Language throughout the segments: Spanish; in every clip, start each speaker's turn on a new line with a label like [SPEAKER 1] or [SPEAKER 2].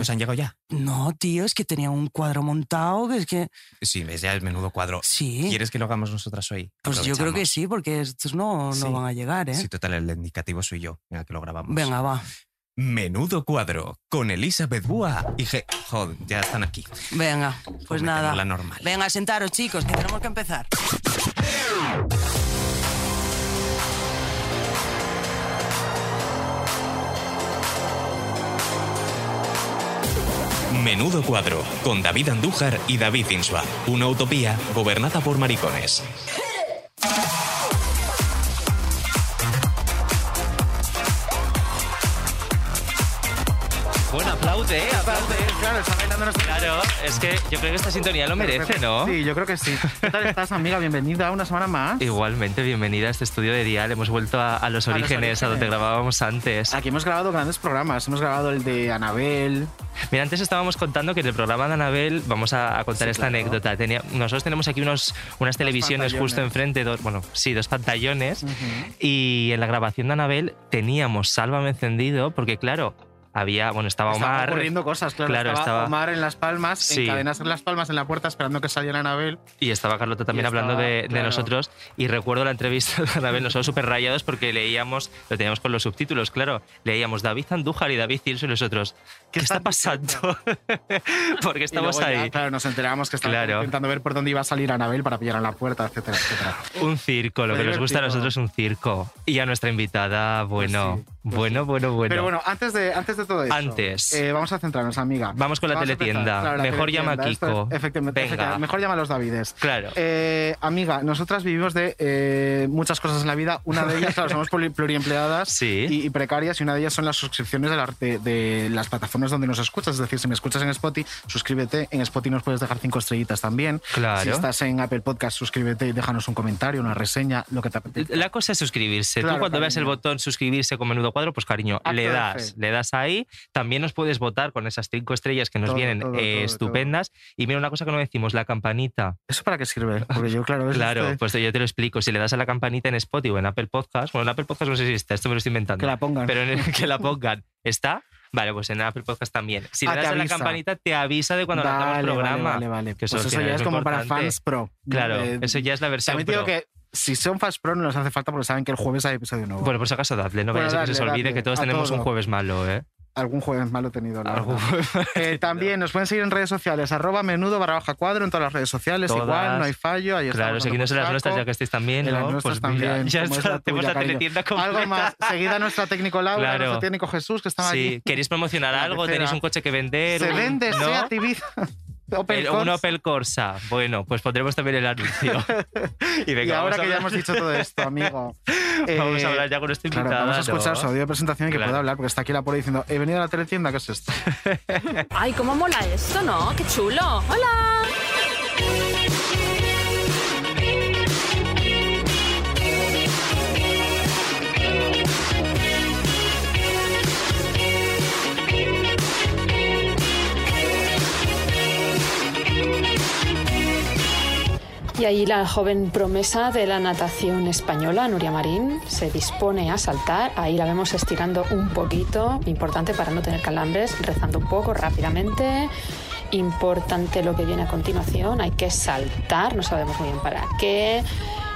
[SPEAKER 1] ¿estos han llegado ya?
[SPEAKER 2] No, tío, es que tenía un cuadro montado, que es que...
[SPEAKER 1] Sí, ves ya el menudo cuadro.
[SPEAKER 2] Sí,
[SPEAKER 1] ¿Quieres que lo hagamos nosotras hoy?
[SPEAKER 2] pues yo creo que
[SPEAKER 1] Aprovechamos.
[SPEAKER 2] sí, porque estos no, no
[SPEAKER 1] Sí.
[SPEAKER 2] van a llegar, ¿eh?
[SPEAKER 1] Sí, total, el indicativo soy yo. Venga, que lo grabamos.
[SPEAKER 2] Venga, va.
[SPEAKER 1] Menudo cuadro con Elizabeth Bua y G. Joder, ya están aquí.
[SPEAKER 2] Venga, pues
[SPEAKER 1] Cometemos
[SPEAKER 2] nada.
[SPEAKER 1] La normal.
[SPEAKER 2] Venga, sentaros, chicos, que tenemos que empezar.
[SPEAKER 1] Menudo cuadro con David Andújar y David Insua. Una utopía gobernada por maricones.
[SPEAKER 3] Bueno, aplaude, ¿eh? aplaude.
[SPEAKER 4] Claro, está bailando nuestra-
[SPEAKER 3] Claro, es que yo creo que esta sintonía lo merece, ¿no?
[SPEAKER 4] Sí, yo creo que sí. ¿Qué tal estás, amiga? Bienvenida una semana más.
[SPEAKER 3] Igualmente, bienvenida a este estudio de Dial. Hemos vuelto a, a los
[SPEAKER 4] A los
[SPEAKER 3] orígenes, a donde
[SPEAKER 4] orígenes.
[SPEAKER 3] grabábamos antes.
[SPEAKER 4] Aquí hemos grabado grandes programas. Hemos grabado el de Anabel.
[SPEAKER 3] Mira, antes estábamos contando que en el programa de Anabel, vamos a, a contar
[SPEAKER 4] Sí,
[SPEAKER 3] esta
[SPEAKER 4] claro.
[SPEAKER 3] anécdota. Tenía- nosotros tenemos aquí unos, unas televisiones justo
[SPEAKER 4] pantallones.
[SPEAKER 3] enfrente, dos, bueno, sí, dos pantallones. Y en la grabación de Anabel teníamos Sálvame encendido, porque claro, había, bueno, estaba
[SPEAKER 4] Estaban
[SPEAKER 3] Omar.
[SPEAKER 4] ocurriendo cosas, claro.
[SPEAKER 3] Claro,
[SPEAKER 4] estaba,
[SPEAKER 3] estaba-
[SPEAKER 4] Omar en Las Palmas,
[SPEAKER 3] Sí.
[SPEAKER 4] en cadenas en Las Palmas, en la puerta, esperando que saliera Anabel.
[SPEAKER 3] Y estaba Carlota también
[SPEAKER 4] Y
[SPEAKER 3] hablando
[SPEAKER 4] estaba,
[SPEAKER 3] de, de
[SPEAKER 4] claro.
[SPEAKER 3] nosotros. Y recuerdo la entrevista de Anabel, nosotros súper rayados porque leíamos, lo teníamos con los subtítulos, claro. Leíamos David Andújar y David Cirso y nosotros. ¿Qué, está
[SPEAKER 4] están
[SPEAKER 3] pasando? porque
[SPEAKER 4] Y luego
[SPEAKER 3] estamos
[SPEAKER 4] ya,
[SPEAKER 3] ahí.
[SPEAKER 4] claro, nos enterábamos que estaban
[SPEAKER 3] Claro.
[SPEAKER 4] intentando ver por dónde iba a salir Anabel para pillar en la puerta, etcétera, etcétera.
[SPEAKER 3] Un circo, lo
[SPEAKER 4] Fue
[SPEAKER 3] que nos gusta a
[SPEAKER 4] divertido.
[SPEAKER 3] nosotros es un circo. Y a nuestra invitada, bueno,
[SPEAKER 4] Pues sí, pues
[SPEAKER 3] bueno, bueno, bueno.
[SPEAKER 4] Pero bueno, antes de, antes de todo eso,
[SPEAKER 3] Antes.
[SPEAKER 4] eh, vamos a centrarnos, amiga.
[SPEAKER 3] Vamos con la
[SPEAKER 4] a empezar,
[SPEAKER 3] teletienda.
[SPEAKER 4] la
[SPEAKER 3] Mejor llama a
[SPEAKER 4] teletienda. Esto es-
[SPEAKER 3] Kiko.
[SPEAKER 4] efectivamente,
[SPEAKER 3] Venga.
[SPEAKER 4] efectivamente. mejor llama a los Davides.
[SPEAKER 3] Claro.
[SPEAKER 4] Eh, amiga, nosotras vivimos de eh, muchas cosas en la vida. Una de ellas, claro, somos pluri- pluriempleadas
[SPEAKER 3] Sí.
[SPEAKER 4] y, y precarias, y una de ellas son las suscripciones de, la- de- de las plataformas donde nos escuchas. Es decir, si me escuchas en Spotify, suscríbete. En Spotify nos puedes dejar cinco estrellitas también.
[SPEAKER 3] Claro.
[SPEAKER 4] Si estás en Apple Podcast, suscríbete y déjanos un comentario, una reseña, lo que te apetezca.
[SPEAKER 3] La cosa es suscribirse. Tú
[SPEAKER 4] Claro,
[SPEAKER 3] cuando veas el
[SPEAKER 4] cariño.
[SPEAKER 3] botón suscribirse con menudo cuadro, pues cariño,
[SPEAKER 4] Acto
[SPEAKER 3] le
[SPEAKER 4] de
[SPEAKER 3] das,
[SPEAKER 4] fe.
[SPEAKER 3] le das ahí. También nos puedes votar con esas cinco estrellas que nos
[SPEAKER 4] Todo,
[SPEAKER 3] vienen eh,
[SPEAKER 4] todo, todo, todo.
[SPEAKER 3] estupendas. Y mira una cosa que no decimos, la campanita.
[SPEAKER 4] ¿Eso para qué sirve? Porque yo, claro, es
[SPEAKER 3] Claro,
[SPEAKER 4] este-
[SPEAKER 3] pues yo te lo explico. Si le das a la campanita en Spotify o en Apple Podcast, bueno, en Apple Podcast no sé si está, esto me lo estoy inventando.
[SPEAKER 4] que la pongan.
[SPEAKER 3] pero en el que la pongan. ¿Está? Vale, pues en Apple Podcast también. Si
[SPEAKER 4] Ah,
[SPEAKER 3] le
[SPEAKER 4] te
[SPEAKER 3] das a la
[SPEAKER 4] avisa.
[SPEAKER 3] campanita, te avisa de cuando lanzamos
[SPEAKER 4] Vale, vale,
[SPEAKER 3] programa.
[SPEAKER 4] vale, vale.
[SPEAKER 3] que eso
[SPEAKER 4] Pues
[SPEAKER 3] al
[SPEAKER 4] eso
[SPEAKER 3] final
[SPEAKER 4] ya
[SPEAKER 3] es
[SPEAKER 4] es como para
[SPEAKER 3] importante.
[SPEAKER 4] fans pro.
[SPEAKER 3] Claro,
[SPEAKER 4] Eh,
[SPEAKER 3] eso ya es la versión.
[SPEAKER 4] También te digo
[SPEAKER 3] pro.
[SPEAKER 4] que si son fans pro no nos hace falta porque saben que el jueves hay episodio nuevo.
[SPEAKER 3] Bueno, por si acaso, dadle. No
[SPEAKER 4] Bueno,
[SPEAKER 3] vayas a que se os
[SPEAKER 4] dadle,
[SPEAKER 3] olvide
[SPEAKER 4] dadle,
[SPEAKER 3] que todos
[SPEAKER 4] a
[SPEAKER 3] tenemos un
[SPEAKER 4] todo.
[SPEAKER 3] jueves malo, ¿eh?
[SPEAKER 4] Algún jueves malo he tenido. la
[SPEAKER 3] Algún
[SPEAKER 4] verdad. Eh, también nos pueden seguir en redes sociales, arroba menudo barra baja cuadro en todas las redes sociales,
[SPEAKER 3] Todas.
[SPEAKER 4] igual, no hay fallo. Ahí
[SPEAKER 3] Claro,
[SPEAKER 4] estamos
[SPEAKER 3] seguidnos en
[SPEAKER 4] dando por
[SPEAKER 3] las nuestras,
[SPEAKER 4] saco.
[SPEAKER 3] ya que estáis también.
[SPEAKER 4] en las
[SPEAKER 3] ¿no?
[SPEAKER 4] nuestras
[SPEAKER 3] Pues mira,
[SPEAKER 4] también,
[SPEAKER 3] ya
[SPEAKER 4] como es
[SPEAKER 3] está,
[SPEAKER 4] la
[SPEAKER 3] tenemos la
[SPEAKER 4] tuya, cariño.
[SPEAKER 3] teletienda completa.
[SPEAKER 4] Algo más, seguid a nuestra técnico Laura,
[SPEAKER 3] Claro.
[SPEAKER 4] nuestro técnico Jesús, que
[SPEAKER 3] Sí,
[SPEAKER 4] están aquí.
[SPEAKER 3] ¿queréis promocionar
[SPEAKER 4] La
[SPEAKER 3] algo?
[SPEAKER 4] pecera.
[SPEAKER 3] ¿Tenéis un coche que vender?
[SPEAKER 4] Se
[SPEAKER 3] un-
[SPEAKER 4] vende
[SPEAKER 3] ¿no?
[SPEAKER 4] SEAT Ibiza. Opel
[SPEAKER 3] El- un
[SPEAKER 4] Corsa.
[SPEAKER 3] Opel Corsa. Bueno, pues pondremos también el anuncio. y
[SPEAKER 4] Y
[SPEAKER 3] venga, vamos a
[SPEAKER 4] ahora que ya
[SPEAKER 3] hablar-
[SPEAKER 4] hemos dicho todo esto, amigo.
[SPEAKER 3] Vamos a
[SPEAKER 4] eh,
[SPEAKER 3] hablar ya con nuestra
[SPEAKER 4] Claro,
[SPEAKER 3] invitada.
[SPEAKER 4] vamos a escuchar
[SPEAKER 3] ¿no?
[SPEAKER 4] su audio de presentación y que
[SPEAKER 3] Claro.
[SPEAKER 4] pueda hablar, porque está aquí la poli diciendo, he venido a la teletienda, ¿qué es esto?
[SPEAKER 5] Ay, cómo mola esto, ¿no? Qué chulo. Hola.
[SPEAKER 6] Y ahí la joven promesa de la natación española, Nuria Marín, se dispone a saltar. Ahí la vemos estirando un poquito, importante para no tener calambres, rezando un poco rápidamente. Importante lo que viene a continuación, hay que saltar, no sabemos muy bien para qué.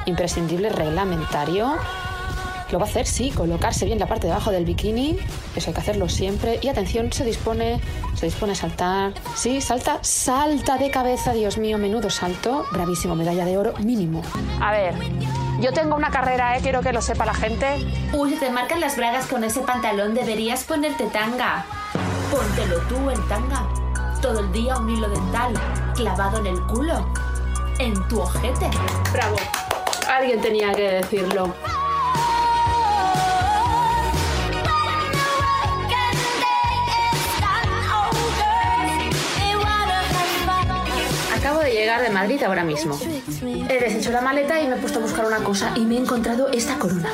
[SPEAKER 6] Imprescindible, reglamentario. Lo va a hacer, sí, colocarse bien la parte de abajo del bikini, eso hay que hacerlo siempre. Y atención, se dispone, se dispone a saltar. Sí, salta, salta de cabeza, Dios mío, menudo salto. Bravísimo, medalla de oro mínimo. A ver, yo tengo una carrera, eh, quiero que lo sepa la gente.
[SPEAKER 7] Uy, te marcan las bragas con ese pantalón, deberías ponerte tanga. Póntelo tú en tanga. Todo el día un hilo dental, clavado en el culo, en tu ojete.
[SPEAKER 6] Bravo. Alguien tenía que decirlo. Acabo de llegar de Madrid ahora mismo. He deshecho la maleta y me he puesto a buscar una cosa y me he encontrado esta corona.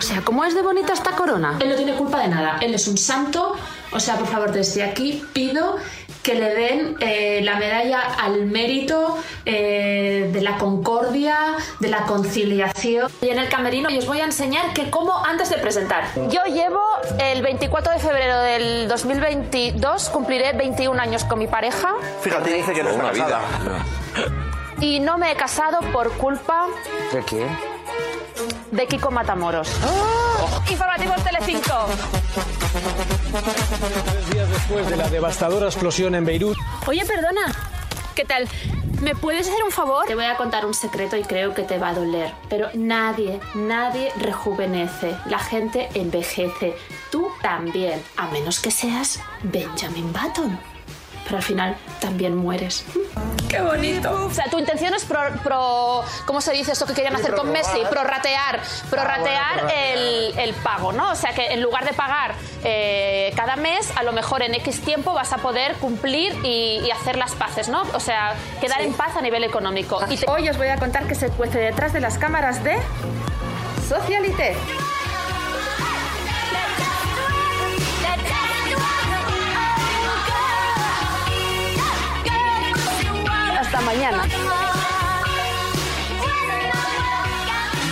[SPEAKER 8] sea, ¿cómo es de bonita esta corona?
[SPEAKER 5] Él no tiene culpa de nada, él es un santo. O sea, por favor, desde aquí pido que le den eh, la medalla al mérito eh, de la concordia, de la conciliación.
[SPEAKER 7] Y en el camerino y os voy a enseñar que como antes de presentar.
[SPEAKER 9] Yo llevo el 24 de febrero del 2022, cumpliré 21 años con mi pareja
[SPEAKER 10] Fíjate, dice que no está casada.
[SPEAKER 9] y no me he casado por culpa
[SPEAKER 10] ¿De qué?
[SPEAKER 9] de Kiko Matamoros.
[SPEAKER 5] ¡Ah!
[SPEAKER 9] Informativos Telecinco.
[SPEAKER 11] Después de la devastadora explosión en Beirut,
[SPEAKER 5] Oye, perdona, ¿qué tal? ¿Me puedes hacer un favor?
[SPEAKER 7] Te voy a contar un secreto y creo que te va a doler, pero nadie, nadie rejuvenece. La gente envejece. Tú también, a menos que seas Benjamin Button. Pero al final también mueres.
[SPEAKER 9] O sea, tu intención es pro, pro- ¿Cómo se dice esto que querían hacer con Messi? Prorratear. Prorratear el, el pago, ¿no? O sea, que en lugar de pagar eh, cada mes, a lo mejor en X tiempo vas a poder cumplir y, y hacer las paces, ¿no? O sea, quedar en paz a nivel económico. Y te-
[SPEAKER 8] Hoy os voy a contar que se cuece detrás de las cámaras de Socialité.
[SPEAKER 9] hasta mañana.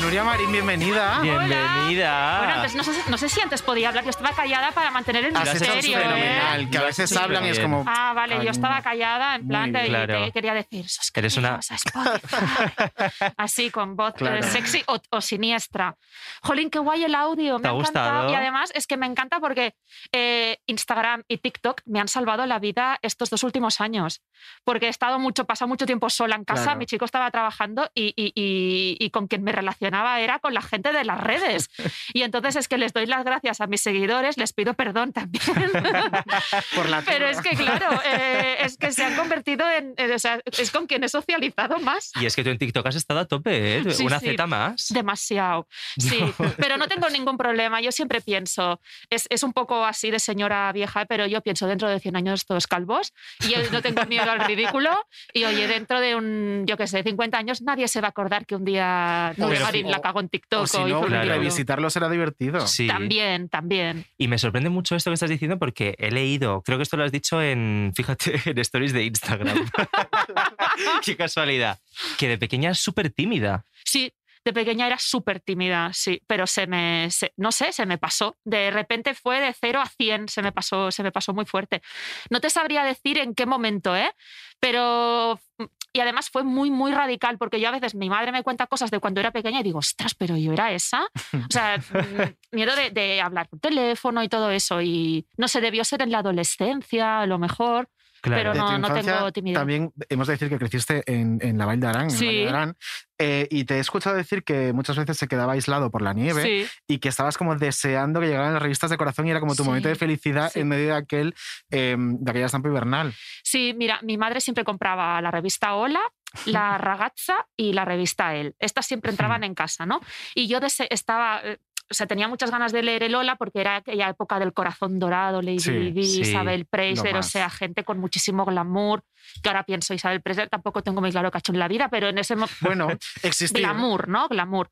[SPEAKER 4] Nuria Marín, bienvenida.
[SPEAKER 3] Bienvenida.
[SPEAKER 6] Ah, Bueno, pues no sé, no sé si antes podía hablar, yo estaba callada para mantener el
[SPEAKER 4] Has hecho
[SPEAKER 6] misterio. ¿eh?
[SPEAKER 4] fenomenal, que a
[SPEAKER 3] Lo has
[SPEAKER 4] veces
[SPEAKER 3] hecho
[SPEAKER 4] hablan y es
[SPEAKER 3] bien.
[SPEAKER 4] como...
[SPEAKER 6] Ah, vale, yo estaba callada en
[SPEAKER 4] Muy
[SPEAKER 6] plan de,
[SPEAKER 3] bien.
[SPEAKER 6] y
[SPEAKER 3] Claro.
[SPEAKER 6] te quería decir,
[SPEAKER 3] Eres una-
[SPEAKER 6] suscribiros a Spotify". así con voz eh,
[SPEAKER 4] Claro.
[SPEAKER 6] sexy o, o siniestra. Jolín, qué guay el audio,
[SPEAKER 3] ¿Te
[SPEAKER 6] me
[SPEAKER 3] ha
[SPEAKER 6] ha encantado
[SPEAKER 3] gustado?
[SPEAKER 6] y además es que me encanta porque eh, Instagram y TikTok me han salvado la vida estos dos últimos años, porque he estado mucho, pasado mucho tiempo sola en casa,
[SPEAKER 4] Claro.
[SPEAKER 6] mi chico estaba trabajando y, y- y- y con quien me relacionaba era con la gente de las redes. Y entonces es que les doy las gracias a mis seguidores, les pido perdón también.
[SPEAKER 4] Por la
[SPEAKER 6] Pero
[SPEAKER 4] turba.
[SPEAKER 6] es que, claro, eh, es que se han convertido en. eh, o sea, es con quien he socializado más.
[SPEAKER 3] Y es que tú en TikTok has estado a tope, ¿eh?
[SPEAKER 6] Sí,
[SPEAKER 3] Una
[SPEAKER 6] sí.
[SPEAKER 3] Z más.
[SPEAKER 6] Demasiado. Sí, pero no tengo ningún problema. Yo siempre pienso, es, es un poco así de señora vieja, pero yo pienso dentro de 100 años todos calvos y yo no tengo miedo al ridículo. Y oye, dentro de un, yo qué sé, 50 años nadie se va a acordar que un día
[SPEAKER 4] No,
[SPEAKER 6] Nuria
[SPEAKER 4] pero-
[SPEAKER 6] Marín la cagó en TikTok.
[SPEAKER 4] O si
[SPEAKER 6] o hizo
[SPEAKER 4] no,
[SPEAKER 6] un
[SPEAKER 3] claro.
[SPEAKER 6] ridículo.
[SPEAKER 4] revisitarlo será divertido.
[SPEAKER 3] Sí.
[SPEAKER 6] También, también.
[SPEAKER 3] Y me sorprende mucho esto que estás diciendo porque he leído, creo que esto lo has dicho en, fíjate, en stories de Instagram. Qué casualidad. Que de pequeña es súper tímida.
[SPEAKER 6] Sí, de pequeña era súper tímida, sí, pero se me, se- no sé, se me pasó. De repente fue de 0 a 100, se me pasó, se me pasó muy fuerte. No te sabría decir en qué momento, ¿eh? Pero... mm, Y además fue muy, muy radical, porque yo a veces mi madre me cuenta cosas de cuando era pequeña y digo, ostras, pero yo era esa. O sea, mm, miedo de, de hablar por teléfono y todo eso. Y no sé, debió ser en la adolescencia, a lo mejor.
[SPEAKER 3] Claro.
[SPEAKER 6] Pero
[SPEAKER 4] De
[SPEAKER 6] no,
[SPEAKER 4] tu
[SPEAKER 6] tengo
[SPEAKER 4] infancia,
[SPEAKER 6] timidez.
[SPEAKER 4] También hemos de decir que creciste en, en la Val de Arán, en
[SPEAKER 6] Sí.
[SPEAKER 4] Valle de Arán, eh, y te he escuchado decir que muchas veces se quedaba aislado por la nieve
[SPEAKER 6] Sí,
[SPEAKER 4] y que estabas como deseando que llegaran las revistas de corazón y era como tu
[SPEAKER 6] Sí,
[SPEAKER 4] momento de felicidad
[SPEAKER 6] sí.
[SPEAKER 4] en medio de aquel em, de aquella estampa invernal.
[SPEAKER 6] Sí, mira, mi madre siempre compraba la revista Hola, la Ragazza y la revista El. Estas siempre entraban en casa, ¿no? Y yo dese- estaba... eh, O sea, tenía muchas ganas de leer el Hola porque era aquella época del corazón dorado, Lady
[SPEAKER 4] Sí,
[SPEAKER 6] Di,
[SPEAKER 3] sí,
[SPEAKER 6] Isabel Preisler, o
[SPEAKER 4] más.
[SPEAKER 6] sea, gente con muchísimo glamour, que ahora pienso Isabel Preisler, tampoco tengo muy claro que ha hecho en la vida, pero en ese momento...
[SPEAKER 4] Bueno, existía.
[SPEAKER 6] Glamour, ¿no? Glamour.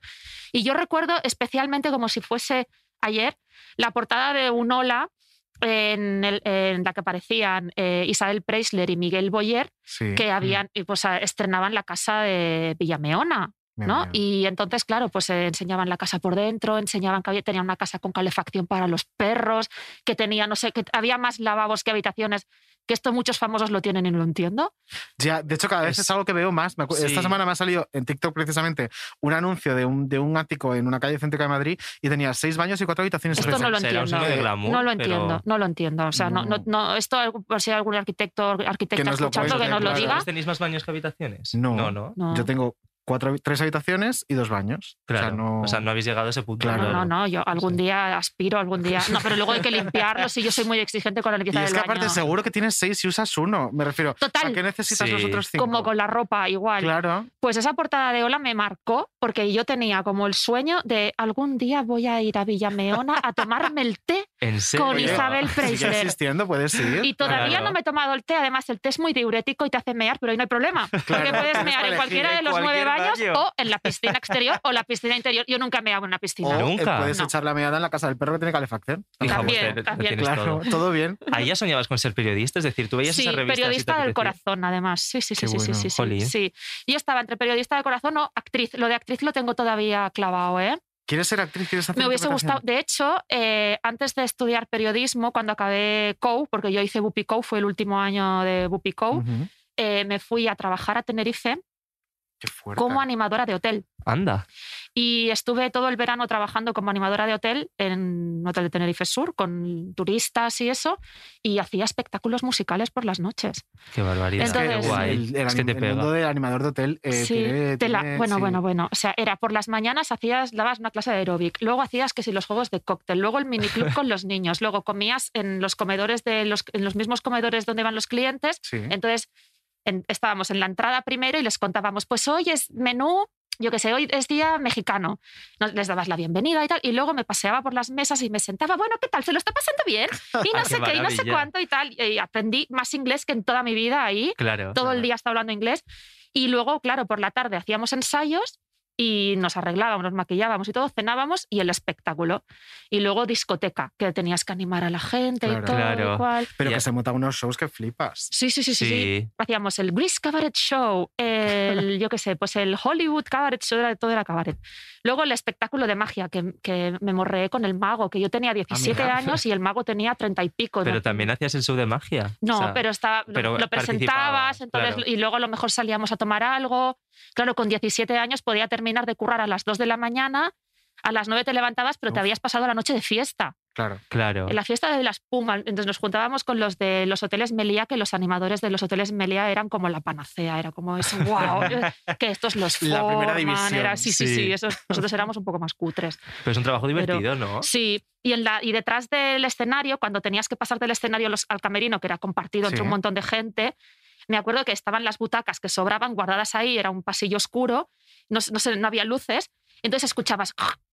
[SPEAKER 6] Y yo recuerdo especialmente como si fuese ayer la portada de un Hola en, el- en la que aparecían eh, Isabel Preisler y Miguel Boyer,
[SPEAKER 4] Sí.
[SPEAKER 6] que habían, y, pues, a- estrenaban la casa de Villameona.
[SPEAKER 4] Bien,
[SPEAKER 6] ¿no?
[SPEAKER 4] bien.
[SPEAKER 6] Y entonces, claro, pues eh, enseñaban la casa por dentro, enseñaban que había, tenía una casa con calefacción para los perros, que tenía, no sé, que había más lavabos que habitaciones, que esto muchos famosos lo tienen y no lo entiendo.
[SPEAKER 4] Ya, de hecho, cada vez es,
[SPEAKER 3] Es-
[SPEAKER 4] algo que veo más. Me acu-
[SPEAKER 3] Sí.
[SPEAKER 4] Esta semana me ha salido en TikTok precisamente un anuncio de un, de un ático en una calle céntrica de Madrid y tenía seis baños y cuatro habitaciones.
[SPEAKER 6] Esto no lo
[SPEAKER 3] Será un
[SPEAKER 6] entiendo. eh,
[SPEAKER 3] signo de glamour,
[SPEAKER 6] no lo
[SPEAKER 3] pero-
[SPEAKER 6] entiendo, no lo entiendo. O sea, no, no, no, esto por si hay algún arquitecto o arquitecta
[SPEAKER 4] Que nos lo
[SPEAKER 6] escuchando
[SPEAKER 4] cuente,
[SPEAKER 6] que nos lo
[SPEAKER 4] claro.
[SPEAKER 6] diga.
[SPEAKER 3] ¿Vosotros ¿Tenéis más baños que habitaciones?
[SPEAKER 4] No.
[SPEAKER 3] No, no.
[SPEAKER 6] No.
[SPEAKER 4] Yo tengo cuatro, tres habitaciones y dos baños.
[SPEAKER 3] Claro.
[SPEAKER 4] O sea, no...
[SPEAKER 3] habéis llegado a ese punto.
[SPEAKER 4] Claro.
[SPEAKER 6] No, no, no, yo algún
[SPEAKER 3] Sí.
[SPEAKER 6] día aspiro, algún día. No, pero luego hay que limpiarlos y yo soy muy exigente con la
[SPEAKER 4] Y
[SPEAKER 6] limpieza
[SPEAKER 4] es
[SPEAKER 6] del
[SPEAKER 4] que aparte
[SPEAKER 6] baño.
[SPEAKER 4] seguro que tienes seis y usas uno. Me refiero.
[SPEAKER 6] Total.
[SPEAKER 4] ¿A qué necesitas
[SPEAKER 3] Sí.
[SPEAKER 4] los otros cinco?
[SPEAKER 6] Como con la ropa, igual.
[SPEAKER 4] Claro.
[SPEAKER 6] Pues esa portada de Ola me marcó porque yo tenía como el sueño de algún día voy a ir a Villameona a tomarme el té
[SPEAKER 3] En serio.
[SPEAKER 6] con
[SPEAKER 4] Oye,
[SPEAKER 6] Isabel
[SPEAKER 4] Sigue
[SPEAKER 6] Preisler.
[SPEAKER 4] existiendo, puedes seguir.
[SPEAKER 6] Y todavía
[SPEAKER 3] Claro.
[SPEAKER 6] no me he tomado el té, además el té es muy diurético y te hace mear, pero ahí no hay problema, porque puedes
[SPEAKER 4] tienes
[SPEAKER 6] mear
[SPEAKER 4] para
[SPEAKER 6] en cualquiera
[SPEAKER 4] elegir
[SPEAKER 6] de los nueve
[SPEAKER 4] cualquier
[SPEAKER 6] baños
[SPEAKER 4] baño.
[SPEAKER 6] o en la piscina exterior o la piscina interior. Yo nunca me hago en una piscina.
[SPEAKER 4] O eh, puedes
[SPEAKER 6] No.
[SPEAKER 4] echar la meada en la casa del perro que tiene calefacción.
[SPEAKER 6] Fija,
[SPEAKER 4] Claro,
[SPEAKER 6] También,
[SPEAKER 3] usted,
[SPEAKER 6] también.
[SPEAKER 3] tienes
[SPEAKER 4] Claro,
[SPEAKER 3] todo.
[SPEAKER 4] todo bien.
[SPEAKER 3] Ahí ya soñabas con ser periodista, es decir, tú veías
[SPEAKER 6] Sí,
[SPEAKER 3] esa revista.
[SPEAKER 6] periodista del corazón, además. Sí, sí, sí,
[SPEAKER 3] Qué
[SPEAKER 6] sí, sí,
[SPEAKER 3] bueno,
[SPEAKER 6] sí, sí,
[SPEAKER 3] jolín. ¿eh?
[SPEAKER 6] sí. Yo estaba entre periodista del corazón o actriz. Lo de actriz lo tengo todavía clavado, ¿eh?
[SPEAKER 4] ¿Quieres ser actriz? ¿Quieres hacer
[SPEAKER 6] Me hubiese gustado.
[SPEAKER 4] interpretación?
[SPEAKER 6] De hecho, eh, antes de estudiar periodismo, cuando acabé COU, porque yo hice Bupi COU, fue el último año de Bupi COU,
[SPEAKER 3] Mm.
[SPEAKER 4] Ujú.
[SPEAKER 6] eh, me fui a trabajar a Tenerife
[SPEAKER 4] Qué fuerte.
[SPEAKER 6] como animadora de hotel.
[SPEAKER 3] Anda.
[SPEAKER 6] Y estuve todo el verano trabajando como animadora de hotel en un hotel de Tenerife Sur, con turistas y eso, y hacía espectáculos musicales por las noches.
[SPEAKER 3] Qué barbaridad.
[SPEAKER 6] Entonces-
[SPEAKER 3] qué guay.
[SPEAKER 4] El, el
[SPEAKER 3] es que
[SPEAKER 4] anim-
[SPEAKER 3] te
[SPEAKER 4] el
[SPEAKER 3] pega.
[SPEAKER 4] mundo del animador de hotel eh,
[SPEAKER 6] Sí,
[SPEAKER 4] tiene-
[SPEAKER 6] te la-
[SPEAKER 4] tiene-
[SPEAKER 6] bueno,
[SPEAKER 4] sí.
[SPEAKER 6] bueno, bueno. O sea, era por las mañanas hacías, dabas una clase de aeróbic, luego hacías que si los juegos de cóctel, luego el miniclub con los niños, luego comías en los comedores de los, en los mismos comedores donde van los clientes.
[SPEAKER 4] Sí.
[SPEAKER 6] Entonces en- estábamos en la entrada primero y les contábamos, pues hoy es menú. Yo qué sé, hoy es día mexicano. Nos- Les dabas la bienvenida y tal. Y luego me paseaba por las mesas y me sentaba, bueno, ¿qué tal? ¿Se lo está pasando bien? Y
[SPEAKER 3] Ah,
[SPEAKER 6] no
[SPEAKER 3] qué
[SPEAKER 6] sé qué, y no sé
[SPEAKER 3] maravilla.
[SPEAKER 6] cuánto y tal. Y aprendí más inglés que en toda mi vida ahí
[SPEAKER 3] Claro.
[SPEAKER 6] todo el día estaba hablando inglés. Y luego, claro, por la tarde hacíamos ensayos y nos arreglábamos, nos maquillábamos y todo, cenábamos y el espectáculo. Y luego discoteca, que tenías que animar a la gente
[SPEAKER 4] Claro.
[SPEAKER 6] y todo
[SPEAKER 3] Claro.
[SPEAKER 6] y cual.
[SPEAKER 4] Pero
[SPEAKER 3] Ya.
[SPEAKER 4] que se monta unos shows que flipas.
[SPEAKER 6] Sí, sí, sí, sí, sí.
[SPEAKER 3] Sí.
[SPEAKER 6] Hacíamos el Grease Cabaret Show, el, yo qué sé, pues el Hollywood Cabaret Show, era- todo era cabaret. Luego el espectáculo de magia, que, que me morré con el mago, que yo tenía 17
[SPEAKER 3] Ah, mira. pues.
[SPEAKER 6] años y el mago tenía 30 y pico. Pues ¿no?
[SPEAKER 3] Pero también hacías el show de magia. o
[SPEAKER 6] No,
[SPEAKER 3] sea,
[SPEAKER 6] pero estaba, lo-
[SPEAKER 3] pero
[SPEAKER 6] lo presentabas
[SPEAKER 3] participabas,
[SPEAKER 6] entonces,
[SPEAKER 3] claro.
[SPEAKER 6] y luego a lo mejor salíamos a tomar algo. Claro, con 17 años podía terminar de currar a las 2 de la mañana, a las 9 te levantabas, pero te
[SPEAKER 4] Uf.
[SPEAKER 6] habías pasado la noche de fiesta,
[SPEAKER 4] Claro.
[SPEAKER 3] Claro.
[SPEAKER 6] en la fiesta de las Pumas. Entonces nos juntábamos con los de los hoteles Meliá, que los animadores de los hoteles Meliá eran como la panacea, era como eso, wow, que estos los
[SPEAKER 4] La
[SPEAKER 6] forman,
[SPEAKER 4] primera división,
[SPEAKER 6] era- sí, sí,
[SPEAKER 3] sí.
[SPEAKER 6] sí, esos- nosotros éramos un poco más cutres.
[SPEAKER 3] Pero es un trabajo divertido, ¿no?
[SPEAKER 6] Sí, y, en la, y detrás del escenario, cuando tenías que pasar del escenario los- al camerino, que era compartido entre
[SPEAKER 4] Sí.
[SPEAKER 6] un montón de gente, me acuerdo que estaban las butacas que sobraban guardadas ahí, era un pasillo oscuro, no, s- no sé, no había luces, entonces escuchabas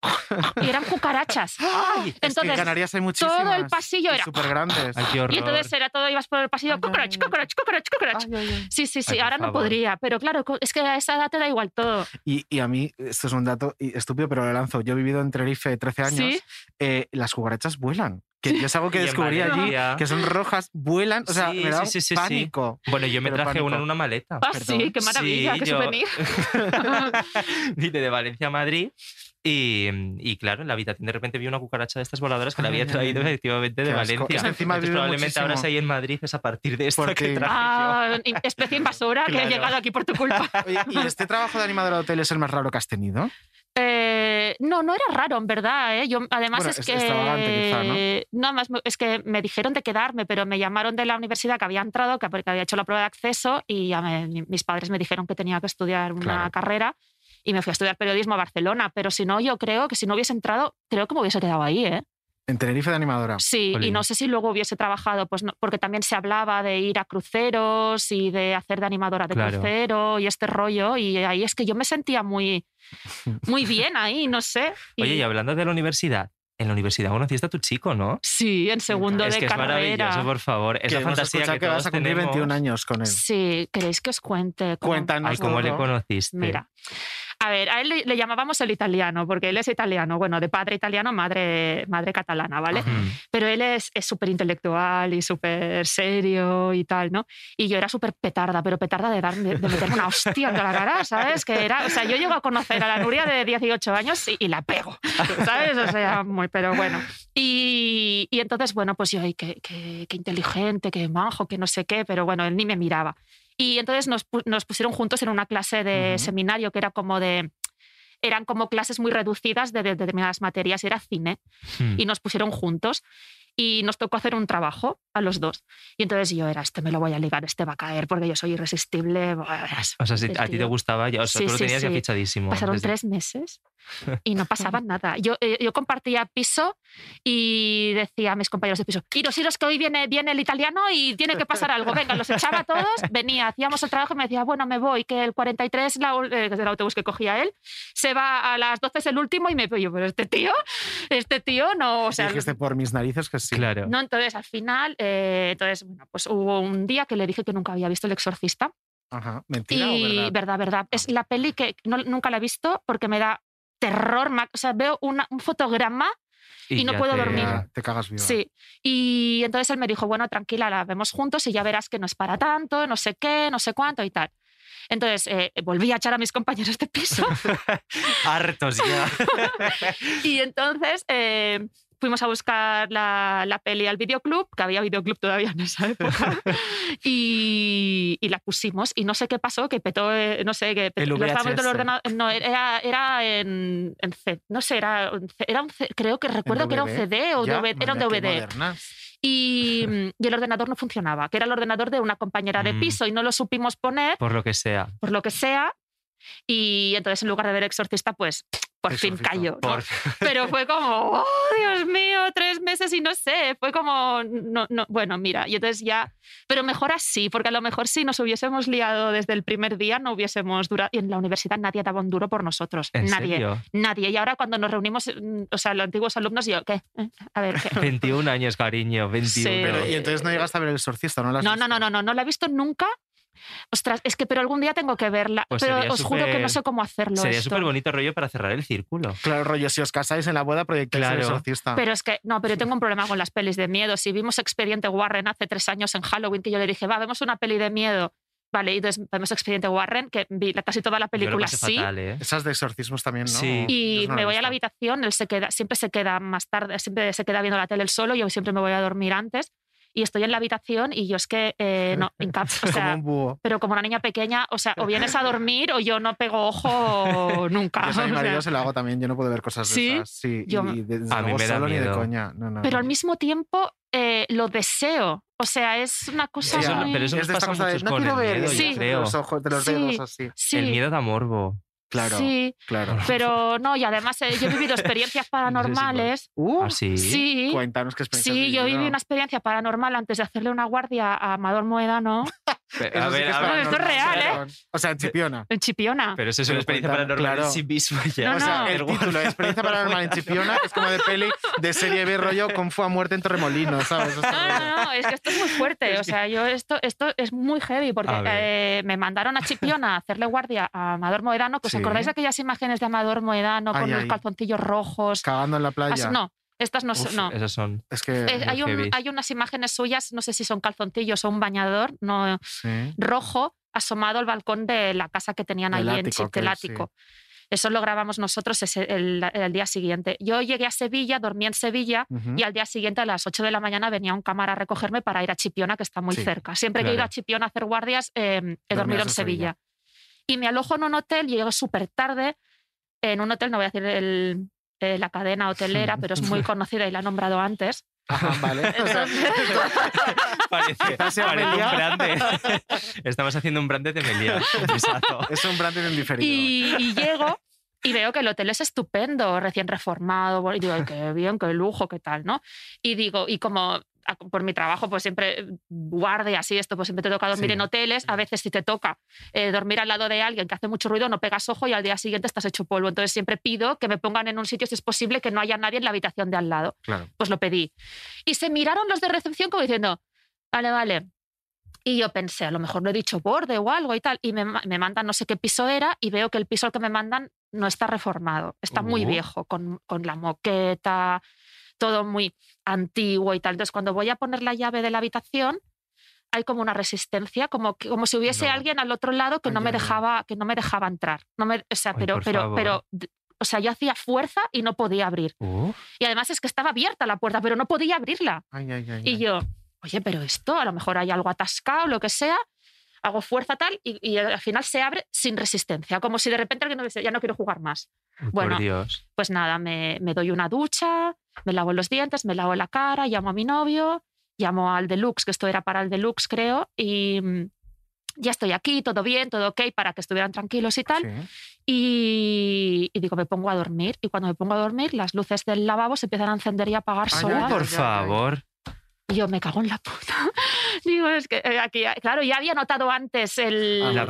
[SPEAKER 6] y eran cucarachas.
[SPEAKER 4] Ay, en
[SPEAKER 6] entonces,
[SPEAKER 4] Canarias hay muchísimas.
[SPEAKER 6] el pasillo era-
[SPEAKER 4] Súper grandes.
[SPEAKER 3] Ay, qué
[SPEAKER 6] y
[SPEAKER 3] horror.
[SPEAKER 6] entonces era todo, ibas por el pasillo,
[SPEAKER 4] Ay,
[SPEAKER 6] cucarach,
[SPEAKER 4] ay, ay.
[SPEAKER 6] cucarach, cucarach, cucarach. Sí, sí,
[SPEAKER 3] Ay,
[SPEAKER 6] sí,
[SPEAKER 3] por
[SPEAKER 6] ahora no
[SPEAKER 3] favor.
[SPEAKER 6] podría, pero claro, co- es que a esa edad te da igual todo.
[SPEAKER 4] Y, y a mí, esto es un dato y- estúpido, pero lo lanzo. Yo he vivido en Tenerife 13 años.
[SPEAKER 6] Sí.
[SPEAKER 4] eh, las cucarachas vuelan. Que yo es algo que
[SPEAKER 3] Y en
[SPEAKER 4] descubrí allí,
[SPEAKER 3] Valencia.
[SPEAKER 4] que son rojas, vuelan. O sea,
[SPEAKER 3] Sí,
[SPEAKER 4] me
[SPEAKER 3] sí,
[SPEAKER 4] da
[SPEAKER 3] sí, sí, sí.
[SPEAKER 4] pánico.
[SPEAKER 3] Bueno, yo me
[SPEAKER 4] Pero
[SPEAKER 3] traje
[SPEAKER 4] pánico.
[SPEAKER 3] una en una maleta.
[SPEAKER 6] Ah,
[SPEAKER 4] Perdón.
[SPEAKER 6] sí, qué maravilla,
[SPEAKER 3] Sí,
[SPEAKER 6] qué
[SPEAKER 3] yo-
[SPEAKER 6] souvenir.
[SPEAKER 3] Vine de Valencia a Madrid y, y, claro, en la habitación de repente vi una cucaracha de estas voladoras que la
[SPEAKER 4] Ay,
[SPEAKER 3] había
[SPEAKER 4] ay,
[SPEAKER 3] traído
[SPEAKER 4] ay.
[SPEAKER 3] efectivamente de
[SPEAKER 4] Qué asco.
[SPEAKER 3] Valencia.
[SPEAKER 4] Es que encima
[SPEAKER 3] Entonces,
[SPEAKER 4] vive
[SPEAKER 3] probablemente
[SPEAKER 4] muchísimo.
[SPEAKER 3] ahora si hay en Madrid es a partir de esta que
[SPEAKER 4] Porque-
[SPEAKER 3] traje yo.
[SPEAKER 6] Ah, especie invasora que ha
[SPEAKER 4] Claro.
[SPEAKER 6] llegado aquí por tu culpa.
[SPEAKER 4] Oye, ¿y este trabajo de animador de hotel es el más raro que has tenido?
[SPEAKER 6] Eh, no, no era raro, en verdad. ¿eh? Yo, además
[SPEAKER 4] Bueno,
[SPEAKER 6] es,
[SPEAKER 4] es
[SPEAKER 6] que...
[SPEAKER 4] extravagante, quizá,
[SPEAKER 6] ¿no? además me- es que me dijeron de quedarme, pero me llamaron de la universidad que había entrado, que porque había hecho la prueba de acceso y ya me- mi- mis padres me dijeron que tenía que estudiar una
[SPEAKER 4] Claro.
[SPEAKER 6] carrera y me fui a estudiar periodismo a Barcelona. Pero si no, yo creo que si no hubiese entrado, creo que me hubiese quedado ahí. ¿eh?
[SPEAKER 4] En Tenerife de animadora.
[SPEAKER 6] Sí, y
[SPEAKER 3] Jolín.
[SPEAKER 6] no sé si luego hubiese trabajado, pues no- porque también se hablaba de ir a cruceros y de hacer de animadora de
[SPEAKER 3] Claro.
[SPEAKER 6] crucero y este rollo, y ahí es que yo me sentía muy, muy bien ahí, no sé. Y-
[SPEAKER 3] Oye, y hablando de la universidad, en la universidad conociste a tu chico, ¿no?
[SPEAKER 6] Sí, en segundo
[SPEAKER 3] es
[SPEAKER 6] de
[SPEAKER 3] que es maravilloso,
[SPEAKER 6] carrera.
[SPEAKER 3] por favor. Es
[SPEAKER 4] Que
[SPEAKER 3] la
[SPEAKER 4] hemos
[SPEAKER 3] fantasía
[SPEAKER 4] escuchado
[SPEAKER 3] que,
[SPEAKER 4] que vas
[SPEAKER 3] todos
[SPEAKER 4] a cumplir
[SPEAKER 3] tenemos.
[SPEAKER 4] 21 años con él.
[SPEAKER 6] Sí, ¿queréis que os cuente? cómo-
[SPEAKER 4] Cuéntanos.
[SPEAKER 3] Ay, ¿cómo le
[SPEAKER 4] todo.
[SPEAKER 3] conociste?
[SPEAKER 6] Mira. A ver, a él le, le llamábamos el italiano, porque él es italiano, bueno, de padre italiano, madre, madre catalana, ¿vale?
[SPEAKER 3] Mm.
[SPEAKER 6] Pero él es súper intelectual y súper serio y tal, ¿no? Y yo era súper petarda, pero petarda de, darme, de meterme una hostia en la cara, ¿sabes? Que era, o sea, yo llego a conocer a la Nuria de 18 años y, y la pego, ¿sabes? O sea, muy, pero bueno. Y, y entonces, bueno, pues yo, ay, qué, qué- qué inteligente, qué manjo, qué no sé qué, pero bueno, él ni me miraba. Y entonces nos, pu- nos pusieron juntos en una clase de
[SPEAKER 4] Ujú.
[SPEAKER 6] seminario que era como de... Eran como clases muy reducidas de, de determinadas materias, era cine
[SPEAKER 3] Mm.
[SPEAKER 6] y nos pusieron juntos y nos tocó hacer un trabajo a los dos. Y entonces yo era, este me lo voy a ligar, este va a caer porque yo soy irresistible. Buah, es
[SPEAKER 3] O sea, si a ti te
[SPEAKER 6] divertido.
[SPEAKER 3] gustaba, ya, o sea,
[SPEAKER 6] Sí,
[SPEAKER 3] tú lo
[SPEAKER 6] sí,
[SPEAKER 3] tenías ya
[SPEAKER 6] sí.
[SPEAKER 3] fichadísimo.
[SPEAKER 6] Pasaron
[SPEAKER 3] desde-
[SPEAKER 6] tres meses y no pasaba nada. Yo, eh, yo compartía piso y decía a mis compañeros de piso, iros, iros, que hoy viene, viene el italiano y tiene que pasar algo. Venga, los echaba a todos, venía, hacíamos el trabajo y me decía, bueno, me voy, que el 43, la, ul- eh, que es el autobús que cogía él, se va a las 12 es el último y me voy yo, pero este tío, este tío no, o sea,
[SPEAKER 4] Dijiste por mis narices que sí.
[SPEAKER 3] Claro.
[SPEAKER 6] no, entonces al final, eh, entonces, bueno, pues hubo un día que le dije que nunca había visto El Exorcista
[SPEAKER 4] Ajá. ¿Mentira o
[SPEAKER 6] y
[SPEAKER 4] verdad?
[SPEAKER 6] verdad, verdad. Es la peli que no- nunca la he visto porque me da terror. ma- O sea, veo una- un fotograma y, no
[SPEAKER 3] ya
[SPEAKER 6] puedo
[SPEAKER 3] te-
[SPEAKER 6] dormir.
[SPEAKER 4] Ah, Te cagas viva.
[SPEAKER 6] Sí. Y entonces él me dijo, bueno, tranquila, la vemos juntos y ya verás que no es para tanto, no sé qué, no sé cuánto y tal. Entonces eh, volví a echar a mis compañeros de piso
[SPEAKER 3] Hartos ya.
[SPEAKER 6] y entonces eh, fuimos a buscar la, la peli al videoclub, que había videoclub todavía en esa época, y, y la pusimos. Y no sé qué pasó, que petó, eh, no sé, que petó,
[SPEAKER 3] El
[SPEAKER 6] lo estaba viendo en el
[SPEAKER 3] VHS.
[SPEAKER 6] ordenador. No, era, era en, en C, no sé, era, un C- era un C- creo que recuerdo que era un
[SPEAKER 4] DVD?
[SPEAKER 6] CD o
[SPEAKER 4] Ya,
[SPEAKER 6] DVD, era un
[SPEAKER 4] madre, qué
[SPEAKER 6] DVD.
[SPEAKER 4] moderna.
[SPEAKER 6] Y, y el ordenador no funcionaba, que era el ordenador de una compañera de
[SPEAKER 3] Mm.
[SPEAKER 6] piso y no lo supimos poner
[SPEAKER 3] Por lo que sea.
[SPEAKER 6] por lo que sea. Y entonces en lugar de ver Exorcista, pues por fin
[SPEAKER 4] Exorcista.
[SPEAKER 6] cayó. ¿no?
[SPEAKER 3] Por-
[SPEAKER 6] Pero fue como, oh, Dios mío, tres meses y no sé, fue como, no, no, bueno, mira, y entonces ya, pero mejor así, porque a lo mejor si nos hubiésemos liado desde el primer día, no hubiésemos durado, y en la universidad nadie daba un duro por nosotros,
[SPEAKER 3] ¿En
[SPEAKER 6] nadie,
[SPEAKER 3] serio?
[SPEAKER 6] nadie. Y ahora cuando nos reunimos, mm, o sea, los antiguos alumnos, yo, ¿qué? Eh, A ver, ¿qué?
[SPEAKER 3] 21 años, cariño, 21.
[SPEAKER 6] Sí.
[SPEAKER 4] Pero, y entonces no llegaste a ver el exorcista, ¿no? la has
[SPEAKER 6] Eh, No, no,
[SPEAKER 4] visto?
[SPEAKER 6] no, no, no, no la he visto nunca. Ostras, es que, pero algún día tengo que verla.
[SPEAKER 3] Pues
[SPEAKER 6] pero
[SPEAKER 3] sería
[SPEAKER 6] os juro que
[SPEAKER 3] súper-
[SPEAKER 6] no sé cómo hacerlo.
[SPEAKER 3] Sería
[SPEAKER 6] esto.
[SPEAKER 3] súper bonito rollo para cerrar el círculo.
[SPEAKER 4] Claro, rollo, si os casáis en la boda, proyectáis el
[SPEAKER 3] Claro.
[SPEAKER 4] exorcista.
[SPEAKER 6] Pero es que, no, pero yo tengo un problema con las pelis de miedo. Si vimos Expediente Warren hace tres años en Halloween, que yo le dije, va, vemos una peli de miedo. Vale, y entonces vemos Expediente Warren, que vi la- casi toda la
[SPEAKER 3] Yo lo
[SPEAKER 6] película
[SPEAKER 3] pasé
[SPEAKER 6] sí.
[SPEAKER 3] fatal, ¿eh?
[SPEAKER 4] Esas de exorcismos también, ¿no?
[SPEAKER 3] Sí.
[SPEAKER 6] Y
[SPEAKER 4] Yo no
[SPEAKER 6] me
[SPEAKER 4] he
[SPEAKER 6] voy a la
[SPEAKER 4] visto.
[SPEAKER 6] habitación, él se queda, siempre se queda más tarde, siempre se queda viendo la tele el solo, yo siempre me voy a dormir antes. Y estoy en la habitación y yo es que, eh, no, incapaz, o
[SPEAKER 4] Como
[SPEAKER 6] sea,
[SPEAKER 4] un búho.
[SPEAKER 6] pero como una niña pequeña, o sea, o vienes a dormir o yo no pego ojo nunca.
[SPEAKER 4] Yo a mi
[SPEAKER 6] o sea.
[SPEAKER 4] marido se lo hago también, yo no puedo ver cosas de
[SPEAKER 6] ¿Sí?
[SPEAKER 4] esas. Sí,
[SPEAKER 6] Yo-
[SPEAKER 4] y desde
[SPEAKER 3] A mí
[SPEAKER 4] luego
[SPEAKER 3] me da
[SPEAKER 4] solo ni de
[SPEAKER 3] miedo.
[SPEAKER 4] coña. No, no,
[SPEAKER 6] pero
[SPEAKER 4] no.
[SPEAKER 6] al mismo tiempo eh, lo deseo. O sea, es una cosa
[SPEAKER 4] Ya,
[SPEAKER 3] Eso-
[SPEAKER 6] muy...
[SPEAKER 3] pero eso
[SPEAKER 4] es
[SPEAKER 3] nos
[SPEAKER 4] de esta
[SPEAKER 3] pasa
[SPEAKER 4] cosa
[SPEAKER 3] a
[SPEAKER 4] de,
[SPEAKER 3] muchos
[SPEAKER 4] no
[SPEAKER 3] con
[SPEAKER 4] quiero
[SPEAKER 3] el
[SPEAKER 4] ver
[SPEAKER 3] miedo,
[SPEAKER 4] y
[SPEAKER 6] yo
[SPEAKER 4] hacer
[SPEAKER 3] creo.
[SPEAKER 4] los ojos de los
[SPEAKER 6] Sí.
[SPEAKER 4] dedos así.
[SPEAKER 6] Sí,
[SPEAKER 3] El miedo da morbo.
[SPEAKER 4] Claro,
[SPEAKER 6] sí.
[SPEAKER 4] claro.
[SPEAKER 6] Pero no, y además eh, yo he vivido experiencias paranormales.
[SPEAKER 4] Uh,
[SPEAKER 3] ¿Ah, sí?
[SPEAKER 6] Sí,
[SPEAKER 4] Cuéntanos qué experiencia.
[SPEAKER 6] sí, yo viví una experiencia paranormal antes de hacerle una guardia a Amador Moedano
[SPEAKER 3] Pe- A ver, a ver.
[SPEAKER 6] esto es real, ¿eh?
[SPEAKER 4] O sea, en Chipiona.
[SPEAKER 6] en Chipiona.
[SPEAKER 3] Pero eso es una
[SPEAKER 4] Pero
[SPEAKER 3] experiencia
[SPEAKER 4] cuentan,
[SPEAKER 3] paranormal
[SPEAKER 4] claro.
[SPEAKER 3] en sí misma ya.
[SPEAKER 6] No,
[SPEAKER 4] o sea,
[SPEAKER 6] no.
[SPEAKER 4] el
[SPEAKER 3] guardia-
[SPEAKER 4] título, experiencia paranormal en Chipiona, es como de peli de serie B rollo con fue a muerte en Torremolinos, ¿sabes? O sea,
[SPEAKER 6] No, no, no, es que esto es muy fuerte. O sea, yo esto, esto es muy heavy porque
[SPEAKER 3] A ver.
[SPEAKER 6] eh, me mandaron a Chipiona a hacerle guardia a Amador Moedano. que ¿Os
[SPEAKER 4] Sí.
[SPEAKER 6] acordáis de aquellas imágenes de Amador Moedano con
[SPEAKER 4] Ay,
[SPEAKER 6] los
[SPEAKER 4] ay.
[SPEAKER 6] calzoncillos rojos?
[SPEAKER 4] Cagando en la playa.
[SPEAKER 6] Así- no, estas no, son-
[SPEAKER 3] Uf,
[SPEAKER 6] no.
[SPEAKER 3] Esas son.
[SPEAKER 4] Es que.
[SPEAKER 6] Eh, hay, un-
[SPEAKER 3] heavy.
[SPEAKER 6] hay unas imágenes suyas, no sé si son calzoncillos o un bañador no,
[SPEAKER 4] sí.
[SPEAKER 6] rojo asomado al balcón de la casa que tenían
[SPEAKER 4] Del
[SPEAKER 6] allí en
[SPEAKER 4] ático,
[SPEAKER 6] Chip del
[SPEAKER 4] que
[SPEAKER 6] ático. Eso lo grabamos nosotros ese- el, el día siguiente. Yo llegué a Sevilla, dormí en Sevilla
[SPEAKER 4] Ujú.
[SPEAKER 6] y al día siguiente a las 8 de la mañana venía un cámara a recogerme para ir a Chipiona, que está muy
[SPEAKER 4] Sí,
[SPEAKER 6] cerca. Siempre que he ido
[SPEAKER 3] claro.
[SPEAKER 6] a Chipiona a hacer guardias, eh, he dormido
[SPEAKER 4] Dormías
[SPEAKER 6] en
[SPEAKER 4] en
[SPEAKER 6] Sevilla.
[SPEAKER 4] Sevilla.
[SPEAKER 6] Y me alojo en un hotel, llego súper tarde, en un hotel, no voy a decir el- eh, la cadena hotelera, pero es muy conocida y la he nombrado antes.
[SPEAKER 4] Ajá, vale. O sea,
[SPEAKER 3] Parece,
[SPEAKER 4] Quizás sea
[SPEAKER 3] parece un
[SPEAKER 4] Meliá.
[SPEAKER 3] brande. Estamos haciendo un brande de Melia. Visazo.
[SPEAKER 4] es un branding en diferido.
[SPEAKER 6] Y, y llego y veo que el hotel es estupendo, recién reformado. bueno, Y digo, "Ay, qué bien, qué lujo, qué tal, ¿no? Y digo, y como a- por mi trabajo, pues siempre eh, guardia así, esto, pues siempre te toca dormir
[SPEAKER 4] Sí.
[SPEAKER 6] en hoteles. A veces, si te toca eh, dormir al lado de alguien que hace mucho ruido, no pegas ojo y al día siguiente estás hecho polvo. Entonces, siempre pido que me pongan en un sitio, si es posible, que no haya nadie en la habitación de al lado.
[SPEAKER 4] Claro.
[SPEAKER 6] Pues lo pedí. Y se miraron los de recepción como diciendo, vale, vale. Y yo pensé, a lo mejor lo he dicho borde o algo y tal. Y me, ma- me mandan no sé qué piso era y veo que el piso al que me mandan no está reformado. Está muy
[SPEAKER 3] Uh.
[SPEAKER 6] viejo, con, con la moqueta, todo muy antiguo y tal. Entonces, cuando voy a poner la llave de la habitación, hay como una resistencia, como, que- como si hubiese
[SPEAKER 4] No.
[SPEAKER 6] alguien al otro lado que
[SPEAKER 4] Ay,
[SPEAKER 6] no me
[SPEAKER 4] ay, ay.
[SPEAKER 6] dejaba, que no me dejaba entrar. No me, o sea,
[SPEAKER 3] Ay,
[SPEAKER 6] pero,
[SPEAKER 3] por
[SPEAKER 6] pero,
[SPEAKER 3] favor.
[SPEAKER 6] pero, d- o sea, yo hacía fuerza y no podía abrir.
[SPEAKER 3] Uh,
[SPEAKER 6] Y además es que estaba abierta la puerta, pero no podía abrirla.
[SPEAKER 4] Ay, ay, ay,
[SPEAKER 6] Y
[SPEAKER 4] ay.
[SPEAKER 6] yo, oye, pero esto, a lo mejor hay algo atascado, lo que sea. Hago fuerza tal y, y al final se abre sin resistencia, como si de repente alguien hubiese, ya no quiero jugar más. Bueno.
[SPEAKER 3] por Dios.
[SPEAKER 6] Pues nada, me, me doy una ducha, me lavo los dientes, me lavo la cara, llamo a mi novio, llamo al deluxe, que esto era para el deluxe, creo, y mm, ya estoy aquí, todo bien, todo ok, para que estuvieran tranquilos y tal.
[SPEAKER 4] Sí.
[SPEAKER 6] Y, y digo, me pongo a dormir. Y cuando me pongo a dormir, las luces del lavabo se empiezan a encender y a apagar
[SPEAKER 4] Ay,
[SPEAKER 6] solas.
[SPEAKER 4] ay,
[SPEAKER 3] por
[SPEAKER 4] ay, ay.
[SPEAKER 3] favor.
[SPEAKER 6] Y yo me cago en la puta. Digo, es que eh, aquí, claro, ya había notado antes el.
[SPEAKER 4] La
[SPEAKER 6] claro,
[SPEAKER 3] Ah,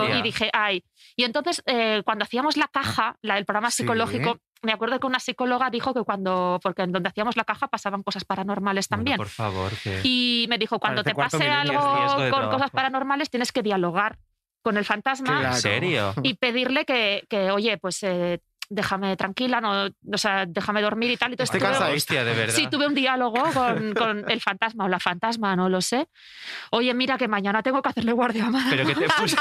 [SPEAKER 3] presencia.
[SPEAKER 6] y dije, ay. Y entonces, eh, cuando hacíamos la caja, la- el programa
[SPEAKER 4] Sí.
[SPEAKER 6] psicológico, me acuerdo que una psicóloga dijo que cuando. Porque en donde hacíamos la caja pasaban cosas paranormales también.
[SPEAKER 3] Bueno, por favor. que-
[SPEAKER 6] Y me dijo, cuando
[SPEAKER 4] Parece
[SPEAKER 6] te
[SPEAKER 4] cuarto
[SPEAKER 6] pase
[SPEAKER 4] milenio,
[SPEAKER 6] algo
[SPEAKER 3] riesgo de
[SPEAKER 6] con
[SPEAKER 3] trabajo.
[SPEAKER 6] cosas paranormales, tienes que dialogar con el fantasma.
[SPEAKER 4] Claro. ¿En serio?
[SPEAKER 6] Y pedirle que, que, oye, pues eh, déjame tranquila, no, o sea, déjame dormir y tal. Y todo
[SPEAKER 4] Estoy
[SPEAKER 6] esto.
[SPEAKER 4] cansada.
[SPEAKER 6] Luego-
[SPEAKER 4] Hostia, de verdad.
[SPEAKER 6] Sí, tuve un diálogo con, con el fantasma o la fantasma, no lo sé. Oye, mira que mañana tengo que hacerle guardia a Madame.
[SPEAKER 4] Pero que te puse-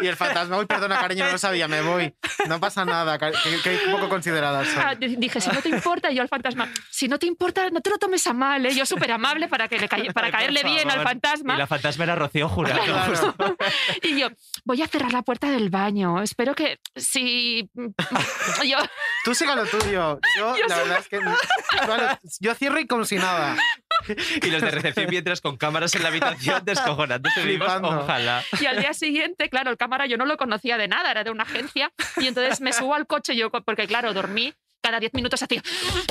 [SPEAKER 4] Y el fantasma, uy, perdona, cariño, no lo sabía, me voy. No pasa nada, cari- que, que poco considerada soy.
[SPEAKER 6] Ah, di- Dije, si no te importa, y yo al fantasma, si no te importa, no te lo tomes a mal, ¿eh? yo súper amable para, que le calle- para
[SPEAKER 3] Ay, por
[SPEAKER 6] caerle bien al
[SPEAKER 3] favor.
[SPEAKER 6] fantasma.
[SPEAKER 3] Y la fantasma era Rocío Jurado.
[SPEAKER 6] Y yo, voy a cerrar la puerta del baño. Espero que si. Yo,
[SPEAKER 4] Tú siga lo tuyo. Yo,
[SPEAKER 6] Yo
[SPEAKER 4] la
[SPEAKER 6] sé-
[SPEAKER 4] verdad es que. Vale, yo cierro y como si nada.
[SPEAKER 3] Y los de recepción mientras con cámaras en la habitación descojonándose vivos,
[SPEAKER 4] Flipando.
[SPEAKER 3] ojalá.
[SPEAKER 6] y al día siguiente, claro, el cámara yo no lo conocía de nada, era de una agencia. Y entonces me subo al coche, yo, porque claro, dormí cada 10 minutos hacía.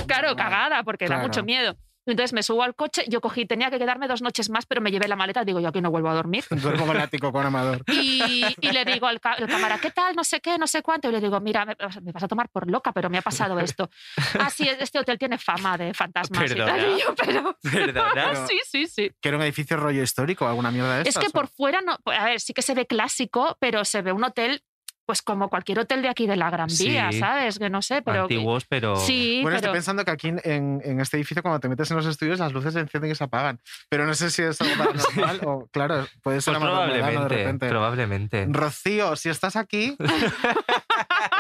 [SPEAKER 6] Claro, cagada, porque da
[SPEAKER 12] claro.
[SPEAKER 6] mucho miedo. Entonces me subo al coche, yo cogí, tenía que quedarme dos noches más, pero me llevé la maleta, digo, yo aquí no vuelvo a dormir.
[SPEAKER 4] Duermo con el ático con Amador.
[SPEAKER 6] Y, y le digo al, ca- al cámara, ¿qué tal? No sé qué, no sé cuánto. Y le digo, mira, me, vas- me vas a tomar por loca, pero me ha pasado esto. Ah, sí, este hotel tiene fama de fantasmas y tal.
[SPEAKER 4] Perdona.
[SPEAKER 6] Y yo, pero...
[SPEAKER 4] Perdona.
[SPEAKER 6] sí, sí, sí.
[SPEAKER 4] Que era un edificio rollo histórico, alguna mierda de
[SPEAKER 6] Es
[SPEAKER 4] estas,
[SPEAKER 6] que
[SPEAKER 4] ¿o?
[SPEAKER 6] por fuera, no, pues, a ver, sí que se ve clásico, pero se ve un hotel, pues como cualquier hotel de aquí de la Gran Vía,
[SPEAKER 3] Sí.
[SPEAKER 6] ¿sabes? Que no sé, pero... que-
[SPEAKER 3] Antiguos, pero.
[SPEAKER 6] Sí,
[SPEAKER 4] Bueno, este estoy
[SPEAKER 6] pero...
[SPEAKER 4] pensando que aquí en, en- en este edificio, cuando te metes en los estudios, las luces se encienden y se apagan. Pero no sé si es algo paranormal o, claro, puede ser
[SPEAKER 3] Pues
[SPEAKER 4] Amador Medano de
[SPEAKER 3] probablemente,
[SPEAKER 4] repente.
[SPEAKER 3] probablemente.
[SPEAKER 4] Rocío, si estás aquí,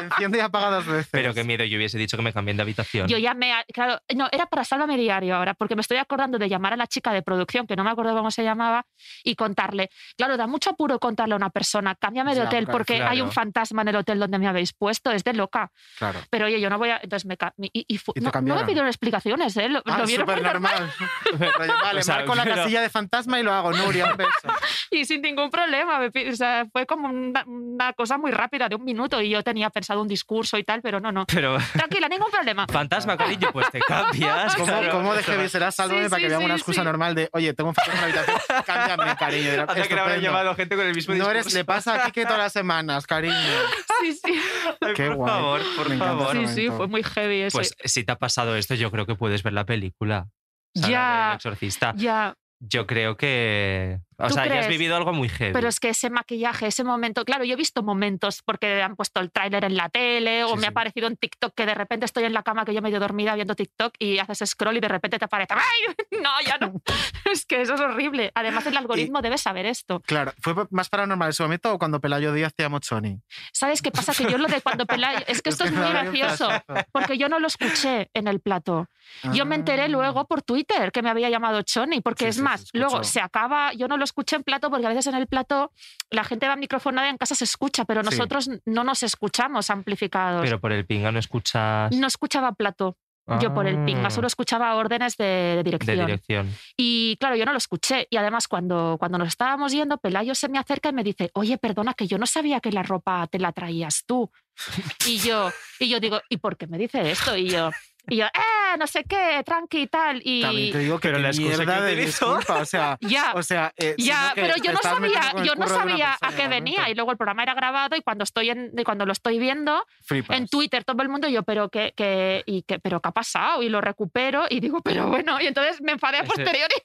[SPEAKER 4] enciende y apaga dos veces.
[SPEAKER 3] Pero qué miedo, yo hubiese dicho que me cambien de habitación.
[SPEAKER 6] Yo ya me... Claro, no, era para Sálvame Diario ahora, porque me estoy acordando de llamar a la chica de producción, que no me acuerdo cómo se llamaba, y contarle. Claro, da mucho apuro contarle a una persona, cámbiame de
[SPEAKER 12] Ya,
[SPEAKER 6] hotel,
[SPEAKER 12] claro,
[SPEAKER 6] porque hay un
[SPEAKER 12] claro.
[SPEAKER 6] fantasma en el hotel donde me habéis puesto, es de loca.
[SPEAKER 4] Claro.
[SPEAKER 6] Pero oye, yo no voy a... Entonces me... ca- Y, y fu-
[SPEAKER 4] Y te
[SPEAKER 6] no, no me
[SPEAKER 4] cambiaron.
[SPEAKER 6] pidieron explicaciones, ¿eh? Lo,
[SPEAKER 4] Ah,
[SPEAKER 6] lo vieron por la-
[SPEAKER 4] normal. vale,
[SPEAKER 3] O sea,
[SPEAKER 4] marco la
[SPEAKER 3] pero-
[SPEAKER 4] casilla de fantasma y lo hago, Nuria, un beso.
[SPEAKER 6] y sin ningún problema. me pi- o sea, fue como una, una cosa muy rápida de un minuto y yo tenía pensado un discurso y tal, pero no, no.
[SPEAKER 3] Pero.
[SPEAKER 6] Tranquila, ningún problema.
[SPEAKER 3] Fantasma, cariño, pues te cambias.
[SPEAKER 4] ¿Cómo,
[SPEAKER 3] claro.
[SPEAKER 4] ¿cómo de heavy será? Sálvame
[SPEAKER 6] Sí,
[SPEAKER 4] para que
[SPEAKER 6] sí,
[SPEAKER 4] vean una
[SPEAKER 6] sí,
[SPEAKER 4] excusa
[SPEAKER 6] sí.
[SPEAKER 4] normal de, oye, tengo un fantasma en la habitación, cámbiame, cariño. Era
[SPEAKER 3] Anda que le habrán
[SPEAKER 4] estupendo.
[SPEAKER 3] llevado gente con el mismo
[SPEAKER 4] No eres,
[SPEAKER 3] discurso.
[SPEAKER 4] le pasa aquí que todas las semanas, cariño.
[SPEAKER 6] Sí, sí.
[SPEAKER 3] Ay,
[SPEAKER 4] Qué
[SPEAKER 3] por
[SPEAKER 4] guay.
[SPEAKER 3] favor,
[SPEAKER 4] Me
[SPEAKER 3] por
[SPEAKER 4] encanta
[SPEAKER 3] favor.
[SPEAKER 6] Sí, sí, fue muy heavy eso.
[SPEAKER 3] Pues si te ha pasado esto, yo creo que puedes ver la película. O sea, la
[SPEAKER 6] Ya.
[SPEAKER 3] del exorcista.
[SPEAKER 6] ya.
[SPEAKER 3] Yo creo que. O
[SPEAKER 6] ¿Tú
[SPEAKER 3] sea, ya has
[SPEAKER 6] crees?
[SPEAKER 3] vivido algo muy heavy.
[SPEAKER 6] Pero es que ese maquillaje, ese momento, claro, yo he visto momentos porque han puesto el tráiler en la tele o me ha aparecido en TikTok que de repente estoy en la cama que yo medio dormida viendo TikTok y haces scroll y de repente te aparece, ¡ay! No, ya no. es que eso es horrible. Además el algoritmo debe saber esto.
[SPEAKER 4] Claro, ¿fue más paranormal ese momento o cuando Pelayo Díaz te llamó Choni?
[SPEAKER 6] ¿Sabes qué pasa? Que yo lo de cuando Pelayo... Es que esto
[SPEAKER 4] Es
[SPEAKER 6] es
[SPEAKER 4] que
[SPEAKER 6] muy
[SPEAKER 4] me da bien
[SPEAKER 6] gracioso,
[SPEAKER 4] plazo.
[SPEAKER 6] porque yo no lo escuché en el plato. Yo me
[SPEAKER 4] Ah.
[SPEAKER 3] Ah.
[SPEAKER 6] enteré luego por Twitter que me había llamado Choni, porque es más, luego se acaba... Yo no lo escuché en plato, porque a veces en el plato la gente va microfonada y en casa se escucha, pero
[SPEAKER 3] Sí.
[SPEAKER 6] nosotros no nos escuchamos amplificados.
[SPEAKER 3] Pero por el pinga no escuchas
[SPEAKER 6] No escuchaba plato. Yo por el pinga,
[SPEAKER 3] Ah.
[SPEAKER 6] solo escuchaba órdenes de, de
[SPEAKER 3] de
[SPEAKER 6] dirección.
[SPEAKER 3] dirección.
[SPEAKER 6] Y claro, yo no lo escuché. Y además, cuando, cuando nos estábamos yendo, Pelayo se me acerca y me dice, oye, perdona, que yo no sabía que la ropa te la traías tú. Y yo, y yo digo, ¿y por qué me dice esto? Y yo, y yo eh, no sé qué, tranqui y tal.
[SPEAKER 4] También
[SPEAKER 6] Y
[SPEAKER 4] te digo que
[SPEAKER 3] Pero
[SPEAKER 4] qué
[SPEAKER 3] la excusa
[SPEAKER 4] mierda
[SPEAKER 3] que
[SPEAKER 4] de
[SPEAKER 3] utilizó.
[SPEAKER 4] disculpa, o sea,
[SPEAKER 6] Ya.
[SPEAKER 4] o sea, eh,
[SPEAKER 6] ya,
[SPEAKER 4] sino que
[SPEAKER 6] pero yo
[SPEAKER 4] te
[SPEAKER 6] no
[SPEAKER 4] estabas metiendo
[SPEAKER 6] sabía,
[SPEAKER 4] con el
[SPEAKER 6] yo no
[SPEAKER 4] curro de una
[SPEAKER 6] sabía a
[SPEAKER 4] persona,
[SPEAKER 6] qué
[SPEAKER 4] realmente.
[SPEAKER 6] venía. Y luego el programa era grabado y cuando estoy, en, y cuando lo estoy viendo,
[SPEAKER 4] Flipas.
[SPEAKER 6] en Twitter todo el mundo yo pero qué, qué- y qué- pero qué ha pasado y lo recupero y digo pero bueno y entonces me enfadé a
[SPEAKER 3] Ese-
[SPEAKER 6] posteriori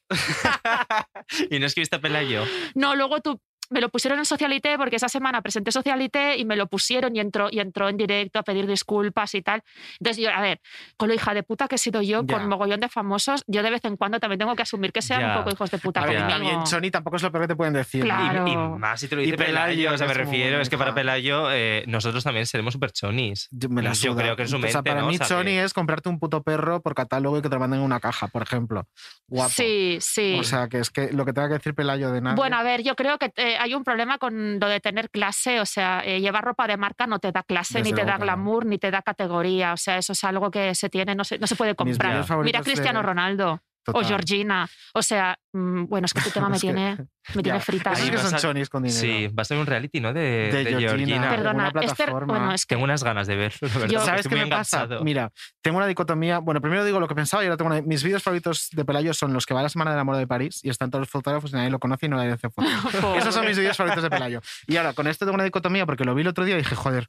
[SPEAKER 3] Y no escribiste a Pelayo.
[SPEAKER 6] no luego tú me lo pusieron en Socialité porque esa semana presenté Socialité y me lo pusieron y entró, y entró en directo a pedir disculpas y tal. Entonces yo, a ver, con lo hija de puta que he sido yo,
[SPEAKER 4] Ya.
[SPEAKER 6] con mogollón de famosos, yo de vez en cuando también tengo que asumir que sean
[SPEAKER 3] Ya.
[SPEAKER 6] un poco hijos de puta.
[SPEAKER 4] A ver,
[SPEAKER 6] conmigo.
[SPEAKER 4] también Choni tampoco es lo peor que te pueden decir.
[SPEAKER 6] Claro.
[SPEAKER 3] Y, y más si te lo
[SPEAKER 4] Y
[SPEAKER 3] dice Pelayo,
[SPEAKER 4] Pelayo,
[SPEAKER 3] o sea,
[SPEAKER 4] que
[SPEAKER 3] me
[SPEAKER 4] es muy
[SPEAKER 3] refiero, es que para
[SPEAKER 4] bonita.
[SPEAKER 3] Pelayo eh, nosotros también seremos super chonis.
[SPEAKER 4] Yo, me la
[SPEAKER 3] Yo
[SPEAKER 4] suda.
[SPEAKER 3] creo que en su
[SPEAKER 4] O sea,
[SPEAKER 3] mente,
[SPEAKER 4] para
[SPEAKER 3] ¿no?
[SPEAKER 4] mí,
[SPEAKER 3] O sea,
[SPEAKER 4] Choni
[SPEAKER 3] que-
[SPEAKER 4] es comprarte un puto perro por catálogo y que te lo manden en una caja, por ejemplo. Guapo.
[SPEAKER 6] Sí, sí.
[SPEAKER 4] O sea, que es que lo que tenga que decir Pelayo de nada.
[SPEAKER 6] Bueno, a ver, yo creo que eh, hay un problema con lo de tener clase, o sea, eh, llevar ropa de marca no te da clase,
[SPEAKER 4] Desde
[SPEAKER 6] ni te
[SPEAKER 4] luego
[SPEAKER 6] da
[SPEAKER 4] que no.
[SPEAKER 6] glamour, ni te da categoría, o sea, eso es algo que se tiene, no se, no se puede comprar.
[SPEAKER 4] vídeos favoritos
[SPEAKER 6] Mira a Cristiano
[SPEAKER 4] de-
[SPEAKER 6] Ronaldo.
[SPEAKER 4] Total.
[SPEAKER 6] O Georgina. O sea, mm, bueno, es que tu tema me
[SPEAKER 4] Es que-
[SPEAKER 6] tiene, me tiene
[SPEAKER 4] Ya.
[SPEAKER 6] frita.
[SPEAKER 4] Esos
[SPEAKER 3] Ahí
[SPEAKER 4] que
[SPEAKER 3] vas
[SPEAKER 4] son
[SPEAKER 3] a-
[SPEAKER 4] chonis con dinero.
[SPEAKER 3] Sí, va a ser un reality, ¿no? De,
[SPEAKER 4] De
[SPEAKER 3] de
[SPEAKER 4] Georgina.
[SPEAKER 3] Georgina.
[SPEAKER 4] Perdón,
[SPEAKER 6] Perdona,
[SPEAKER 4] alguna
[SPEAKER 6] Esther,
[SPEAKER 4] plataforma.
[SPEAKER 6] bueno, es que
[SPEAKER 3] Tengo unas ganas de verlo, la verdad.
[SPEAKER 6] Yo-
[SPEAKER 3] estoy
[SPEAKER 4] ¿Sabes qué
[SPEAKER 3] muy
[SPEAKER 4] me pasa?
[SPEAKER 3] enganchado.
[SPEAKER 4] Mira, tengo una dicotomía. Bueno, primero digo lo que pensaba y ahora tengo una. Mis vídeos favoritos de Pelayo son los que va a la Semana del Amor de París y están todos los fotógrafos y nadie lo conoce y no le hace fotos. Esos son mis vídeos favoritos de Pelayo. Y ahora, con esto tengo una dicotomía porque lo vi el otro día y dije, joder,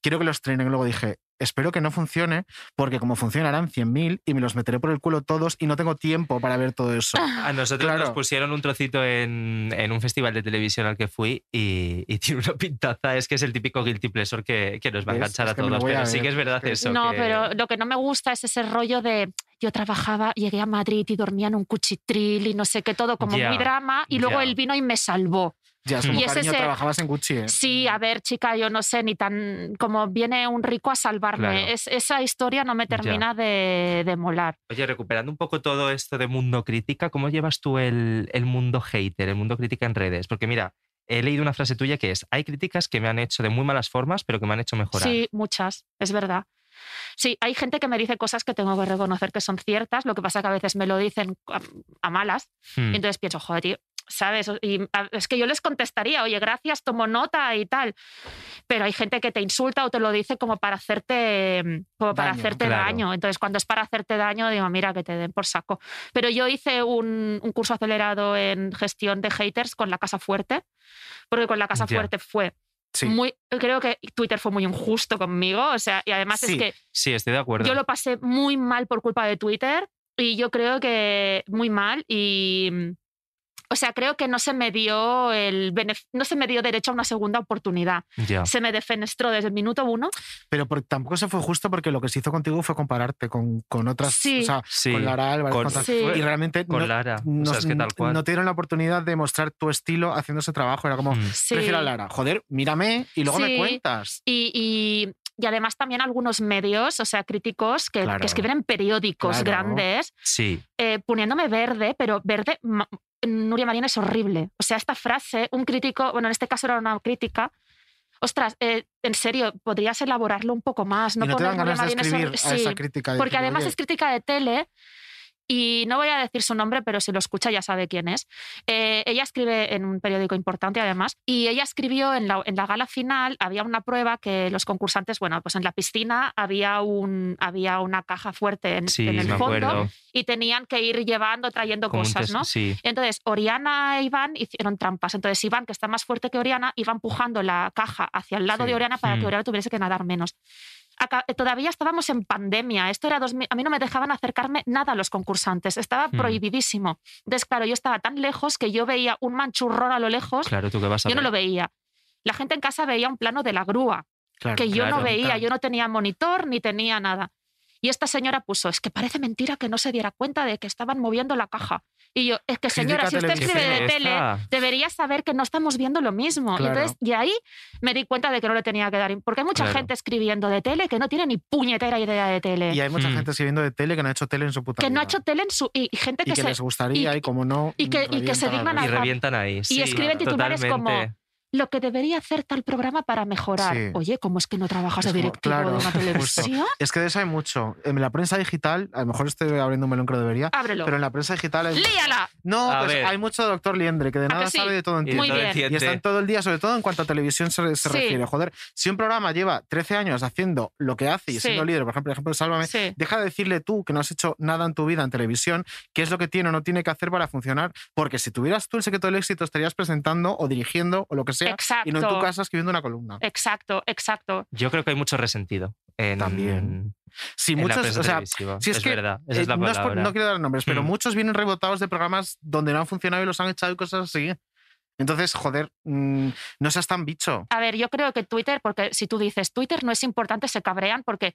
[SPEAKER 4] quiero que los trenen. Luego dije, espero que no funcione porque como funcionarán 100.000 y me los meteré por el culo todos y no tengo tiempo para ver todo eso.
[SPEAKER 3] A nosotros
[SPEAKER 4] claro.
[SPEAKER 3] nos pusieron un trocito en, en un festival de televisión al que fui y, y tiene una pintaza. Es que es el típico guilty pleasure que, que nos va a
[SPEAKER 4] ¿Ves?
[SPEAKER 3] enganchar
[SPEAKER 4] Es
[SPEAKER 3] a
[SPEAKER 4] que me lo
[SPEAKER 3] todos.
[SPEAKER 4] voy a
[SPEAKER 3] pero sí
[SPEAKER 4] ver,
[SPEAKER 3] que es verdad
[SPEAKER 4] es que-
[SPEAKER 3] eso.
[SPEAKER 6] No,
[SPEAKER 3] que-
[SPEAKER 6] pero lo que no me gusta es ese rollo de yo trabajaba, llegué a Madrid y dormía en un cuchitril y no sé qué, todo como
[SPEAKER 3] Ya,
[SPEAKER 6] muy drama y luego
[SPEAKER 3] ya.
[SPEAKER 6] él vino y me salvó.
[SPEAKER 4] Ya, es como,
[SPEAKER 6] Y es
[SPEAKER 4] cariño,
[SPEAKER 6] ese-
[SPEAKER 4] trabajabas en Gucci, ¿eh?
[SPEAKER 6] Sí, a ver, chica, yo no sé, ni tan como viene un rico a salvarme.
[SPEAKER 3] Claro.
[SPEAKER 6] Es- esa historia no me termina de, de molar.
[SPEAKER 3] Oye, recuperando un poco todo esto de mundo crítica, ¿cómo llevas tú el, el mundo hater, el mundo crítica en redes? Porque mira, he leído una frase tuya que es, hay críticas que me han hecho de muy malas formas, pero que me han hecho mejorar.
[SPEAKER 6] Sí, muchas, es verdad. Sí, hay gente que me dice cosas que tengo que reconocer que son ciertas, lo que pasa que a veces me lo dicen a- a malas
[SPEAKER 3] Hmm.
[SPEAKER 4] Mm.
[SPEAKER 6] Y entonces pienso, joder, tío, ¿sabes? O- Y a- es que yo les contestaría, oye, gracias, tomo nota y tal. Pero hay gente que te insulta o te lo dice como para hacerte, mm, como para
[SPEAKER 4] Daño,
[SPEAKER 6] hacerte
[SPEAKER 3] claro.
[SPEAKER 6] daño. Entonces, cuando es para hacerte daño, digo, mira, que te den por saco. Pero yo hice un, un curso acelerado en gestión de haters con la Casa Fuerte, porque con la Casa
[SPEAKER 3] Ya.
[SPEAKER 6] Fuerte fue.
[SPEAKER 4] Sí.
[SPEAKER 6] Muy, creo que Twitter fue muy injusto conmigo, o sea, y además
[SPEAKER 4] Sí.
[SPEAKER 6] es que
[SPEAKER 3] Sí, estoy de acuerdo.
[SPEAKER 6] yo lo pasé muy mal por culpa de Twitter y yo creo que muy mal y mm, o sea, creo que no se me dio el benef- no se me dio derecho a una segunda oportunidad.
[SPEAKER 3] Ya.
[SPEAKER 6] Se me defenestró desde el minuto uno.
[SPEAKER 4] Pero por- tampoco se fue justo porque lo que se hizo contigo fue compararte con, con otras.
[SPEAKER 6] Sí.
[SPEAKER 4] O sea,
[SPEAKER 3] Sí.
[SPEAKER 4] con Lara Álvarez.
[SPEAKER 3] Con-
[SPEAKER 4] con tal.
[SPEAKER 6] Sí.
[SPEAKER 4] Y realmente
[SPEAKER 3] Con
[SPEAKER 4] no,
[SPEAKER 3] Lara. o
[SPEAKER 4] no,
[SPEAKER 3] sea, es que tal cual.
[SPEAKER 4] no te dieron la oportunidad de mostrar tu estilo haciendo ese trabajo. Era como,
[SPEAKER 3] Mm.
[SPEAKER 6] Sí.
[SPEAKER 4] prefiero a Lara. Joder, mírame y luego me
[SPEAKER 6] Sí.
[SPEAKER 4] cuentas.
[SPEAKER 6] Y, y- y además también algunos medios, o sea, críticos que,
[SPEAKER 4] Claro.
[SPEAKER 6] que escriben en periódicos
[SPEAKER 4] Claro.
[SPEAKER 6] grandes,
[SPEAKER 3] Sí,
[SPEAKER 6] eh, poniéndome verde, pero verde, ma- Nuria Marín es horrible. O sea, esta frase, un crítico, bueno, en este caso era una crítica. Ostras, eh, en serio, podrías elaborarlo un poco más. No,
[SPEAKER 4] y no te
[SPEAKER 6] poner
[SPEAKER 4] dan ganas de
[SPEAKER 6] Nuria Marín es
[SPEAKER 4] escribir
[SPEAKER 6] horri-
[SPEAKER 4] a
[SPEAKER 6] Sí,
[SPEAKER 4] esa crítica. de
[SPEAKER 6] porque
[SPEAKER 4] decir,
[SPEAKER 6] además
[SPEAKER 4] "Oye,
[SPEAKER 6] es crítica de tele y no voy a decir su nombre, pero si lo escucha ya sabe quién es. Eh, ella escribe en un periódico importante además y ella escribió en la, en la gala final, había una prueba que los concursantes, bueno, pues en la piscina había, un, había una caja fuerte en,
[SPEAKER 3] sí,
[SPEAKER 6] en el
[SPEAKER 3] me
[SPEAKER 6] fondo
[SPEAKER 3] acuerdo.
[SPEAKER 6] y tenían que ir llevando, trayendo
[SPEAKER 3] Como un
[SPEAKER 6] cosas,
[SPEAKER 3] test-
[SPEAKER 6] ¿no?
[SPEAKER 3] Sí,
[SPEAKER 6] Entonces, Oriana e Iván hicieron trampas. Entonces, Iván, que está más fuerte que Oriana, iba empujando la caja hacia el lado
[SPEAKER 4] Sí.
[SPEAKER 6] de Oriana para
[SPEAKER 3] Mm.
[SPEAKER 6] que Oriana tuviese que nadar menos. Aca- eh, Todavía estábamos en pandemia. Esto era 2000 A mí no me dejaban acercarme nada a los concursantes. Estaba
[SPEAKER 3] Mm.
[SPEAKER 6] prohibidísimo. Entonces, claro, yo estaba tan lejos que yo veía un manchurrón a lo lejos.
[SPEAKER 3] claro, tú que vas a
[SPEAKER 6] yo no
[SPEAKER 3] ver.
[SPEAKER 6] lo veía. La gente en casa veía un plano de la grúa
[SPEAKER 4] claro,
[SPEAKER 6] que yo
[SPEAKER 3] claro,
[SPEAKER 6] no veía,
[SPEAKER 4] claro.
[SPEAKER 6] yo no tenía monitor ni tenía nada. Y esta señora puso, es que parece mentira que no se diera cuenta de que estaban moviendo la caja. Y yo, es que señora, si usted
[SPEAKER 4] televisiva
[SPEAKER 6] escribe de
[SPEAKER 3] esta.
[SPEAKER 6] tele, debería saber que no estamos viendo lo mismo. Y
[SPEAKER 4] Claro.
[SPEAKER 6] entonces, y ahí me di cuenta de que no le tenía que dar, im- porque hay mucha
[SPEAKER 3] Claro.
[SPEAKER 6] gente escribiendo de tele que no tiene ni puñetera idea de tele,
[SPEAKER 4] Y hay mucha
[SPEAKER 3] Mm.
[SPEAKER 4] gente escribiendo de tele que no ha hecho tele en su puta
[SPEAKER 6] que no ha
[SPEAKER 4] vida.
[SPEAKER 6] hecho tele en su... Y, y gente
[SPEAKER 4] y
[SPEAKER 6] que,
[SPEAKER 4] que
[SPEAKER 6] se...
[SPEAKER 4] les gustaría y,
[SPEAKER 6] y-
[SPEAKER 4] como no
[SPEAKER 6] y que- y que se
[SPEAKER 4] revientan
[SPEAKER 6] dignan
[SPEAKER 4] la
[SPEAKER 6] a-
[SPEAKER 3] Y
[SPEAKER 4] vida.
[SPEAKER 3] revientan ahí. Sí,
[SPEAKER 6] escriben titulares como,
[SPEAKER 3] totalmente.
[SPEAKER 6] Lo que debería hacer tal programa para mejorar.
[SPEAKER 4] Sí.
[SPEAKER 6] Oye, ¿cómo es que no trabajas
[SPEAKER 4] Es
[SPEAKER 6] de
[SPEAKER 4] como-
[SPEAKER 6] directivo
[SPEAKER 4] claro,
[SPEAKER 6] de una
[SPEAKER 4] justo.
[SPEAKER 6] televisión?
[SPEAKER 4] es que de eso hay mucho en la prensa digital a lo mejor estoy abriendo un melón que no debería
[SPEAKER 6] Ábrelo.
[SPEAKER 4] pero en la prensa digital hay...
[SPEAKER 6] ¡Líala!
[SPEAKER 4] no
[SPEAKER 3] A
[SPEAKER 4] pues
[SPEAKER 3] ver.
[SPEAKER 4] hay mucho doctor liendre que de
[SPEAKER 6] que
[SPEAKER 4] nada
[SPEAKER 6] Ah, sí?
[SPEAKER 4] sabe de
[SPEAKER 3] Y
[SPEAKER 4] todo entiende
[SPEAKER 6] Muy
[SPEAKER 3] entonces
[SPEAKER 6] bien.
[SPEAKER 4] y
[SPEAKER 3] siente-
[SPEAKER 4] están todo el día, sobre todo en cuanto a televisión se, se
[SPEAKER 6] Sí.
[SPEAKER 4] refiere. Joder, si un programa lleva 13 años haciendo lo que hace y
[SPEAKER 6] Sí.
[SPEAKER 4] siendo líder, por ejemplo, por ejemplo, Sálvame,
[SPEAKER 6] Sí.
[SPEAKER 4] deja de decirle tú que no has hecho nada en tu vida en televisión, qué es lo que tiene o no tiene que hacer para funcionar, porque si tuvieras tú el secreto del éxito estarías presentando o dirigiendo o lo que sea, y no en tu
[SPEAKER 6] Exacto.
[SPEAKER 4] casa escribiendo una columna.
[SPEAKER 6] Exacto, exacto.
[SPEAKER 3] Yo creo que hay mucho resentido. En,
[SPEAKER 4] También. Si
[SPEAKER 3] en la
[SPEAKER 4] muchos,
[SPEAKER 3] prensa
[SPEAKER 4] o sea,
[SPEAKER 3] televisiva.
[SPEAKER 4] si es
[SPEAKER 3] es,
[SPEAKER 4] que,
[SPEAKER 3] verdad, esa
[SPEAKER 4] eh,
[SPEAKER 3] es la
[SPEAKER 4] no, es por-
[SPEAKER 3] palabra.
[SPEAKER 4] no quiero dar nombres, pero
[SPEAKER 3] Hmm.
[SPEAKER 4] muchos vienen rebotados de programas donde no han funcionado y los han echado y cosas así. Entonces, joder, mm, no seas tan bicho.
[SPEAKER 6] A ver, yo creo que Twitter, porque si tú dices Twitter no es importante, se cabrean porque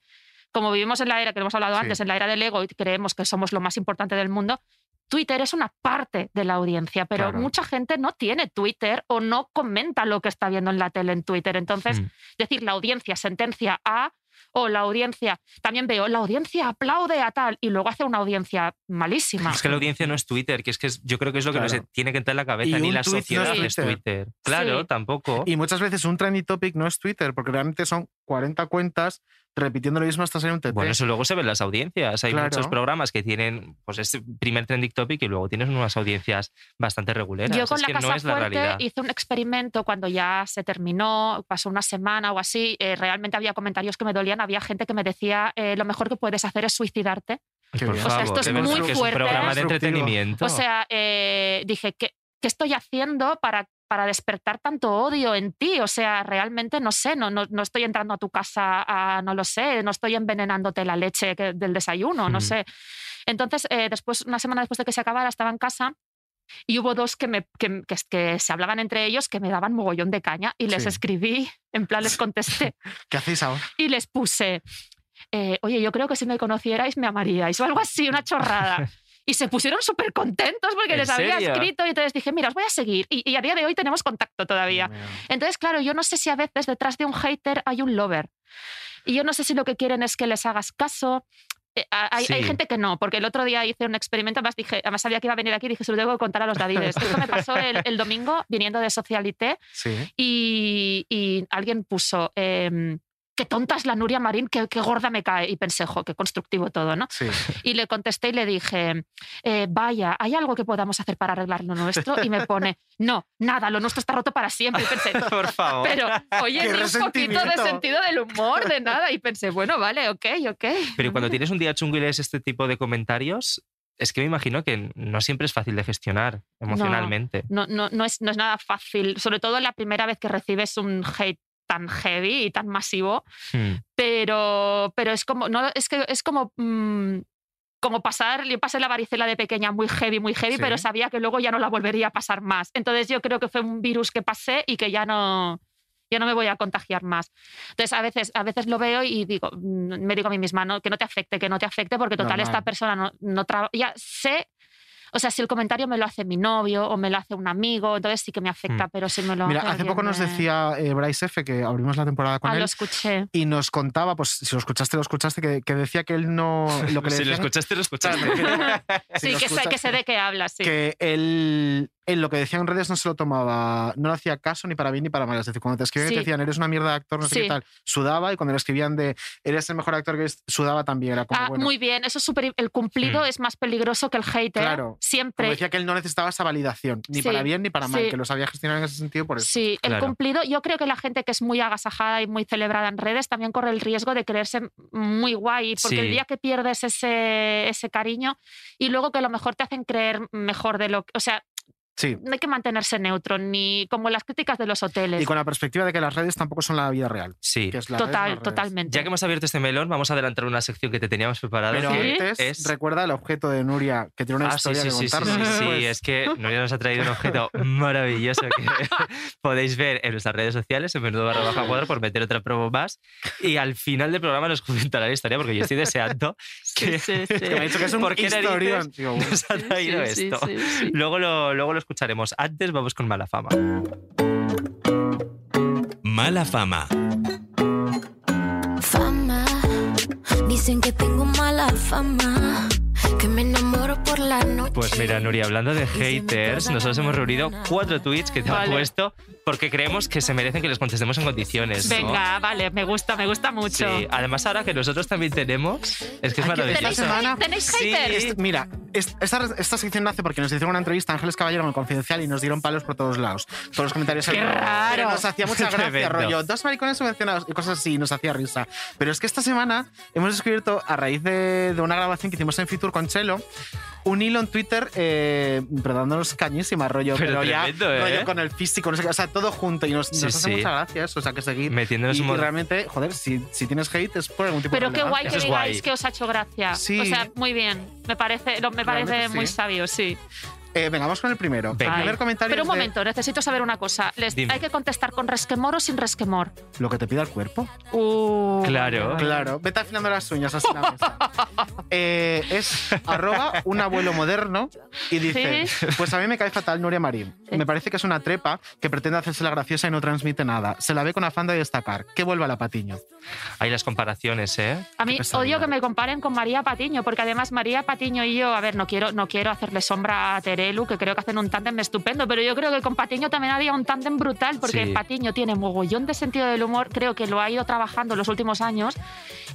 [SPEAKER 6] como vivimos en la era que hemos hablado
[SPEAKER 4] Sí.
[SPEAKER 6] antes, en la era del ego y creemos que somos lo más importante del mundo, Twitter es una parte de la audiencia, pero
[SPEAKER 4] Claro.
[SPEAKER 6] mucha gente no tiene Twitter o no comenta lo que está viendo en la tele en Twitter. Entonces,
[SPEAKER 3] Mm.
[SPEAKER 6] decir la audiencia sentencia a o la audiencia, también veo, la audiencia aplaude a tal y luego hace una audiencia malísima.
[SPEAKER 3] Es que la audiencia no es Twitter, que es que es- yo creo que es lo que
[SPEAKER 4] Claro.
[SPEAKER 3] nos tiene que entrar en la
[SPEAKER 4] Y
[SPEAKER 3] cabeza, ni
[SPEAKER 4] un
[SPEAKER 3] la
[SPEAKER 4] tuit no es
[SPEAKER 3] sociedad es
[SPEAKER 4] Twitter.
[SPEAKER 3] Twitter. Claro,
[SPEAKER 6] Sí.
[SPEAKER 3] tampoco.
[SPEAKER 4] Y muchas veces un trending topic no es Twitter, porque realmente son 40 cuentas repitiendo lo mismo hasta ser un TT.
[SPEAKER 3] Bueno, eso luego se ven las audiencias. Hay
[SPEAKER 4] Claro.
[SPEAKER 3] muchos programas que tienen pues este primer trending topic y luego tienes unas audiencias bastante regulares.
[SPEAKER 6] Yo con
[SPEAKER 3] es
[SPEAKER 6] la
[SPEAKER 3] que
[SPEAKER 6] Casa
[SPEAKER 3] no es la
[SPEAKER 6] Fuerte
[SPEAKER 3] realidad.
[SPEAKER 6] hice un experimento cuando ya se terminó, pasó una semana o así. eh, realmente había comentarios que me dolían. Había gente que me decía: eh, Lo mejor que puedes hacer es suicidarte.
[SPEAKER 4] Qué
[SPEAKER 3] Por
[SPEAKER 4] bien.
[SPEAKER 6] O sea,
[SPEAKER 3] favor,
[SPEAKER 6] esto es
[SPEAKER 3] de verdad
[SPEAKER 6] muy
[SPEAKER 3] que
[SPEAKER 6] fuerte.
[SPEAKER 3] es
[SPEAKER 6] ¿eh?
[SPEAKER 3] un programa de
[SPEAKER 4] Constructivo.
[SPEAKER 3] entretenimiento.
[SPEAKER 6] O sea, eh, dije: ¿qué, qué estoy haciendo para, para despertar tanto odio en ti? O sea, realmente no sé, no, no, no estoy entrando a tu casa, a, no lo sé, no estoy envenenándote la leche que- del desayuno,
[SPEAKER 3] Mm.
[SPEAKER 6] no sé. Entonces, eh, después, una semana después de que se acabara, estaba en casa Y hubo dos que, me, que, que- que se hablaban entre ellos que me daban mogollón de caña y les
[SPEAKER 4] Sí.
[SPEAKER 6] escribí, en plan les contesté
[SPEAKER 4] ¿Qué hacéis ahora?
[SPEAKER 6] y les puse, eh, oye, yo creo que si me conocierais me amaríais o algo así, una chorrada. Y se pusieron súper contentos porque
[SPEAKER 12] ¿En
[SPEAKER 6] les había
[SPEAKER 12] serio?
[SPEAKER 6] escrito y entonces dije, mira, os voy a seguir. Y, y a día de hoy tenemos contacto
[SPEAKER 12] Mm.
[SPEAKER 6] todavía. Entonces, claro, yo no sé si a veces detrás de un hater hay un lover. Y yo no sé si lo que quieren es que les hagas caso. Eh, a- Hay, hay
[SPEAKER 12] Sí.
[SPEAKER 6] gente que no, porque el otro día hice un experimento, además, dije, además sabía que iba a venir aquí, dije, se lo tengo que contar a los Davides. Esto me pasó el, el domingo viniendo de Socialité
[SPEAKER 4] Sí.
[SPEAKER 6] y, y alguien puso, em, qué tonta es la Nuria Marín, qué, qué gorda me cae. Y pensé, jo, qué constructivo todo, ¿no?
[SPEAKER 4] Sí.
[SPEAKER 6] Y le contesté y le dije, eh, vaya, ¿hay algo que podamos hacer para arreglar lo nuestro? Y me pone, no, nada, lo nuestro está roto para siempre. Y pensé,
[SPEAKER 12] Por favor.
[SPEAKER 6] pero, oye,
[SPEAKER 12] Qué
[SPEAKER 6] ni un poquito de
[SPEAKER 12] resentimiento.
[SPEAKER 6] sentido del humor, de nada. Y pensé, bueno, vale, ok, ok.
[SPEAKER 3] Pero cuando tienes un día chungo y lees este tipo de comentarios, es que me imagino que no siempre es fácil de gestionar emocionalmente.
[SPEAKER 6] No, no, no, es, no es nada fácil, sobre todo la primera vez que recibes un hate tan heavy y tan masivo,
[SPEAKER 3] Hmm.
[SPEAKER 6] pero, pero es como, no, es que es como, mm, como pasar, yo pasé la varicela de pequeña muy heavy, muy heavy,
[SPEAKER 12] Sí.
[SPEAKER 6] pero sabía que luego ya no la volvería a pasar más. Entonces yo creo que fue un virus que pasé y que ya no, ya no me voy a contagiar más. Entonces a veces, a veces lo veo y digo, mm, me digo a mí misma, no, que no te afecte, que no te afecte, porque total
[SPEAKER 12] Normal.
[SPEAKER 6] esta persona no, no trabaja, ya sé. O sea, si el comentario me lo hace mi novio o me lo hace un amigo, entonces sí que me afecta,
[SPEAKER 4] Mm.
[SPEAKER 6] pero si me lo
[SPEAKER 4] Mira,
[SPEAKER 6] hace
[SPEAKER 4] hace poco
[SPEAKER 6] alguien
[SPEAKER 4] nos
[SPEAKER 6] de-
[SPEAKER 4] decía eh, Bryce F. que abrimos la temporada con
[SPEAKER 6] Ah,
[SPEAKER 4] él.
[SPEAKER 6] lo escuché.
[SPEAKER 4] Y nos contaba, pues si lo escuchaste, lo escuchaste, que, que decía que él no. Lo que le
[SPEAKER 3] si lo
[SPEAKER 4] decían-
[SPEAKER 3] escuchaste, lo escuchaste.
[SPEAKER 4] Si
[SPEAKER 6] Sí,
[SPEAKER 4] lo
[SPEAKER 6] que, sé,
[SPEAKER 4] escuchas-
[SPEAKER 6] que sé de qué hablas, sí.
[SPEAKER 4] que él, él lo que decía en redes no se lo tomaba, no le hacía caso ni para bien ni para mal. Es decir, cuando te escribían y
[SPEAKER 6] Sí.
[SPEAKER 4] te decían, eres una mierda de actor, no sé
[SPEAKER 6] Sí.
[SPEAKER 4] qué tal, sudaba y cuando le escribían de, eres el mejor actor que es, sudaba también. Era como,
[SPEAKER 6] Ah,
[SPEAKER 4] bueno, Mm.
[SPEAKER 6] muy bien, eso es súper. El cumplido es más peligroso que el hater.
[SPEAKER 4] Claro, como
[SPEAKER 6] Siempre.
[SPEAKER 4] decía que él no necesitaba esa validación, ni
[SPEAKER 6] Sí,
[SPEAKER 4] para bien ni para mal,
[SPEAKER 6] sí.
[SPEAKER 4] que lo sabía gestionar en ese sentido por eso.
[SPEAKER 6] Sí, el cumplido. Yo creo que la gente que es muy agasajada y muy celebrada en redes también corre el riesgo de creerse muy guay, porque el
[SPEAKER 12] Sí.
[SPEAKER 6] día que pierdes ese, ese cariño y luego que a lo mejor te hacen creer mejor de lo que. O sea,
[SPEAKER 4] Sí.
[SPEAKER 6] no hay que mantenerse neutro, ni como las críticas de los hoteles.
[SPEAKER 4] Y con la perspectiva de que las redes tampoco son la vida real.
[SPEAKER 3] Sí.
[SPEAKER 4] que es la red,
[SPEAKER 6] Total,
[SPEAKER 4] las redes.
[SPEAKER 6] totalmente.
[SPEAKER 3] Ya que hemos abierto este melón, vamos a adelantar una sección que te teníamos preparada.
[SPEAKER 4] Pero
[SPEAKER 3] que
[SPEAKER 4] antes,
[SPEAKER 3] es...
[SPEAKER 4] recuerda el objeto de Nuria, que tiene una
[SPEAKER 3] Ah, sí,
[SPEAKER 4] historia
[SPEAKER 3] sí, sí, sí,
[SPEAKER 4] que
[SPEAKER 3] sí,
[SPEAKER 4] contarnos.
[SPEAKER 3] sí,
[SPEAKER 4] Pues,
[SPEAKER 3] es que Nuria nos ha traído un objeto maravilloso que podéis ver en nuestras redes sociales, en menudo barra baja cuadro, por meter otra promo más. Y al final del programa nos comentará la historia, porque yo estoy deseando que,
[SPEAKER 4] que me ha dicho que es un
[SPEAKER 3] ¿por qué narices
[SPEAKER 4] historión. Digo, bueno.
[SPEAKER 3] nos ha traído
[SPEAKER 12] sí,
[SPEAKER 3] esto.
[SPEAKER 12] sí, sí.
[SPEAKER 3] Luego, lo, luego lo escucharemos. Antes vamos con mala fama.
[SPEAKER 13] Mala fama.
[SPEAKER 14] Fama, dicen que tengo mala fama, que me enamoro por la noche.
[SPEAKER 3] Pues mira, Nuria, hablando de haters, nosotros hemos reunido cuatro tweets que te han
[SPEAKER 6] Vale.
[SPEAKER 3] puesto porque creemos que se merecen que les contestemos en condiciones. ¿no?
[SPEAKER 6] Venga, vale, me gusta, me gusta mucho.
[SPEAKER 3] Sí, además ahora que nosotros también tenemos, es que es
[SPEAKER 4] Hay que- esta
[SPEAKER 3] maravilloso.
[SPEAKER 4] semana-
[SPEAKER 6] ¿Tenéis
[SPEAKER 4] Sí,
[SPEAKER 6] haters?
[SPEAKER 4] es- mira, es- esta, esta sección nace porque nos hicieron una entrevista a Ángeles Caballero en el Confidencial y nos dieron palos por todos lados. Todos los comentarios.
[SPEAKER 6] ¡Qué
[SPEAKER 4] eran-
[SPEAKER 6] raro!
[SPEAKER 4] Pero Nos hacía mucha gracia,
[SPEAKER 3] Tremendo.
[SPEAKER 4] rollo. Dos maricones subvencionados y cosas así, nos hacía risa. Pero es que esta semana hemos descubierto, a raíz de, de una grabación que hicimos en Fitur con Chelo, un hilo en Twitter, eh, pero dándonos cañísima, rollo.
[SPEAKER 3] Pero
[SPEAKER 4] Pero, ya,
[SPEAKER 3] tremendo, ¿eh?
[SPEAKER 4] rollo con el físico, no sé qué, o sea, todo junto. Y nos,
[SPEAKER 3] Sí,
[SPEAKER 4] nos hace
[SPEAKER 3] sí.
[SPEAKER 4] mucha gracia eso, o sea, que seguir.
[SPEAKER 3] Metiéndonos
[SPEAKER 4] y,
[SPEAKER 3] un
[SPEAKER 4] y
[SPEAKER 3] mon-
[SPEAKER 4] realmente, joder, si, si tienes hate es por algún tipo
[SPEAKER 6] Pero
[SPEAKER 4] de
[SPEAKER 6] qué guay que
[SPEAKER 4] relevancia.
[SPEAKER 6] digáis que os ha hecho gracia.
[SPEAKER 4] Sí.
[SPEAKER 6] O sea, muy bien. Me parece, lo- me
[SPEAKER 4] Realmente
[SPEAKER 6] parece
[SPEAKER 4] sí.
[SPEAKER 6] muy sabio, sí.
[SPEAKER 4] Eh, venga, vamos con el primero.
[SPEAKER 3] Venga.
[SPEAKER 4] El
[SPEAKER 6] Ay.
[SPEAKER 4] primer comentario
[SPEAKER 6] Pero un
[SPEAKER 4] es de-
[SPEAKER 6] momento, necesito saber una cosa. Les-
[SPEAKER 3] Dime.
[SPEAKER 6] ¿Hay que contestar con resquemor o sin resquemor?
[SPEAKER 4] Lo que te pida el cuerpo.
[SPEAKER 6] Uh,
[SPEAKER 3] Claro.
[SPEAKER 4] Claro, vete afilando las uñas así en la mesa. Eh, es arroba un abuelo moderno y dice, pues a mí me cae fatal Nuria Marín. Me parece que es una trepa que pretende hacerse la graciosa y no transmite nada. Se la ve con afán de destacar. Que vuelva la patiño.
[SPEAKER 3] Hay las comparaciones, ¿eh?
[SPEAKER 6] A mí
[SPEAKER 4] Qué pesadilla.
[SPEAKER 6] odio que me comparen con María Patiño, porque además María Patiño y yo, a ver, no quiero, no quiero hacerle sombra a Terelu, que creo que hacen un tándem estupendo, pero yo creo que con Patiño también haría un tándem brutal, porque
[SPEAKER 12] Sí.
[SPEAKER 6] Patiño tiene mogollón de sentido del humor, creo que lo ha ido trabajando en los últimos años,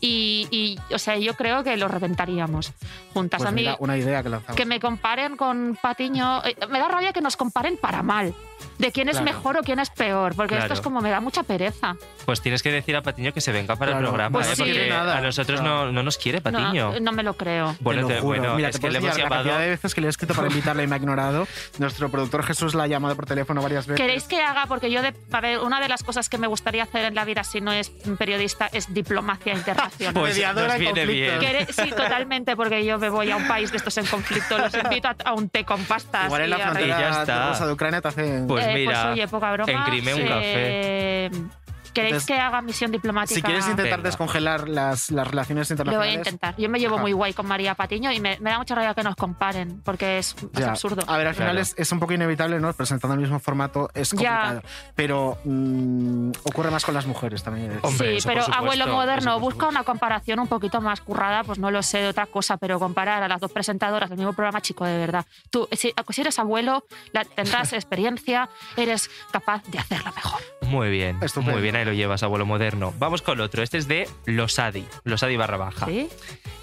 [SPEAKER 6] y, y, o sea, yo creo que lo reventaríamos juntas.
[SPEAKER 4] Pues
[SPEAKER 6] a mí,
[SPEAKER 4] mira, una idea que lanzamos.
[SPEAKER 6] que me comparen con Patiño. eh, Me da rabia que nos comparen para mal. de quién es
[SPEAKER 3] Claro.
[SPEAKER 6] mejor o quién es peor, porque esto
[SPEAKER 3] Claro.
[SPEAKER 6] es como me da mucha pereza.
[SPEAKER 3] Pues tienes que decir a Patiño que se venga para el
[SPEAKER 4] Claro,
[SPEAKER 3] programa,
[SPEAKER 4] pues
[SPEAKER 3] ¿eh?
[SPEAKER 4] sí.
[SPEAKER 3] porque
[SPEAKER 4] No nada,
[SPEAKER 3] a nosotros no, no nos quiere Patiño.
[SPEAKER 6] No, eh, no me lo creo.
[SPEAKER 3] Bueno,
[SPEAKER 4] te
[SPEAKER 3] te-
[SPEAKER 4] lo juro.
[SPEAKER 3] bueno,
[SPEAKER 4] Mira,
[SPEAKER 3] es
[SPEAKER 4] te
[SPEAKER 3] que
[SPEAKER 4] puedes
[SPEAKER 3] le hemos
[SPEAKER 4] liar la
[SPEAKER 3] llamado.
[SPEAKER 4] cantidad de veces que le he escrito para invitarla y me ha ignorado. Nuestro productor Jesús la ha llamado por teléfono varias veces.
[SPEAKER 6] ¿Queréis que haga? Porque yo, de, a ver, una de las cosas que me gustaría hacer en la vida si no es periodista es diplomacia internacional.
[SPEAKER 4] Pues Mediadora nos en viene conflictos. bien.
[SPEAKER 6] ¿Queréis? Sí, totalmente, porque yo me voy a un país de estos en conflicto, los invito a, a un té con pastas.
[SPEAKER 4] Igual en la
[SPEAKER 6] y a-
[SPEAKER 4] frontera
[SPEAKER 3] Y ya está.
[SPEAKER 4] rusa de Ucrania te hace.
[SPEAKER 3] Pues
[SPEAKER 6] Eh,
[SPEAKER 3] mira,
[SPEAKER 6] oye, poca broma.
[SPEAKER 3] en Crimea un
[SPEAKER 6] sí.
[SPEAKER 3] café.
[SPEAKER 6] ¿Queréis
[SPEAKER 4] Entonces,
[SPEAKER 6] que haga misión diplomática?
[SPEAKER 4] Si quieres intentar
[SPEAKER 3] Venga.
[SPEAKER 4] descongelar las, las relaciones
[SPEAKER 6] Pues, Lo voy a
[SPEAKER 4] internacionales.
[SPEAKER 6] intentar. Yo me llevo
[SPEAKER 4] Ajá.
[SPEAKER 6] muy guay con María Patiño y me, me da mucha rabia que nos comparen, porque es, es
[SPEAKER 4] Ya.
[SPEAKER 6] absurdo.
[SPEAKER 4] A ver, al final
[SPEAKER 3] Claro.
[SPEAKER 4] es, es un poco inevitable, ¿no? Presentando el mismo formato es
[SPEAKER 6] Ya.
[SPEAKER 4] complicado. Pero mm, ocurre más con las mujeres también.
[SPEAKER 3] Hombre,
[SPEAKER 6] sí,
[SPEAKER 3] eso por
[SPEAKER 6] pero
[SPEAKER 3] supuesto,
[SPEAKER 6] abuelo
[SPEAKER 3] eso
[SPEAKER 6] moderno,
[SPEAKER 3] por
[SPEAKER 6] busca una comparación un poquito más currada, pues no lo sé, de otra cosa, pero comparar a las dos presentadoras del mismo programa, chico, de verdad. Tú, si, si eres abuelo, la- tendrás experiencia, eres capaz de hacerlo mejor.
[SPEAKER 3] Muy bien,
[SPEAKER 4] Estupendo.
[SPEAKER 3] muy bien, ahí lo llevas, abuelo moderno. Vamos con otro, este es de Losadi, Losadi barra baja.
[SPEAKER 6] ¿Sí?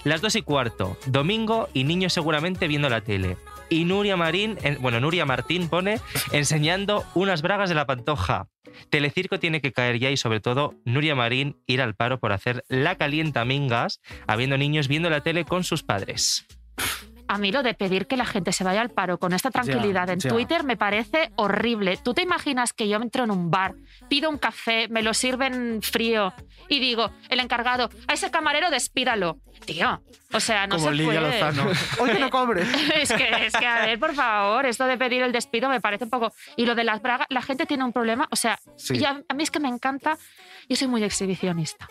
[SPEAKER 3] Las dos y cuarto, domingo y niños seguramente viendo la tele. Y Nuria Marín, en- bueno, Nuria Martín pone enseñando unas bragas de la pantoja. Telecirco tiene que caer ya y sobre todo Nuria Marín ir al paro por hacer la calienta mingas, habiendo niños viendo la tele con sus padres.
[SPEAKER 6] A mí lo de pedir que la gente se vaya al paro con esta tranquilidad en
[SPEAKER 3] ya.
[SPEAKER 6] Twitter me parece horrible. ¿Tú te imaginas que yo entro en un bar, pido un café, me lo sirven frío y digo, el encargado, a ese camarero despídalo? Tío, o sea, no
[SPEAKER 4] Como
[SPEAKER 6] se
[SPEAKER 4] Lidia
[SPEAKER 6] puede.
[SPEAKER 4] Lozano. Hoy que no cobre.
[SPEAKER 6] es, que, es que, a ver, por favor, esto de pedir el despido me parece un poco... Y lo de las bragas, la gente tiene un problema, o sea,
[SPEAKER 4] Sí.
[SPEAKER 6] y a, a mí es que me encanta, yo soy muy exhibicionista.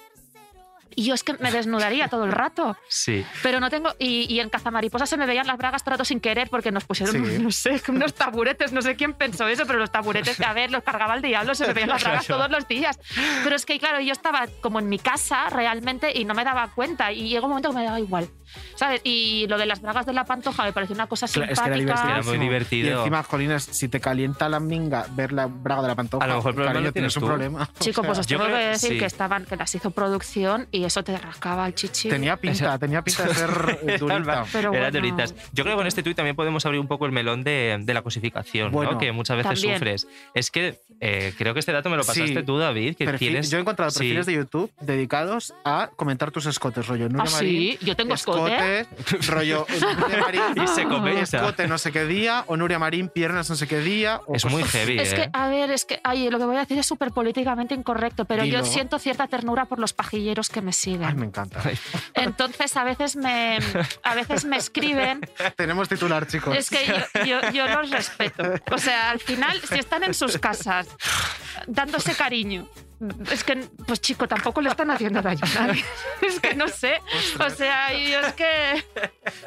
[SPEAKER 6] Y yo es que me desnudaría todo el rato.
[SPEAKER 3] Sí.
[SPEAKER 6] Pero no tengo. Y, y en Cazamariposa se me veían las bragas trato sin querer porque nos pusieron,
[SPEAKER 4] Sí.
[SPEAKER 6] no sé, unos taburetes. No sé quién pensó eso, pero los taburetes, a ver, los cargaba el diablo, se me veían las bragas
[SPEAKER 3] Claro.
[SPEAKER 6] todos los días. Pero es que, claro, yo estaba como en mi casa realmente y no me daba cuenta. Y llegó un momento que me daba igual. ¿Sabes? Y lo de las bragas de la pantoja me pareció una cosa
[SPEAKER 4] Claro, es que
[SPEAKER 6] simpática.
[SPEAKER 4] era divertido.
[SPEAKER 3] Era muy divertido.
[SPEAKER 4] Y encima, Jolines, si te calienta la minga ver la braga de la pantoja,
[SPEAKER 3] A lo mejor el problema
[SPEAKER 4] cariño,
[SPEAKER 3] lo tienes
[SPEAKER 4] tienes un
[SPEAKER 3] tú.
[SPEAKER 4] problema.
[SPEAKER 6] Chico, pues os
[SPEAKER 3] Yo
[SPEAKER 6] tengo que
[SPEAKER 3] creo-
[SPEAKER 6] decir
[SPEAKER 3] sí.
[SPEAKER 6] que estaban, que las hizo producción y eso te rascaba el chichi.
[SPEAKER 4] Tenía pinta, tenía pinta de ser eh, durita.
[SPEAKER 6] Pero
[SPEAKER 3] Era
[SPEAKER 6] bueno.
[SPEAKER 3] duritas. Yo creo que con este tuit también podemos abrir un poco el melón de, de la cosificación, ¿no?
[SPEAKER 4] Bueno,
[SPEAKER 3] que muchas veces
[SPEAKER 6] también.
[SPEAKER 3] sufres. Es que eh, creo que este dato me lo pasaste
[SPEAKER 4] Sí.
[SPEAKER 3] tú, David, que
[SPEAKER 4] Perfil-
[SPEAKER 3] tienes...
[SPEAKER 4] Yo he encontrado
[SPEAKER 3] sí.
[SPEAKER 4] perfiles de YouTube dedicados a comentar tus escotes, rollo. Nuria
[SPEAKER 6] Ah, sí,
[SPEAKER 4] Marín,
[SPEAKER 6] yo tengo escote.
[SPEAKER 4] escote, rollo. Nuria Marín,
[SPEAKER 3] Y se comenta.
[SPEAKER 4] Escote no sé qué día, o Nuria Marín, piernas no sé qué día. o
[SPEAKER 3] Es muy
[SPEAKER 4] cosas-
[SPEAKER 3] heavy,
[SPEAKER 6] Es
[SPEAKER 3] ¿eh?
[SPEAKER 6] que, a ver, es que, ay, lo que voy a decir es súper políticamente incorrecto, pero
[SPEAKER 4] Dilo.
[SPEAKER 6] yo siento cierta ternura por los pajilleros que me siguen.
[SPEAKER 4] Ay, me encanta.
[SPEAKER 6] Entonces, a veces me, a veces me escriben.
[SPEAKER 4] Tenemos titular, chicos.
[SPEAKER 6] Es que yo, yo- yo los respeto. O sea, al final, si están en sus casas dándose cariño. Es que, pues chico, tampoco le están haciendo daño a nadie. Es que no sé. O sea, yo es que.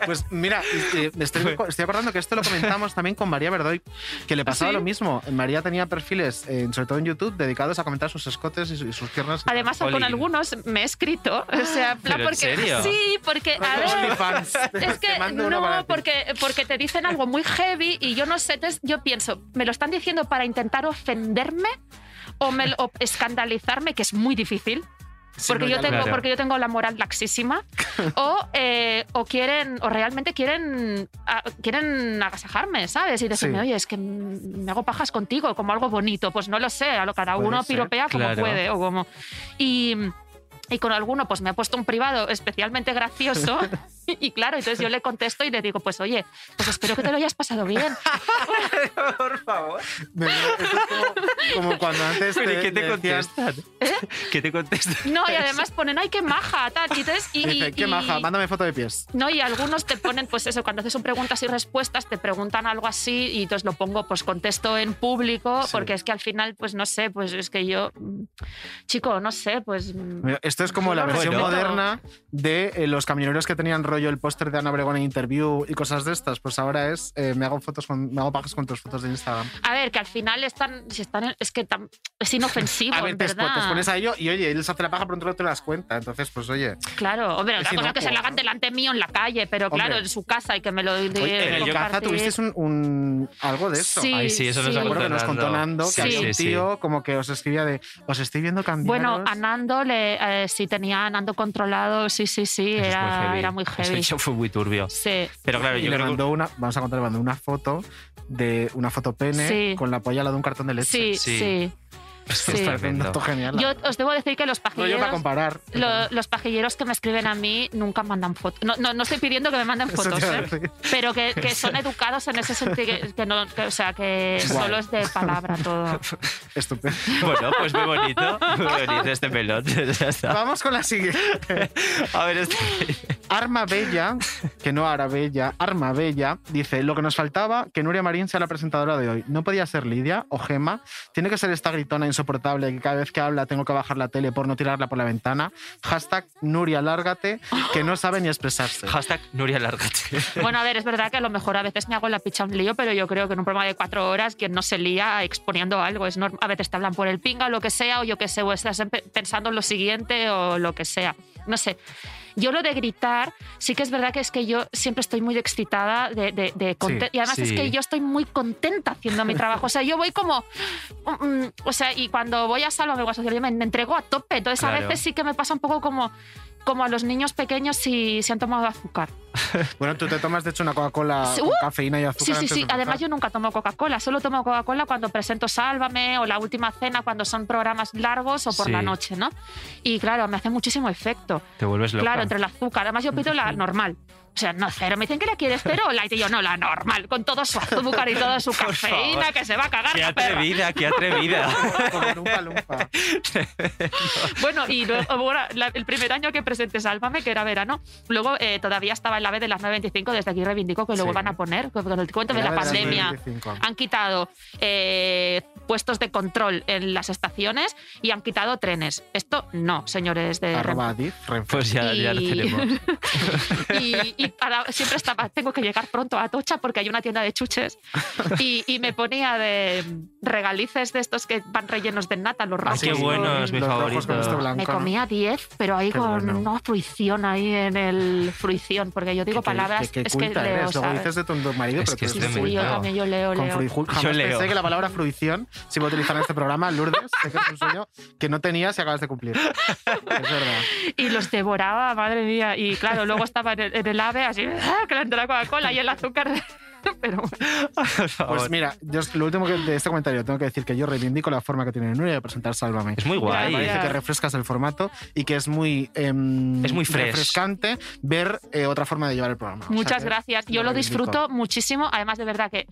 [SPEAKER 4] Pues mira, eh, me estoy, estoy acordando que esto lo comentamos también con María Verdoy, que le pasaba
[SPEAKER 6] ¿Ah, ¿Sí?
[SPEAKER 4] lo mismo. María tenía perfiles, eh, sobre todo en YouTube, dedicados a comentar sus escotes y, su- y sus piernas.
[SPEAKER 6] Además, con
[SPEAKER 3] Jolín.
[SPEAKER 6] algunos me he escrito. O sea, en
[SPEAKER 3] ¿Pero
[SPEAKER 6] plan,
[SPEAKER 3] en
[SPEAKER 6] porque.
[SPEAKER 3] serio?
[SPEAKER 6] Sí, porque. A
[SPEAKER 4] Rollo
[SPEAKER 6] ver,
[SPEAKER 4] OnlyFans.
[SPEAKER 6] Es
[SPEAKER 4] Te
[SPEAKER 6] que
[SPEAKER 4] mando uno para
[SPEAKER 6] no,
[SPEAKER 4] ti.
[SPEAKER 6] porque, porque te dicen algo muy heavy y yo no sé, entonces yo pienso, ¿me lo están diciendo para intentar ofenderme o, me, lo- o escandalizarme, que es muy difícil?
[SPEAKER 4] Sí,
[SPEAKER 6] Porque,
[SPEAKER 4] no,
[SPEAKER 6] yo
[SPEAKER 4] ya
[SPEAKER 6] tengo,
[SPEAKER 4] lo-
[SPEAKER 3] Claro.
[SPEAKER 6] porque yo tengo la moral laxísima o, eh, o quieren o realmente quieren a- quieren agasajarme sabes y decirme
[SPEAKER 4] Sí.
[SPEAKER 6] oye es que mm, me hago pajas contigo como algo bonito pues no lo sé a lo cada
[SPEAKER 4] Puede
[SPEAKER 6] uno
[SPEAKER 4] ser,
[SPEAKER 6] piropea como
[SPEAKER 3] claro.
[SPEAKER 6] puede o como y y con alguno pues me ha puesto un privado especialmente gracioso y claro entonces yo le contesto y le digo pues oye pues espero que te lo hayas pasado bien
[SPEAKER 3] Por favor.
[SPEAKER 4] Me- esto es como, como cuando antes.
[SPEAKER 3] Pero ¿y qué te
[SPEAKER 4] le decías,
[SPEAKER 3] contestan? ¿Qué te contestan?
[SPEAKER 6] no y además ponen ay qué maja tal y entonces y,
[SPEAKER 4] Dice, qué
[SPEAKER 6] y-
[SPEAKER 4] maja, mándame foto de pies.
[SPEAKER 6] No, y algunos te ponen, pues eso, cuando haces un preguntas y respuestas, te preguntan algo así y entonces lo pongo, pues contesto en público,
[SPEAKER 4] Sí.
[SPEAKER 6] porque es que al final, pues no sé, pues es que yo, mm, chico, no sé, pues... mm,
[SPEAKER 4] Esto es como la
[SPEAKER 6] Bueno,
[SPEAKER 4] versión
[SPEAKER 3] bueno.
[SPEAKER 4] moderna de eh, los camioneros que tenían rollo el póster de Ana Bregón en interview y cosas de estas. Pues ahora es, eh, me hago fotos con, me hago pajas con tus fotos de Instagram.
[SPEAKER 6] A ver, que al final están, si están en- es que tam- es inofensivo,
[SPEAKER 4] a ver,
[SPEAKER 6] en
[SPEAKER 4] te, expo-
[SPEAKER 6] verdad.
[SPEAKER 4] te expones a ello y oye, él se hace la paja, pronto no te das cuenta. Entonces, pues oye.
[SPEAKER 6] Claro, hombre,
[SPEAKER 4] Es
[SPEAKER 6] otra cosa es que
[SPEAKER 4] inocuo,
[SPEAKER 6] se la hagan
[SPEAKER 4] ¿no?
[SPEAKER 6] delante mío en la calle, pero
[SPEAKER 4] Hombre.
[SPEAKER 6] claro, en su casa y que me lo digan.
[SPEAKER 4] Oye, en el Caza tuvisteis un, un- algo de esto.
[SPEAKER 6] Sí,
[SPEAKER 3] Ay, sí, eso nos
[SPEAKER 6] sí.
[SPEAKER 4] Me
[SPEAKER 3] ha
[SPEAKER 4] acuerdo que nos contó Nando que
[SPEAKER 6] Sí.
[SPEAKER 4] había un
[SPEAKER 3] Sí, sí.
[SPEAKER 4] tío como que os escribía de os estoy viendo cambiaros.
[SPEAKER 6] Bueno, a Nando le, eh, sí tenía a Nando controlado, sí, sí,
[SPEAKER 3] Eso
[SPEAKER 6] sí,
[SPEAKER 3] es muy
[SPEAKER 6] era
[SPEAKER 3] heavy,
[SPEAKER 6] era muy
[SPEAKER 3] eso
[SPEAKER 6] heavy.
[SPEAKER 3] es
[SPEAKER 6] vi.
[SPEAKER 3] Eso fue muy turbio.
[SPEAKER 6] Sí.
[SPEAKER 3] Pero claro,
[SPEAKER 4] Y
[SPEAKER 3] yo
[SPEAKER 4] le
[SPEAKER 3] creo que-
[SPEAKER 4] mandó una, vamos a contar, le mandó una foto de una foto pene
[SPEAKER 6] Sí.
[SPEAKER 4] con la polla al lado de un cartón de leche.
[SPEAKER 6] Sí, sí.
[SPEAKER 4] Es que
[SPEAKER 6] sí.
[SPEAKER 4] está haciendo esto genial.
[SPEAKER 6] Yo os debo decir que los
[SPEAKER 4] no, yo
[SPEAKER 6] pajilleros,
[SPEAKER 4] para comparar.
[SPEAKER 6] lo- los pajilleros que me escriben a mí nunca mandan fotos. No, no, no estoy pidiendo que me manden
[SPEAKER 4] Eso
[SPEAKER 6] fotos,
[SPEAKER 4] te iba a
[SPEAKER 6] ¿eh?
[SPEAKER 4] decir.
[SPEAKER 6] pero que, que son educados en ese sentido, que, que no, que, o sea, que
[SPEAKER 4] Guau.
[SPEAKER 6] solo es de palabra todo.
[SPEAKER 4] Estupendo.
[SPEAKER 3] Bueno, pues muy bonito, muy bonito este pelón. Ya está.
[SPEAKER 4] Vamos con la siguiente.
[SPEAKER 3] A ver, este...
[SPEAKER 4] Arma Bella, que no Ara Bella, Arma Bella, dice: Lo que nos faltaba, que Nuria Marín sea la presentadora de hoy. No podía ser Lidia o Gema. Tiene que ser esta gritona insoportable que cada vez que habla tengo que bajar la tele por no tirarla por la ventana. Hashtag Nuria, lárgate, que no sabe ni expresarse.
[SPEAKER 3] Hashtag Nuria Lárgate.
[SPEAKER 6] Bueno, a ver, es verdad que a lo mejor a veces me hago en la picha un lío, pero yo creo que en un programa de cuatro horas quien no se lía exponiendo algo es normal. A veces te hablan por el pinga o lo que sea, o yo qué sé, o estás empe- pensando en lo siguiente o lo que sea. No sé. Yo lo de gritar, sí que es verdad que es que yo siempre estoy muy excitada de, de- de conte-
[SPEAKER 12] Sí,
[SPEAKER 6] y además es
[SPEAKER 12] sí.
[SPEAKER 6] que yo estoy muy contenta haciendo mi trabajo. O sea, yo voy como, mm, mm, o sea, y cuando voy a Salva Guasa Social, yo me, me entrego a tope. Entonces a
[SPEAKER 4] Claro.
[SPEAKER 6] veces sí que me pasa un poco como, como a los niños pequeños si se han tomado azúcar.
[SPEAKER 4] Bueno, tú te tomas, de hecho, una Coca-Cola,
[SPEAKER 6] Sí,
[SPEAKER 4] con
[SPEAKER 6] ¡uh!
[SPEAKER 4] cafeína y azúcar.
[SPEAKER 6] Sí, sí,
[SPEAKER 4] antes
[SPEAKER 6] sí.
[SPEAKER 4] de empezar.
[SPEAKER 6] Además, yo nunca tomo Coca-Cola. Solo tomo Coca-Cola cuando presento Sálvame o La Última Cena, cuando son programas largos o por
[SPEAKER 3] Sí.
[SPEAKER 6] la noche, ¿no? Y claro, me hace muchísimo efecto.
[SPEAKER 3] Te vuelves loca.
[SPEAKER 6] Claro, entre el azúcar. Además, yo pido la normal. O sea, no cero. Me dicen que la quieres cero o light. Y yo, no, la normal. Con todo su azúcar y toda su
[SPEAKER 3] Por favor.
[SPEAKER 6] cafeína que se va a cagar
[SPEAKER 3] Qué
[SPEAKER 6] la perra.
[SPEAKER 3] atrevida, qué atrevida.
[SPEAKER 6] Bueno, y luego, bueno, la- el primer año que presenté Sálvame, que era verano, luego eh, todavía estaba en la B de las 9.25, desde aquí reivindico que lo
[SPEAKER 12] Sí.
[SPEAKER 6] vuelvan a poner, con con el cuento de
[SPEAKER 12] La
[SPEAKER 6] la
[SPEAKER 12] B de las
[SPEAKER 6] pandemia.
[SPEAKER 12] 9.25.
[SPEAKER 6] Han quitado eh, puestos de control en las estaciones y han quitado trenes. Esto no, señores de...
[SPEAKER 4] Arroba Adif, Renfe.
[SPEAKER 3] Pues ya, ya lo
[SPEAKER 6] Y-
[SPEAKER 3] tenemos.
[SPEAKER 6] y, y para- siempre estaba, tengo que llegar pronto a Atocha porque hay una tienda de chuches y, y me ponía de regalices de estos que van rellenos de nata, los
[SPEAKER 3] Ah,
[SPEAKER 6] rojos.
[SPEAKER 3] qué bueno, es mi
[SPEAKER 4] Los rojos con esto
[SPEAKER 3] favorito.
[SPEAKER 4] blanco.
[SPEAKER 6] Me comía 10, pero ahí
[SPEAKER 4] Qué
[SPEAKER 6] con
[SPEAKER 4] bueno.
[SPEAKER 6] una fruición ahí en el fruición, porque yo digo
[SPEAKER 4] Qué- qué-
[SPEAKER 6] palabras,
[SPEAKER 4] qué- qué
[SPEAKER 6] es que
[SPEAKER 4] culta
[SPEAKER 6] leo,
[SPEAKER 4] eres. Luego
[SPEAKER 6] ¿sabes?
[SPEAKER 4] dices de tu marido, pero
[SPEAKER 3] que
[SPEAKER 4] tú
[SPEAKER 3] es
[SPEAKER 4] eres
[SPEAKER 6] Sí,
[SPEAKER 4] muy
[SPEAKER 6] sí, yo
[SPEAKER 4] culta.
[SPEAKER 6] también yo leo,
[SPEAKER 4] con
[SPEAKER 6] leo.
[SPEAKER 4] fruijul. Jamás
[SPEAKER 3] leo.
[SPEAKER 4] pensé que la palabra fruición se iba a utilizar en este programa, Lourdes. Sé que es un sueño que no tenías y acabas de cumplir. Es verdad.
[SPEAKER 6] Y los devoraba, madre mía. Y claro, luego estaba en el, en el ave así, ¡ah! que le entró la Coca-Cola y el azúcar. Pero bueno,
[SPEAKER 4] Pues mira, yo, lo último que- de este comentario tengo que decir que yo reivindico la forma que tiene Nuria de presentar Sálvame.
[SPEAKER 3] Es muy guay.
[SPEAKER 4] Me parece
[SPEAKER 6] Gracias.
[SPEAKER 4] que refrescas el formato y que es muy, em,
[SPEAKER 3] Es muy fresh.
[SPEAKER 4] refrescante ver eh, otra forma de llevar el programa. O sea
[SPEAKER 6] muchas
[SPEAKER 4] que
[SPEAKER 6] gracias. Yo lo
[SPEAKER 4] reivindico.
[SPEAKER 6] disfruto muchísimo. Además, de verdad que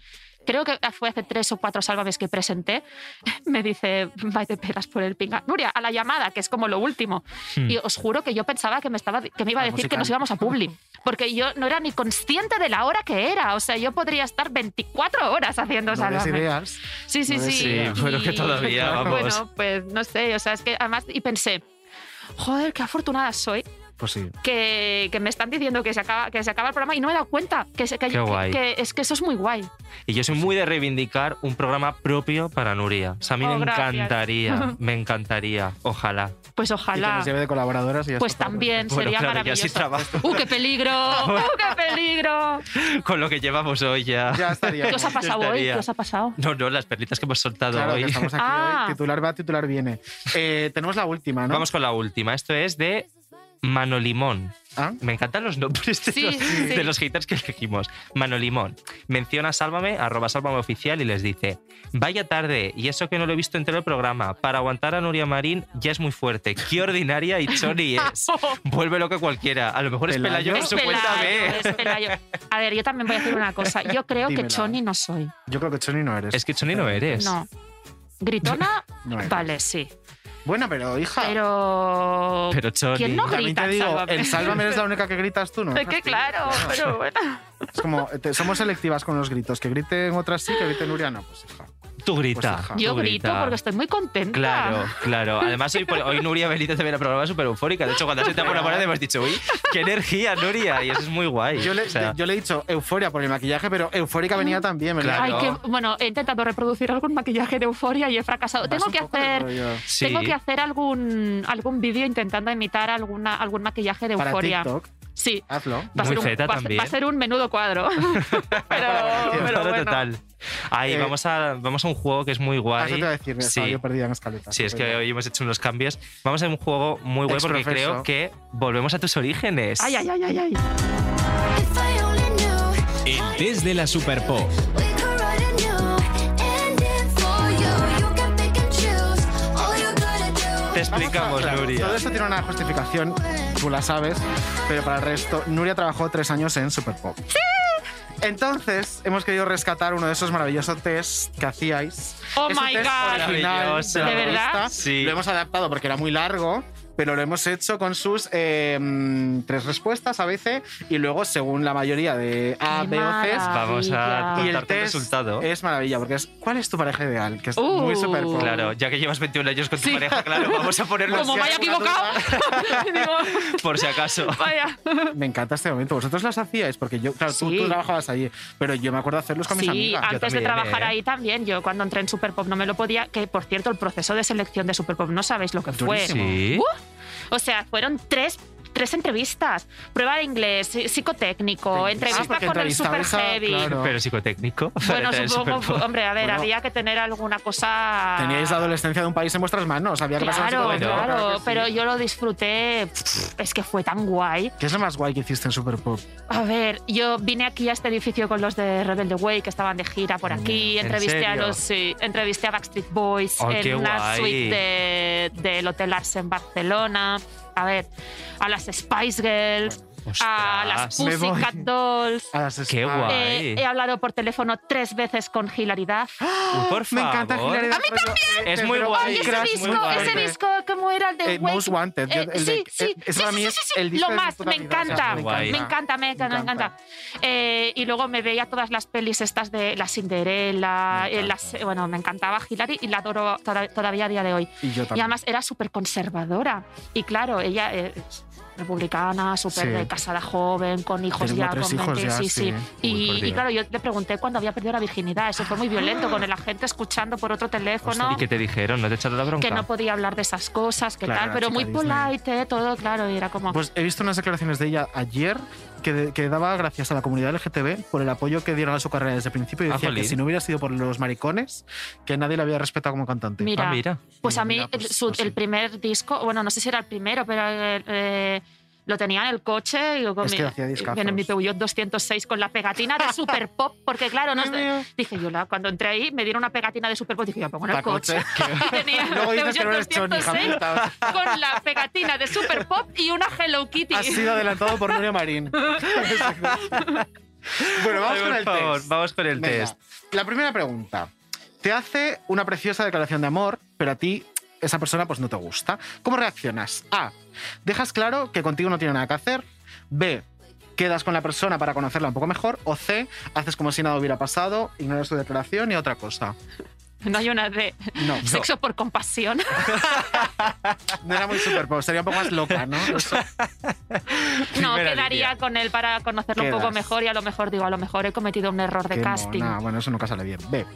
[SPEAKER 6] creo que fue hace tres o cuatro sálvames que presenté. Me dice, vaya de pelas por el pinga. Nuria, a la llamada, que es como lo último.
[SPEAKER 12] Hmm.
[SPEAKER 6] Y os juro que yo pensaba que me, estaba, que me iba a
[SPEAKER 12] Al
[SPEAKER 6] decir
[SPEAKER 12] musical.
[SPEAKER 6] que nos íbamos a Publi. Porque yo no era ni consciente de la hora que era. O sea, yo podría estar 24 horas haciendo
[SPEAKER 4] No des
[SPEAKER 6] sálvame.
[SPEAKER 4] ideas.
[SPEAKER 6] Sí, sí,
[SPEAKER 4] No
[SPEAKER 6] sí.
[SPEAKER 4] des ideas.
[SPEAKER 3] Sí, bueno, que todavía, vamos.
[SPEAKER 6] Bueno, pues no sé, o sea, es que además, y pensé, joder, qué afortunada soy
[SPEAKER 4] Pues sí.
[SPEAKER 6] que, que me están diciendo que se, acaba, que se acaba el programa y no me he dado cuenta. Que, se- que,
[SPEAKER 3] Qué
[SPEAKER 6] que-
[SPEAKER 3] guay.
[SPEAKER 6] que es que eso es muy guay.
[SPEAKER 3] Y yo soy muy de reivindicar un programa propio para Nuria. O sea, a mí
[SPEAKER 6] Oh,
[SPEAKER 3] me
[SPEAKER 6] gracias.
[SPEAKER 3] encantaría, me encantaría. Ojalá.
[SPEAKER 6] Pues
[SPEAKER 4] Y que
[SPEAKER 6] ojalá.
[SPEAKER 4] nos lleve de colaboradoras y ya
[SPEAKER 6] Pues
[SPEAKER 4] está.
[SPEAKER 6] también
[SPEAKER 3] Bueno,
[SPEAKER 6] sería
[SPEAKER 3] claro, ya
[SPEAKER 6] maravilloso.
[SPEAKER 3] sí trabajo.
[SPEAKER 6] ¡Uh, qué peligro! ¡Uh, qué peligro!
[SPEAKER 3] Con lo que llevamos hoy ya.
[SPEAKER 4] Ya estaría.
[SPEAKER 6] ¿Qué os ha pasado hoy?
[SPEAKER 3] Estaría.
[SPEAKER 6] ¿Qué os ha pasado?
[SPEAKER 3] No, no, las perlitas que hemos soltado
[SPEAKER 4] Claro,
[SPEAKER 3] hoy.
[SPEAKER 4] que estamos aquí
[SPEAKER 6] Ah.
[SPEAKER 4] hoy. Titular va, titular viene. Eh, tenemos la última, ¿no?
[SPEAKER 3] Vamos con la última. Esto es de Manolimón.
[SPEAKER 4] Ah.
[SPEAKER 3] Me encantan los nombres de,
[SPEAKER 6] Sí,
[SPEAKER 3] los,
[SPEAKER 6] sí.
[SPEAKER 3] de los haters que elegimos. Manolimón. Menciona Sálvame, arroba Sálvame Oficial y les dice: Vaya tarde, y eso que no lo he visto entero el programa. Para aguantar a Nuria Marín ya es muy fuerte. Qué ordinaria y choni es. Vuelve loca cualquiera. A lo mejor es Pelayo
[SPEAKER 4] Pelayo.
[SPEAKER 3] por
[SPEAKER 6] Es
[SPEAKER 3] su cuenta
[SPEAKER 6] Pelayo,
[SPEAKER 3] B.
[SPEAKER 6] es Pelayo. A ver, yo también voy a decir una cosa. Yo creo que
[SPEAKER 4] Dímela.
[SPEAKER 6] Choni no soy.
[SPEAKER 4] Yo creo que Choni no eres.
[SPEAKER 3] Es que choni no eres.
[SPEAKER 6] No. Gritona,
[SPEAKER 4] No eres.
[SPEAKER 6] vale, sí.
[SPEAKER 4] Bueno, pero hija.
[SPEAKER 6] Pero.
[SPEAKER 3] Pero choni.
[SPEAKER 6] ¿Quién no
[SPEAKER 4] También
[SPEAKER 6] grita?
[SPEAKER 4] te
[SPEAKER 6] en
[SPEAKER 4] digo,
[SPEAKER 6] Sálvame?
[SPEAKER 4] en Sálvame eres la única que gritas tú, ¿no?
[SPEAKER 6] Es que claro, pero bueno.
[SPEAKER 4] Es como, te- somos selectivas con los gritos. Que griten otras sí, que griten Nuria no. Pues hija.
[SPEAKER 3] Tú grita.
[SPEAKER 4] Pues, hija.
[SPEAKER 3] tú
[SPEAKER 6] Yo grito
[SPEAKER 3] grita.
[SPEAKER 6] porque estoy muy contenta.
[SPEAKER 3] Claro, claro. Además, hoy, por- hoy Nuria Benítez también ha programa súper eufórica. De hecho, cuando has entrado por la morada hemos dicho, uy, qué energía, Nuria. Y eso es muy guay.
[SPEAKER 4] Yo le,
[SPEAKER 3] O sea,
[SPEAKER 4] yo le he dicho euforia por el maquillaje, pero eufórica venía también, ¿verdad?
[SPEAKER 6] Mm. Ay,
[SPEAKER 3] Claro.
[SPEAKER 6] que, bueno, he intentado reproducir algún maquillaje de euforia y he fracasado.
[SPEAKER 4] Vas
[SPEAKER 6] Tengo
[SPEAKER 4] un
[SPEAKER 6] que,
[SPEAKER 4] poco de
[SPEAKER 6] hacer,
[SPEAKER 4] rollo.
[SPEAKER 3] sí.
[SPEAKER 6] tengo que hacer algún, algún vídeo intentando imitar alguna, algún maquillaje de
[SPEAKER 4] Para
[SPEAKER 6] euforia.
[SPEAKER 4] TikTok,
[SPEAKER 6] Sí.
[SPEAKER 4] hazlo.
[SPEAKER 6] Va a,
[SPEAKER 3] Muy
[SPEAKER 6] ser un,
[SPEAKER 3] feta
[SPEAKER 6] va a ser-
[SPEAKER 3] también.
[SPEAKER 6] va a ser un menudo cuadro. pero, pero
[SPEAKER 3] Claro,
[SPEAKER 6] bueno.
[SPEAKER 3] total. Ahí
[SPEAKER 4] Eh,
[SPEAKER 3] vamos, a, vamos a un juego que es muy guay.
[SPEAKER 4] Eso te iba a decir, estaba
[SPEAKER 3] Sí.
[SPEAKER 4] yo perdida en escaleta.
[SPEAKER 3] Sí, es que
[SPEAKER 4] Perdida.
[SPEAKER 3] hoy hemos hecho unos cambios. Vamos a un juego muy guay porque creo
[SPEAKER 4] Exprofeso.
[SPEAKER 3] que volvemos a tus orígenes.
[SPEAKER 6] Ay, ay, ay, ay, ay.
[SPEAKER 13] El test de la Super Pop.
[SPEAKER 4] Te explicamos, Nuria. Todo esto tiene una justificación, tú la sabes, pero para el resto, Nuria trabajó tres años en Super Pop. Entonces, hemos querido rescatar uno de esos maravillosos tests que hacíais.
[SPEAKER 6] Oh
[SPEAKER 4] Es un
[SPEAKER 6] my
[SPEAKER 4] test
[SPEAKER 6] God.
[SPEAKER 4] original
[SPEAKER 6] Maravilloso.
[SPEAKER 4] de la
[SPEAKER 6] ¿De verdad?
[SPEAKER 4] revista.
[SPEAKER 3] Sí.
[SPEAKER 4] Lo hemos adaptado porque era muy largo, pero lo hemos hecho con sus eh, mm, tres respuestas a veces y luego según la mayoría de A,
[SPEAKER 6] ¡Qué
[SPEAKER 4] B o C.
[SPEAKER 3] Vamos a maravilla!
[SPEAKER 4] Y el
[SPEAKER 3] contarte el
[SPEAKER 4] test
[SPEAKER 3] resultado.
[SPEAKER 4] Es maravilla, porque es ¿cuál es tu pareja ideal? Que es
[SPEAKER 6] Uh.
[SPEAKER 4] muy super pop.
[SPEAKER 3] Claro, ya que llevas 21 años con tu pareja, claro, vamos a ponerlo
[SPEAKER 6] Como
[SPEAKER 3] así,
[SPEAKER 6] me haya equivocado, digo,
[SPEAKER 3] por si acaso.
[SPEAKER 6] vaya.
[SPEAKER 4] Me encanta este momento. Vosotros las hacíais porque yo, claro, tú,
[SPEAKER 6] Sí.
[SPEAKER 4] tú trabajabas allí, pero yo me acuerdo hacerlos con mis
[SPEAKER 6] Sí,
[SPEAKER 4] amigas. ¿eh?
[SPEAKER 6] antes de trabajar ahí también, yo cuando entré en Superpop no me lo podía, que por cierto el proceso de selección de Superpop no sabéis lo que fue.
[SPEAKER 3] Durísimo. Sí.
[SPEAKER 6] Uh, o sea, fueron tres, tres entrevistas, prueba de inglés, psi- psicotécnico,
[SPEAKER 4] Sí,
[SPEAKER 6] entrevista
[SPEAKER 4] porque
[SPEAKER 6] con el Super
[SPEAKER 4] entrevistabas a-
[SPEAKER 6] Heavy.
[SPEAKER 4] claro.
[SPEAKER 3] Pero psicotécnico.
[SPEAKER 6] Bueno,
[SPEAKER 3] Parece el
[SPEAKER 6] supongo,
[SPEAKER 3] Super Bowl.
[SPEAKER 6] hombre, a ver,
[SPEAKER 4] Bueno.
[SPEAKER 6] había que tener alguna cosa...
[SPEAKER 4] Teníais la adolescencia de un país en vuestras manos. Había que pasar
[SPEAKER 6] Claro,
[SPEAKER 4] por
[SPEAKER 6] claro,
[SPEAKER 4] dentro, que sí.
[SPEAKER 6] pero yo lo disfruté, pff, es que fue tan guay.
[SPEAKER 4] ¿Qué es lo más guay que hiciste en Super Pop?
[SPEAKER 6] A ver, yo vine aquí a este edificio con los de Rebel the Way que estaban de gira por aquí.
[SPEAKER 3] Mm, ¿En
[SPEAKER 6] Entrevisté a
[SPEAKER 3] serio?
[SPEAKER 6] los sí, entrevisté a Backstreet Boys
[SPEAKER 3] Oh, qué
[SPEAKER 6] en una
[SPEAKER 3] guay.
[SPEAKER 6] suite de- del Hotel Arce en Barcelona. A ver, a las Spice Girls, a las
[SPEAKER 3] ostras. Me voy.
[SPEAKER 6] Pussycat Dolls.
[SPEAKER 4] A las
[SPEAKER 3] Qué
[SPEAKER 4] spa-
[SPEAKER 3] guay.
[SPEAKER 6] Eh, he hablado por teléfono tres veces con Hilaridad.
[SPEAKER 3] Uy, por
[SPEAKER 4] Me encanta
[SPEAKER 3] favor.
[SPEAKER 4] Hilaridad.
[SPEAKER 6] ¡A mí
[SPEAKER 4] también!
[SPEAKER 3] Es muy guay.
[SPEAKER 6] Oye, ese
[SPEAKER 3] Crash,
[SPEAKER 6] disco,
[SPEAKER 3] muy guay.
[SPEAKER 6] ese disco, ¿cómo era el de
[SPEAKER 4] Eh, Most Wanted, yo-
[SPEAKER 6] Eh,
[SPEAKER 4] el de-
[SPEAKER 6] sí, sí,
[SPEAKER 4] eh, ese
[SPEAKER 6] sí,
[SPEAKER 4] para
[SPEAKER 6] sí,
[SPEAKER 4] mí
[SPEAKER 6] sí,
[SPEAKER 4] es
[SPEAKER 6] sí, sí,
[SPEAKER 4] el disco
[SPEAKER 6] lo
[SPEAKER 4] de mi
[SPEAKER 6] más,
[SPEAKER 4] puta
[SPEAKER 6] me
[SPEAKER 4] vida, o sea,
[SPEAKER 6] encanta,
[SPEAKER 3] muy
[SPEAKER 6] me
[SPEAKER 3] guay.
[SPEAKER 6] encanta, me encanta, me encanta. Eh, y luego me veía todas las pelis estas de La Cinderella,
[SPEAKER 4] Me
[SPEAKER 6] eh, las, eh, bueno, me encantaba Hilary y la adoro toda- todavía a día de hoy.
[SPEAKER 4] Y yo
[SPEAKER 6] Y
[SPEAKER 4] también.
[SPEAKER 6] además era súper conservadora. Y claro, ella eh, es republicana, súper
[SPEAKER 4] Sí.
[SPEAKER 6] de casada joven, con hijos
[SPEAKER 4] Tengo
[SPEAKER 6] ya,
[SPEAKER 4] tres
[SPEAKER 6] con
[SPEAKER 4] hijos
[SPEAKER 6] 20,
[SPEAKER 4] ya,
[SPEAKER 6] sí,
[SPEAKER 4] sí.
[SPEAKER 6] sí.
[SPEAKER 4] Uy, por
[SPEAKER 6] Y, y
[SPEAKER 4] Dios.
[SPEAKER 6] claro, yo le pregunté cuándo había perdido la virginidad. Eso fue muy violento, con el agente escuchando por otro teléfono
[SPEAKER 3] ¿Y qué te dijeron? ¿No te echaron la bronca?
[SPEAKER 6] que no podía hablar de esas cosas, que
[SPEAKER 4] Claro,
[SPEAKER 6] tal,
[SPEAKER 4] la
[SPEAKER 6] pero
[SPEAKER 4] chica
[SPEAKER 6] muy
[SPEAKER 4] Disney.
[SPEAKER 6] polite, eh, todo, claro, y era como...
[SPEAKER 4] Pues he visto unas declaraciones de ella ayer que, de- que daba gracias a la comunidad LGTB por el apoyo que dieron a su carrera desde el principio y
[SPEAKER 3] Ah,
[SPEAKER 4] decía que
[SPEAKER 3] jolín.
[SPEAKER 4] si no hubiera sido por los maricones, que nadie la había respetado como cantante.
[SPEAKER 6] mira,
[SPEAKER 3] Ah, mira.
[SPEAKER 6] pues a mí
[SPEAKER 4] Mira, pues,
[SPEAKER 6] el- su-
[SPEAKER 4] pues sí.
[SPEAKER 6] el primer disco, bueno, no sé si era el primero, pero eh, eh, lo tenía en el coche y yo con
[SPEAKER 4] Es
[SPEAKER 6] mi-
[SPEAKER 4] que hacía discazos.
[SPEAKER 6] en mi Peugeot 206 con la pegatina de Super Pop, porque claro, no, dije yo, la- cuando entré ahí me dieron una pegatina de Super Pop, dije yo, pongo en el
[SPEAKER 4] Pa' coche.
[SPEAKER 6] coche. Y tenía
[SPEAKER 4] Luego
[SPEAKER 6] el
[SPEAKER 4] dices que no eres
[SPEAKER 6] Peugeot
[SPEAKER 4] choni, hija
[SPEAKER 6] 206
[SPEAKER 4] puta, o sea.
[SPEAKER 6] con la pegatina de Super Pop y una Hello Kitty.
[SPEAKER 4] Ha sido adelantado por Nuria Marín. bueno, vamos
[SPEAKER 3] Ay,
[SPEAKER 4] con
[SPEAKER 3] por
[SPEAKER 4] el
[SPEAKER 3] favor,
[SPEAKER 4] test.
[SPEAKER 3] vamos con el
[SPEAKER 4] Venga,
[SPEAKER 3] test.
[SPEAKER 4] La primera pregunta. Te hace una preciosa declaración de amor, pero a ti esa persona pues no te gusta. ¿Cómo reaccionas? A. Dejas claro que contigo no tiene nada que hacer. B. Quedas con la persona para conocerla un poco mejor. O C. Haces como si nada hubiera pasado, ignoras su declaración y otra cosa.
[SPEAKER 6] No hay una de
[SPEAKER 4] No,
[SPEAKER 6] sexo por compasión.
[SPEAKER 4] no era muy super pop, sería un poco más loca, ¿no? Eso.
[SPEAKER 6] No,
[SPEAKER 3] Primera
[SPEAKER 6] quedaría
[SPEAKER 3] línea.
[SPEAKER 6] con él para conocerlo un poco
[SPEAKER 4] Quedas.
[SPEAKER 6] mejor y a lo mejor digo, a lo mejor he cometido un error de
[SPEAKER 4] Qué
[SPEAKER 6] casting.
[SPEAKER 4] mona. Bueno, eso nunca sale bien. B.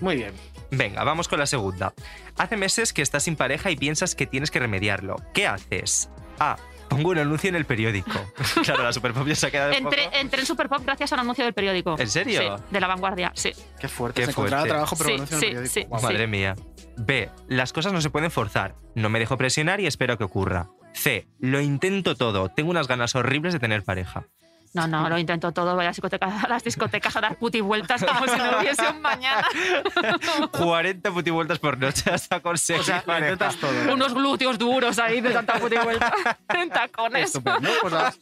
[SPEAKER 4] Muy bien.
[SPEAKER 3] Venga, vamos con la segunda. Hace meses que estás sin pareja y piensas que tienes que remediarlo. ¿Qué haces? A. Pongo un anuncio en el periódico. claro, la Superpop ya se ha quedado un
[SPEAKER 6] Entré,
[SPEAKER 3] poco.
[SPEAKER 6] entré en Superpop gracias a un anuncio del periódico.
[SPEAKER 3] ¿En serio?
[SPEAKER 6] Sí, de La Vanguardia, sí.
[SPEAKER 4] Qué fuerte.
[SPEAKER 3] Qué
[SPEAKER 4] Se encontraba
[SPEAKER 3] fuerte.
[SPEAKER 4] trabajo, pero
[SPEAKER 6] Sí,
[SPEAKER 4] renunció en
[SPEAKER 6] sí,
[SPEAKER 4] el periódico.
[SPEAKER 6] sí.
[SPEAKER 4] Guau.
[SPEAKER 3] Madre mía. B. Las cosas no se pueden forzar. No me dejo presionar y espero que ocurra. C. Lo intento todo. Tengo unas ganas horribles de tener pareja.
[SPEAKER 6] No, no, lo intento todo, voy a, discoteca- a las discotecas a dar puti vueltas como si no hubiese un mañana.
[SPEAKER 3] 40 putivueltas por noche hasta conseguir
[SPEAKER 4] O sea, lo
[SPEAKER 3] pareja.
[SPEAKER 4] intentas todo.
[SPEAKER 6] Unos glúteos duros ahí de tanta puti vuelta en tacones.
[SPEAKER 4] Estupendo. Pues vamos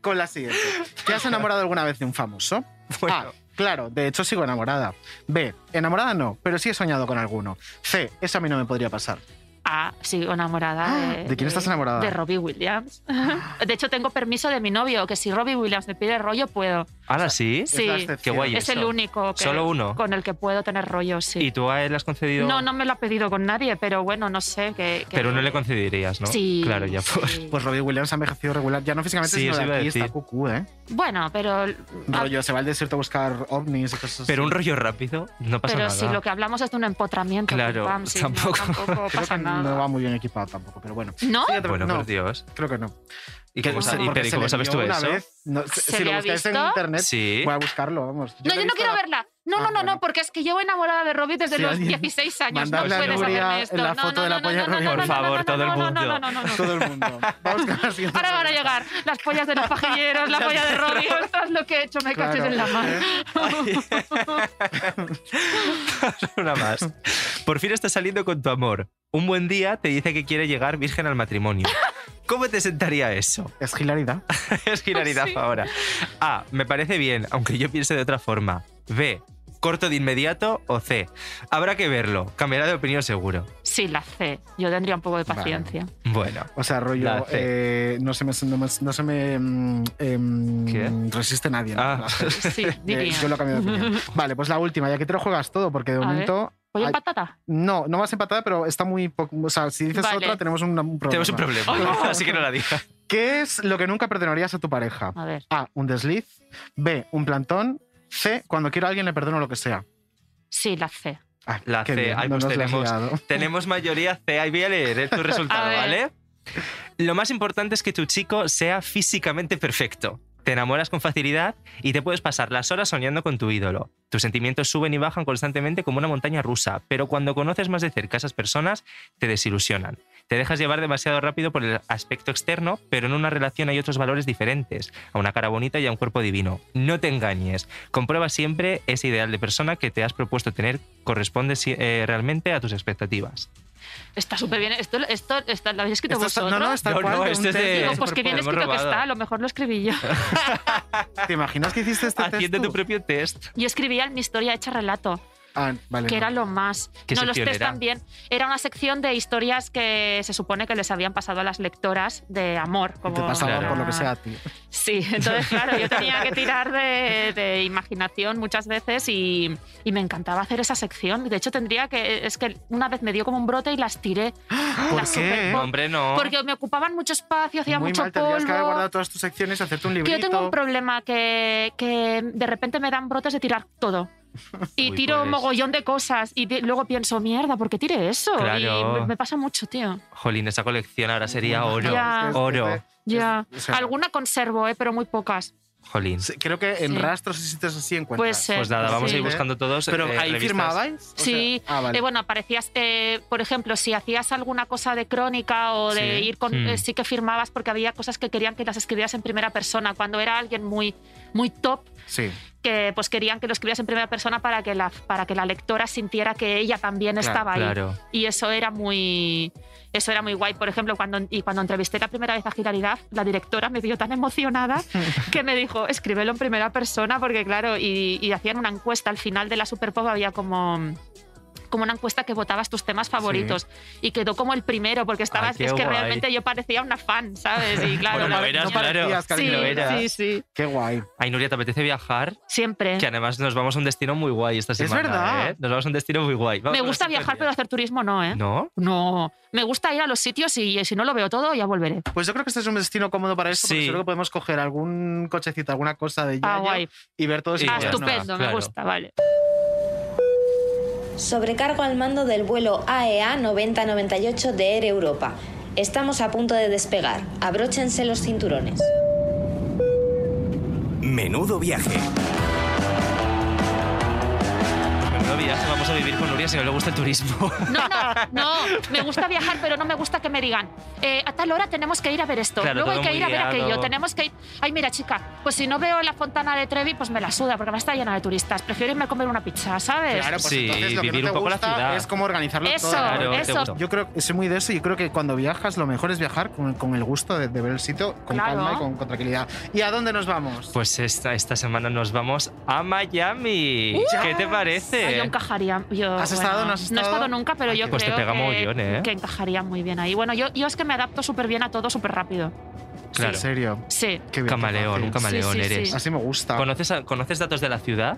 [SPEAKER 4] con la siguiente. ¿Te has enamorado alguna vez de un famoso?
[SPEAKER 3] Bueno.
[SPEAKER 4] A. Claro, de hecho sigo enamorada. B. Enamorada no, pero sí he soñado con alguno. C. Eso a mí no me podría pasar.
[SPEAKER 6] Ah, sí,
[SPEAKER 3] Ah,
[SPEAKER 6] enamorada.
[SPEAKER 4] ¿De quién estás enamorada?
[SPEAKER 6] De Robbie Williams. De hecho, tengo permiso de mi novio, que si Robbie Williams me pide rollo, puedo.
[SPEAKER 3] ¿Ahora sí?
[SPEAKER 6] Sí.
[SPEAKER 4] la excepción.
[SPEAKER 3] Qué guay.
[SPEAKER 6] Es el
[SPEAKER 3] eso.
[SPEAKER 6] único que-
[SPEAKER 3] ¿Solo uno?
[SPEAKER 6] con el que puedo tener rollo, sí.
[SPEAKER 3] ¿Y tú a él has concedido?
[SPEAKER 6] No, no me lo ha pedido con nadie, pero bueno, no sé. Que, que-
[SPEAKER 3] Pero no le concederías, ¿no?
[SPEAKER 6] Sí.
[SPEAKER 3] Claro, ya
[SPEAKER 6] sí.
[SPEAKER 3] pues.
[SPEAKER 4] Pues Robbie Williams ha envejecido regular, ya no físicamente,
[SPEAKER 3] Sí,
[SPEAKER 4] sino
[SPEAKER 3] eso
[SPEAKER 4] de
[SPEAKER 3] iba a
[SPEAKER 4] aquí,
[SPEAKER 3] decir.
[SPEAKER 4] está cucú, ¿eh?
[SPEAKER 6] Bueno, pero.
[SPEAKER 4] Rollo, se va al desierto a buscar ovnis y cosas
[SPEAKER 3] Pero un
[SPEAKER 4] así.
[SPEAKER 3] rollo rápido no pasa
[SPEAKER 6] pero
[SPEAKER 3] nada.
[SPEAKER 6] si lo que hablamos es de un empotramiento.
[SPEAKER 3] Claro,
[SPEAKER 6] pam, pam, sí, no,
[SPEAKER 3] tampoco.
[SPEAKER 6] tampoco
[SPEAKER 4] Creo
[SPEAKER 6] pasa
[SPEAKER 4] que no
[SPEAKER 6] nada.
[SPEAKER 4] va muy bien equipado tampoco, pero bueno.
[SPEAKER 6] ¿No?
[SPEAKER 4] Siguiente-
[SPEAKER 3] Bueno,
[SPEAKER 4] no,
[SPEAKER 3] por Dios.
[SPEAKER 4] creo que no.
[SPEAKER 12] ¿Y
[SPEAKER 4] Que-
[SPEAKER 12] cómo, sa-
[SPEAKER 4] porque
[SPEAKER 12] y- pero, ¿y
[SPEAKER 4] se
[SPEAKER 12] cómo
[SPEAKER 4] le
[SPEAKER 12] sabes
[SPEAKER 4] vio
[SPEAKER 12] tú
[SPEAKER 4] una
[SPEAKER 12] eso?
[SPEAKER 4] vez, ¿eh? no,
[SPEAKER 6] ¿Se
[SPEAKER 4] si- si
[SPEAKER 6] le
[SPEAKER 4] lo
[SPEAKER 6] ha
[SPEAKER 4] buscáis en
[SPEAKER 6] visto?
[SPEAKER 4] internet,
[SPEAKER 12] Sí.
[SPEAKER 4] voy a buscarlo, vamos.
[SPEAKER 6] No,
[SPEAKER 4] le
[SPEAKER 6] yo
[SPEAKER 4] he
[SPEAKER 6] no
[SPEAKER 4] visto
[SPEAKER 6] quiero
[SPEAKER 4] la-
[SPEAKER 6] verla. No, no, no, no, porque es que llevo enamorada de Robbie desde
[SPEAKER 4] Si
[SPEAKER 6] los
[SPEAKER 4] alguien-
[SPEAKER 6] 16 años. No
[SPEAKER 4] mandarle a
[SPEAKER 6] puedes
[SPEAKER 4] Nuria
[SPEAKER 6] hacerme esto.
[SPEAKER 4] la
[SPEAKER 6] No,
[SPEAKER 4] foto
[SPEAKER 6] no,
[SPEAKER 4] de la
[SPEAKER 6] no, no,
[SPEAKER 4] polla
[SPEAKER 6] no,
[SPEAKER 4] de
[SPEAKER 6] no,
[SPEAKER 4] Robbie.
[SPEAKER 6] no,
[SPEAKER 4] Por
[SPEAKER 6] no, no,
[SPEAKER 12] favor,
[SPEAKER 6] no,
[SPEAKER 12] todo el
[SPEAKER 6] no, no,
[SPEAKER 12] mundo.
[SPEAKER 6] No, no, no, no, no.
[SPEAKER 4] Todo el mundo.
[SPEAKER 6] Ahora van a llegar las pollas de los pajilleros, la polla de Robbie. Ostras, lo que he hecho, me
[SPEAKER 4] Claro. Eh.
[SPEAKER 6] caches en la mano.
[SPEAKER 3] Una más. Por fin estás saliendo con tu amor. Un buen día te dice que quiere llegar virgen al matrimonio. ¿Cómo te sentaría eso?
[SPEAKER 4] Es hilaridad.
[SPEAKER 3] es hilaridad
[SPEAKER 12] Sí.
[SPEAKER 3] ahora. A. Me parece bien, aunque yo piense de otra forma. B. Corto de inmediato. O C. Habrá que verlo. Cambiará de opinión seguro.
[SPEAKER 6] Sí, la C. Yo tendría un poco de paciencia.
[SPEAKER 3] Bueno.
[SPEAKER 4] O sea,
[SPEAKER 3] La C.
[SPEAKER 4] rollo, eh, no se me, no me- no se me mm, em, resiste nadie. ¿no?
[SPEAKER 3] Ah.
[SPEAKER 4] La C.
[SPEAKER 6] Sí,
[SPEAKER 4] Eh,
[SPEAKER 6] diría.
[SPEAKER 4] yo lo cambio de opinión. Vale, pues la última, ya que te lo juegas todo, porque de
[SPEAKER 6] A ver.
[SPEAKER 4] momento...
[SPEAKER 6] Pollo en
[SPEAKER 4] hay-
[SPEAKER 6] patata.
[SPEAKER 4] no, no vas empatada, pero está muy poco. O sea, si dices
[SPEAKER 6] Vale.
[SPEAKER 4] otra, tenemos un, un problema.
[SPEAKER 3] Tenemos un problema,
[SPEAKER 4] Claro.
[SPEAKER 3] así que no la digas.
[SPEAKER 4] ¿Qué es lo que nunca perdonarías a tu pareja?
[SPEAKER 6] A ver.
[SPEAKER 4] un desliz. B, un plantón. C, cuando quiero a alguien le perdono lo que sea.
[SPEAKER 6] Sí, la C.
[SPEAKER 4] Ah,
[SPEAKER 3] La
[SPEAKER 4] qué
[SPEAKER 3] C.
[SPEAKER 4] bien,
[SPEAKER 3] Ay,
[SPEAKER 4] no
[SPEAKER 3] pues
[SPEAKER 4] nos la has liado.
[SPEAKER 3] tenemos, tenemos mayoría C. Ahí voy a leer eh, tu resultado,
[SPEAKER 6] A ver.
[SPEAKER 3] ¿vale? Lo más importante es que tu chico sea físicamente perfecto. Te enamoras con facilidad y te puedes pasar las horas soñando con tu ídolo. Tus sentimientos suben y bajan constantemente como una montaña rusa, pero cuando conoces más de cerca a esas personas, te desilusionan. Te dejas llevar demasiado rápido por el aspecto externo, pero en una relación hay otros valores diferentes, a una cara bonita y a un cuerpo divino. No te engañes. Comprueba siempre ese ideal de persona que te has propuesto tener corresponde si- eh, realmente a tus expectativas.
[SPEAKER 6] Está súper bien. Esto, esto, esto lo habéis escrito
[SPEAKER 4] Esto está-
[SPEAKER 6] vosotros.
[SPEAKER 4] no, no, está
[SPEAKER 3] No,
[SPEAKER 4] cual,
[SPEAKER 3] no,
[SPEAKER 4] un
[SPEAKER 3] esto es
[SPEAKER 4] test.
[SPEAKER 3] de-
[SPEAKER 6] Digo, pues qué bien
[SPEAKER 3] Hemos
[SPEAKER 6] escrito que
[SPEAKER 3] robado.
[SPEAKER 6] está. A lo mejor lo escribí yo.
[SPEAKER 4] ¿Te imaginas que hiciste este test?
[SPEAKER 3] Haciendo
[SPEAKER 4] tú?
[SPEAKER 3] tu propio test.
[SPEAKER 6] Yo escribía mi historia hecha relato.
[SPEAKER 4] Ah, vale.
[SPEAKER 6] que
[SPEAKER 4] no.
[SPEAKER 6] era lo más.
[SPEAKER 3] ¿Qué
[SPEAKER 6] no, los
[SPEAKER 3] sección
[SPEAKER 6] test
[SPEAKER 3] era?
[SPEAKER 6] también. Era una sección de historias que se supone que les habían pasado a las lectoras de amor. Como
[SPEAKER 4] Te pasaba
[SPEAKER 3] Claro.
[SPEAKER 4] por lo que sea, tío.
[SPEAKER 6] Sí, entonces, claro, yo tenía que tirar de, de imaginación muchas veces y, y me encantaba hacer esa sección. De hecho, tendría que. Es que una vez me dio como un brote y las tiré.
[SPEAKER 4] ¿Por
[SPEAKER 6] Las
[SPEAKER 4] qué?
[SPEAKER 6] super-
[SPEAKER 3] No, hombre, no.
[SPEAKER 6] Porque me ocupaban mucho espacio, Ah, hacía
[SPEAKER 4] Muy
[SPEAKER 6] mucho
[SPEAKER 4] mal,
[SPEAKER 6] polvo.
[SPEAKER 4] tendrías que haber guardado todas tus secciones y hacerte un
[SPEAKER 6] Que
[SPEAKER 4] librito.
[SPEAKER 6] yo tengo un problema que, que de repente me dan brotes de tirar todo. Y
[SPEAKER 3] Uy,
[SPEAKER 6] tiro
[SPEAKER 3] pues.
[SPEAKER 6] mogollón de cosas y de- luego pienso, mierda, ¿por qué tiré eso?
[SPEAKER 3] Claro.
[SPEAKER 6] Y me- me pasa mucho, tío.
[SPEAKER 3] Jolín, esa colección ahora sería
[SPEAKER 4] Muy
[SPEAKER 3] oro.
[SPEAKER 4] mal.
[SPEAKER 6] Ya.
[SPEAKER 3] Oro.
[SPEAKER 6] Ya.
[SPEAKER 4] o sea-
[SPEAKER 6] Alguna conservo, eh, pero muy pocas.
[SPEAKER 3] Jolín.
[SPEAKER 4] Sí, Creo que en
[SPEAKER 6] Sí.
[SPEAKER 4] rastros y sitios así encuentras.
[SPEAKER 6] Puede ser.
[SPEAKER 3] Pues nada, vamos a ir
[SPEAKER 6] Sí.
[SPEAKER 3] buscando todos.
[SPEAKER 4] Pero
[SPEAKER 3] eh,
[SPEAKER 4] ahí
[SPEAKER 3] revistas.
[SPEAKER 4] firmabais. O sea-
[SPEAKER 6] Sí,
[SPEAKER 4] ah, vale.
[SPEAKER 6] Eh, bueno, aparecías, eh, por ejemplo, si hacías alguna cosa de crónica o de
[SPEAKER 4] Sí. Hmm.
[SPEAKER 6] ir con,
[SPEAKER 3] Mm.
[SPEAKER 6] eh, sí que firmabas porque había cosas que querían que las escribieras en primera persona. Cuando era alguien muy, muy top,
[SPEAKER 4] Sí.
[SPEAKER 6] que pues querían que lo escribieras en primera persona para que la, para que la lectora sintiera que ella también
[SPEAKER 4] Claro,
[SPEAKER 6] estaba ahí.
[SPEAKER 3] claro.
[SPEAKER 6] Y eso era muy eso era muy guay. Por ejemplo, cuando, y cuando entrevisté la primera vez a Hilaridad, la directora me vio tan emocionada que me dijo, escríbelo en primera persona, porque claro, y, y hacían una encuesta. Al final de la Superpop había como como una encuesta que votabas tus temas favoritos y quedó como el primero porque estabas
[SPEAKER 3] qué
[SPEAKER 6] es que
[SPEAKER 3] guay.
[SPEAKER 6] realmente yo parecía una fan sabes y claro
[SPEAKER 3] Bueno,
[SPEAKER 6] la-
[SPEAKER 3] lo eras,
[SPEAKER 4] no
[SPEAKER 3] claro.
[SPEAKER 4] parecías,
[SPEAKER 6] sí,
[SPEAKER 4] cariño, lo eras.
[SPEAKER 6] sí sí
[SPEAKER 4] Qué guay.
[SPEAKER 3] Ay, Nuria, ¿te apetece viajar?
[SPEAKER 6] siempre
[SPEAKER 3] Que además nos vamos a un destino muy guay esta semana.
[SPEAKER 4] verdad.
[SPEAKER 3] ¿eh? Nos vamos a un destino muy guay. Vamos
[SPEAKER 6] me
[SPEAKER 3] a la
[SPEAKER 6] gusta viajar
[SPEAKER 3] sintonía.
[SPEAKER 6] pero hacer turismo no eh
[SPEAKER 3] ¿No?
[SPEAKER 6] No, me gusta ir a los sitios y eh, si no lo veo todo, ya volveré.
[SPEAKER 4] Pues yo creo que este es un destino cómodo para esto,
[SPEAKER 3] Sí.
[SPEAKER 4] porque seguro que podemos coger algún cochecito, alguna cosa de
[SPEAKER 6] Ah,
[SPEAKER 4] Yayo
[SPEAKER 6] guay.
[SPEAKER 4] y ver todos
[SPEAKER 3] Y
[SPEAKER 6] Ah,
[SPEAKER 3] ya
[SPEAKER 4] sitios
[SPEAKER 6] estupendo,
[SPEAKER 3] está,
[SPEAKER 6] me
[SPEAKER 3] claro.
[SPEAKER 6] gusta, vale.
[SPEAKER 15] Sobrecargo al mando del vuelo E AEA 9098 de Air Europa. Estamos a punto de despegar. Abróchense los cinturones.
[SPEAKER 13] Menudo viaje.
[SPEAKER 3] Menudo viaje vamos a vivir con Nuria si no le gusta el turismo.
[SPEAKER 6] No, no, no, me gusta viajar, pero no me gusta que me digan, eh, a tal hora tenemos que ir a ver esto,
[SPEAKER 3] Claro,
[SPEAKER 6] luego hay
[SPEAKER 3] todo
[SPEAKER 6] que
[SPEAKER 3] muy
[SPEAKER 6] ir a ver
[SPEAKER 3] guiado.
[SPEAKER 6] aquello, tenemos que ir... Ay, mira, chica, pues si no veo la fontana de Trevi, pues me la suda, porque va a estar llena de turistas. Prefiero irme a comer una pizza, ¿sabes?
[SPEAKER 4] Claro, pues
[SPEAKER 3] Sí,
[SPEAKER 4] entonces lo que
[SPEAKER 3] vivir
[SPEAKER 4] no
[SPEAKER 3] un
[SPEAKER 4] te
[SPEAKER 3] poco la
[SPEAKER 4] gusta
[SPEAKER 3] ciudad.
[SPEAKER 4] es cómo organizarlo
[SPEAKER 6] Eso,
[SPEAKER 4] todo.
[SPEAKER 3] Claro, te
[SPEAKER 6] eso.
[SPEAKER 3] gusta.
[SPEAKER 4] Yo creo que soy muy de eso. Yo creo que cuando viajas, lo mejor es viajar con, con el gusto de, de ver el sitio con
[SPEAKER 6] Claro.
[SPEAKER 4] calma y con, con tranquilidad. ¿Y a dónde nos vamos?
[SPEAKER 3] Pues esta, esta semana nos vamos a Miami. ¿Qué te
[SPEAKER 6] Ay, yo
[SPEAKER 3] parece?
[SPEAKER 6] encajaría. Yo,
[SPEAKER 4] ¿Has
[SPEAKER 6] bueno,
[SPEAKER 4] estado? ¿No has
[SPEAKER 6] No he estado
[SPEAKER 4] estado?
[SPEAKER 6] nunca, pero
[SPEAKER 4] Ay,
[SPEAKER 6] yo
[SPEAKER 3] pues te
[SPEAKER 6] creo
[SPEAKER 3] pega
[SPEAKER 6] que,
[SPEAKER 3] mogollón, ¿eh?
[SPEAKER 6] que encajaría muy bien ahí. Bueno, yo, yo es que me adapto súper bien a todo súper rápido.
[SPEAKER 3] Claro.
[SPEAKER 4] En serio.
[SPEAKER 6] Sí.
[SPEAKER 4] Qué bien, qué
[SPEAKER 3] Camaleón,
[SPEAKER 4] fácil.
[SPEAKER 3] un camaleón
[SPEAKER 6] Sí, sí, sí.
[SPEAKER 3] eres.
[SPEAKER 4] Así me gusta.
[SPEAKER 3] ¿Conoces, a- ¿Conoces datos de la ciudad?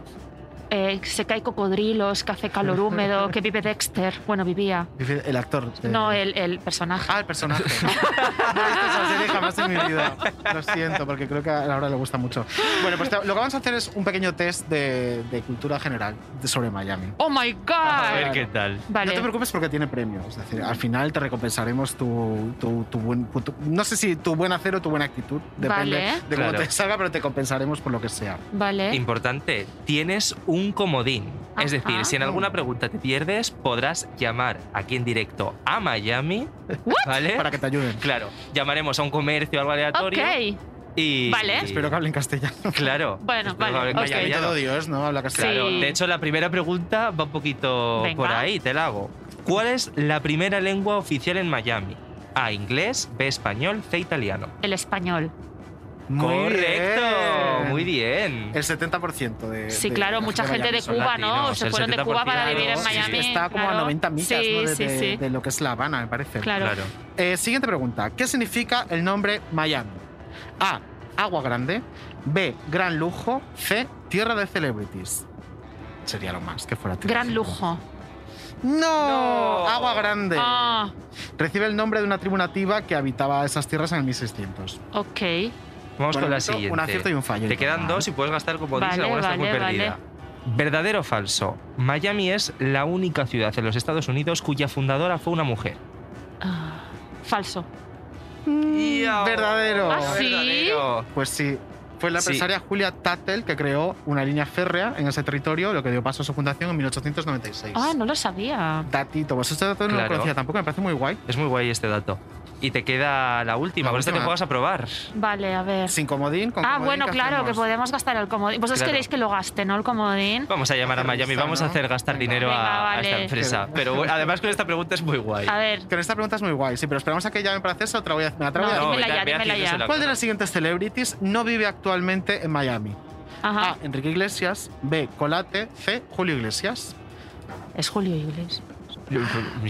[SPEAKER 6] eh, se cae cocodrilos, que hace calor húmedo, que vive Dexter. Bueno, vivía.
[SPEAKER 4] El actor. eh,
[SPEAKER 6] No, el, el personaje.
[SPEAKER 4] Ah, el personaje. No he visto esa serie jamás en mi vida. Lo siento, porque creo que a Laura le gusta mucho. Bueno, pues te- lo que vamos a hacer es un pequeño test de, de cultura general de- sobre Miami.
[SPEAKER 6] ¡Oh, my
[SPEAKER 4] A
[SPEAKER 6] God!
[SPEAKER 4] ver qué
[SPEAKER 3] tal.
[SPEAKER 6] Vale.
[SPEAKER 4] No te preocupes porque tiene premio. Es decir, al final te recompensaremos tu, tu, tu buen. tu- no sé si tu buen hacer o tu buena actitud. Depende
[SPEAKER 6] Vale.
[SPEAKER 4] de cómo
[SPEAKER 3] Claro.
[SPEAKER 4] te salga, pero te compensaremos por lo que sea.
[SPEAKER 6] Vale.
[SPEAKER 3] Importante, tienes un comodín. Es
[SPEAKER 6] ¿Eh? Ajá.
[SPEAKER 3] decir, si en alguna pregunta te pierdes, podrás llamar aquí en directo a Miami.
[SPEAKER 6] ¿Eh?
[SPEAKER 3] ¿Vale?
[SPEAKER 4] Para que te ayuden.
[SPEAKER 3] Claro, llamaremos a un comercio o algo aleatorio.
[SPEAKER 6] Ok.
[SPEAKER 3] Y.
[SPEAKER 6] Vale.
[SPEAKER 4] Espero que hablen castellano.
[SPEAKER 3] Claro.
[SPEAKER 6] Bueno,
[SPEAKER 3] Espero que
[SPEAKER 6] vale,
[SPEAKER 3] hablen
[SPEAKER 6] ok.
[SPEAKER 4] Y
[SPEAKER 3] castellano.
[SPEAKER 4] todo Dios, ¿no? Habla castellano.
[SPEAKER 3] Claro,
[SPEAKER 6] Sí.
[SPEAKER 3] de hecho la primera pregunta va un poquito
[SPEAKER 6] Venga.
[SPEAKER 3] por ahí, te la hago. ¿Cuál es la primera lengua oficial en Miami? A, inglés, B, español, C, italiano.
[SPEAKER 6] El español.
[SPEAKER 4] Muy
[SPEAKER 3] Correcto,
[SPEAKER 4] bien.
[SPEAKER 3] muy bien.
[SPEAKER 4] El 70% de.
[SPEAKER 6] Sí,
[SPEAKER 4] de la
[SPEAKER 6] claro, mucha
[SPEAKER 4] gente
[SPEAKER 6] gente de
[SPEAKER 4] Miami son
[SPEAKER 6] Cuba, ¿no?
[SPEAKER 3] latinos,
[SPEAKER 6] Se
[SPEAKER 3] el
[SPEAKER 6] fueron de Cuba para
[SPEAKER 3] 70%
[SPEAKER 6] vivir en
[SPEAKER 3] sí,
[SPEAKER 6] Miami.
[SPEAKER 4] Está como
[SPEAKER 6] claro.
[SPEAKER 4] a 90 millas
[SPEAKER 6] Sí,
[SPEAKER 4] ¿no? de,
[SPEAKER 6] sí,
[SPEAKER 4] de-
[SPEAKER 6] sí.
[SPEAKER 4] de lo que es La Habana, me parece.
[SPEAKER 6] Claro. Claro.
[SPEAKER 4] Eh, siguiente pregunta. ¿Qué significa el nombre Miami? A. Agua grande. B. Gran lujo. C. Tierra de celebrities. Sería lo más que fuera tierra
[SPEAKER 6] Gran
[SPEAKER 4] de
[SPEAKER 6] lujo.
[SPEAKER 4] celebrities. ¡No! Agua grande.
[SPEAKER 6] Ah,
[SPEAKER 4] Recibe el nombre de una tribu nativa que habitaba esas tierras en el 1600.
[SPEAKER 6] ok.
[SPEAKER 3] Vamos
[SPEAKER 4] Por
[SPEAKER 3] con la
[SPEAKER 4] el momento,
[SPEAKER 3] siguiente.
[SPEAKER 4] un acierto y un fallo.
[SPEAKER 3] Te quedan
[SPEAKER 4] Vale.
[SPEAKER 3] dos y puedes gastar como dices,
[SPEAKER 6] Vale,
[SPEAKER 3] alguna está muy
[SPEAKER 6] vale, vale.
[SPEAKER 3] perdida. ¿Verdadero o falso? Miami es la única ciudad en los Estados Unidos cuya fundadora fue una mujer.
[SPEAKER 6] Ah, falso.
[SPEAKER 4] Mm, Verdadero.
[SPEAKER 6] ¿Ah, sí?
[SPEAKER 3] Verdadero.
[SPEAKER 4] Pues sí. Fue la
[SPEAKER 3] Sí.
[SPEAKER 4] empresaria Julia Tattel que creó una línea férrea en ese territorio, lo que dio paso a su fundación en 1896.
[SPEAKER 6] Ah, no lo sabía.
[SPEAKER 4] Datito, pues este dato no lo
[SPEAKER 3] Claro.
[SPEAKER 4] conocía tampoco, me parece muy guay.
[SPEAKER 3] Es muy guay este dato. Y te queda la última,
[SPEAKER 4] La
[SPEAKER 3] por eso te
[SPEAKER 4] última.
[SPEAKER 3] juegas a probar.
[SPEAKER 6] Vale, a ver.
[SPEAKER 4] Sin comodín, con
[SPEAKER 6] Ah,
[SPEAKER 4] comodín,
[SPEAKER 6] bueno,
[SPEAKER 4] ¿qué
[SPEAKER 6] claro, que
[SPEAKER 4] hacemos?
[SPEAKER 6] podemos gastar el comodín. Vosotros
[SPEAKER 3] Claro.
[SPEAKER 6] queréis que lo gaste, ¿no? El comodín.
[SPEAKER 3] Vamos a llamar a
[SPEAKER 4] Hacer
[SPEAKER 3] Miami,
[SPEAKER 4] lista,
[SPEAKER 3] vamos a
[SPEAKER 4] ¿no?
[SPEAKER 3] hacer gastar
[SPEAKER 4] Venga.
[SPEAKER 3] dinero
[SPEAKER 6] Venga,
[SPEAKER 3] a, a esta
[SPEAKER 6] vale. Ah,
[SPEAKER 3] empresa.
[SPEAKER 4] Pero-
[SPEAKER 3] Pero bueno, además con esta pregunta es muy guay.
[SPEAKER 6] A ver.
[SPEAKER 4] Con esta pregunta es muy guay, sí, pero esperamos a que llamen para hacerse otra voy a- me la traigo
[SPEAKER 6] No,
[SPEAKER 4] ya.
[SPEAKER 6] dímela
[SPEAKER 3] ve-
[SPEAKER 6] ya,
[SPEAKER 3] ve
[SPEAKER 6] dímela ya.
[SPEAKER 3] haciéndosela.
[SPEAKER 4] ¿Cuál de las siguientes celebrities no vive actualmente en Miami?
[SPEAKER 6] Ajá.
[SPEAKER 4] A. Enrique Iglesias. B. Colate. C. Julio Iglesias.
[SPEAKER 6] Es Julio Iglesias.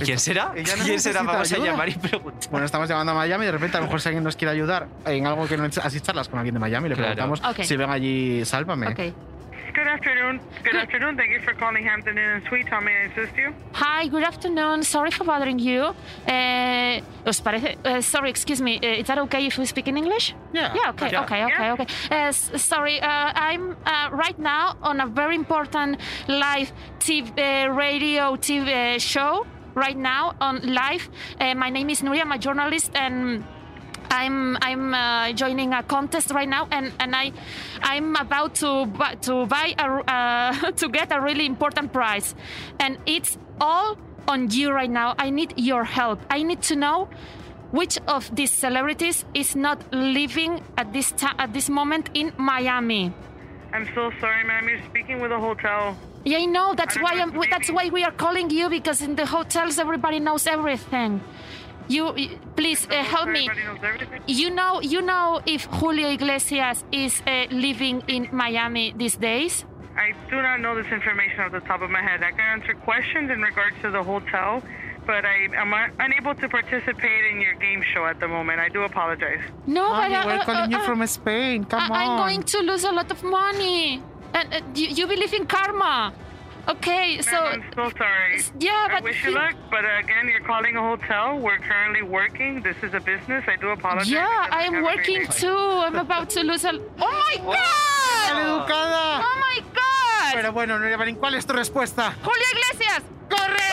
[SPEAKER 3] ¿Quién será?
[SPEAKER 4] Ella no
[SPEAKER 3] ¿Quién será?
[SPEAKER 4] necesita
[SPEAKER 3] Vamos a
[SPEAKER 4] ayuda.
[SPEAKER 3] llamar y preguntar.
[SPEAKER 4] Bueno, estamos llamando a Miami y de repente a lo mejor si alguien nos quiere ayudar en algo que no así charlas con alguien de Miami, le
[SPEAKER 3] Claro.
[SPEAKER 4] preguntamos
[SPEAKER 6] Ok.
[SPEAKER 4] si ven allí, sálvame.
[SPEAKER 6] Ok.
[SPEAKER 12] Good afternoon. Good afternoon. Thank you for calling Hampton Inn and Suites. How may I assist you?
[SPEAKER 6] Hi, good afternoon. Sorry for bothering you. Eh, ¿Os parece? eh, sorry, excuse me. eh, is that okay if we speak in English?
[SPEAKER 4] Yeah.
[SPEAKER 6] Yeah. Okay.
[SPEAKER 4] Yeah.
[SPEAKER 6] Okay. Okay. Okay. Eh, s- sorry, uh, I'm uh, right now on a very important live TV, uh, radio TV uh, show. Right now on live. Uh, my name is Nuria. I'm a journalist and. I'm I'm uh, joining a contest right now, and, and I I'm about to bu- to buy a, uh, to get a really important prize, and it's all on you right now. I need your help. I need to know which of these celebrities is not living at this time at this moment in Miami.
[SPEAKER 12] I'm so sorry, ma'am. You're speaking with a hotel.
[SPEAKER 6] Yeah, I know. That's
[SPEAKER 12] I don't
[SPEAKER 6] why
[SPEAKER 12] know,
[SPEAKER 6] I'm,
[SPEAKER 12] maybe-
[SPEAKER 6] that's why we are calling you because in the hotels everybody knows everything. You you- please uh, help me.
[SPEAKER 12] Everybody knows everything.
[SPEAKER 6] You know, you know if Julio Iglesias is uh, living in Miami these days.
[SPEAKER 12] I do not know this information off the top of my head. I can answer questions in regards to the hotel, but I am un- unable to participate in your game show at the moment. I do apologize.
[SPEAKER 6] No, but uh,
[SPEAKER 4] Mommy,
[SPEAKER 6] I-
[SPEAKER 4] we're
[SPEAKER 6] I-
[SPEAKER 4] calling you
[SPEAKER 6] I-
[SPEAKER 4] from Spain. Come
[SPEAKER 6] I, am
[SPEAKER 4] on.
[SPEAKER 6] Ah, going to lose a lot of money, and uh, you, you believe in karma. Okay, so
[SPEAKER 12] Ma'am, I'm so sorry.
[SPEAKER 6] yeah,
[SPEAKER 12] I
[SPEAKER 6] but
[SPEAKER 12] wish you
[SPEAKER 6] he-
[SPEAKER 12] luck, but uh, again, you're calling a hotel. We're currently working. This is a business. I do apologize.
[SPEAKER 6] yeah,
[SPEAKER 12] Have a
[SPEAKER 6] I am
[SPEAKER 12] great
[SPEAKER 6] working
[SPEAKER 12] day.
[SPEAKER 6] too. I'm about to lose a. Oh my god!
[SPEAKER 4] ¡Educada!
[SPEAKER 6] Oh my god!
[SPEAKER 4] Pero bueno, Nuria Marín, ¿cuál es tu respuesta?
[SPEAKER 6] Julio Iglesias. Correcto.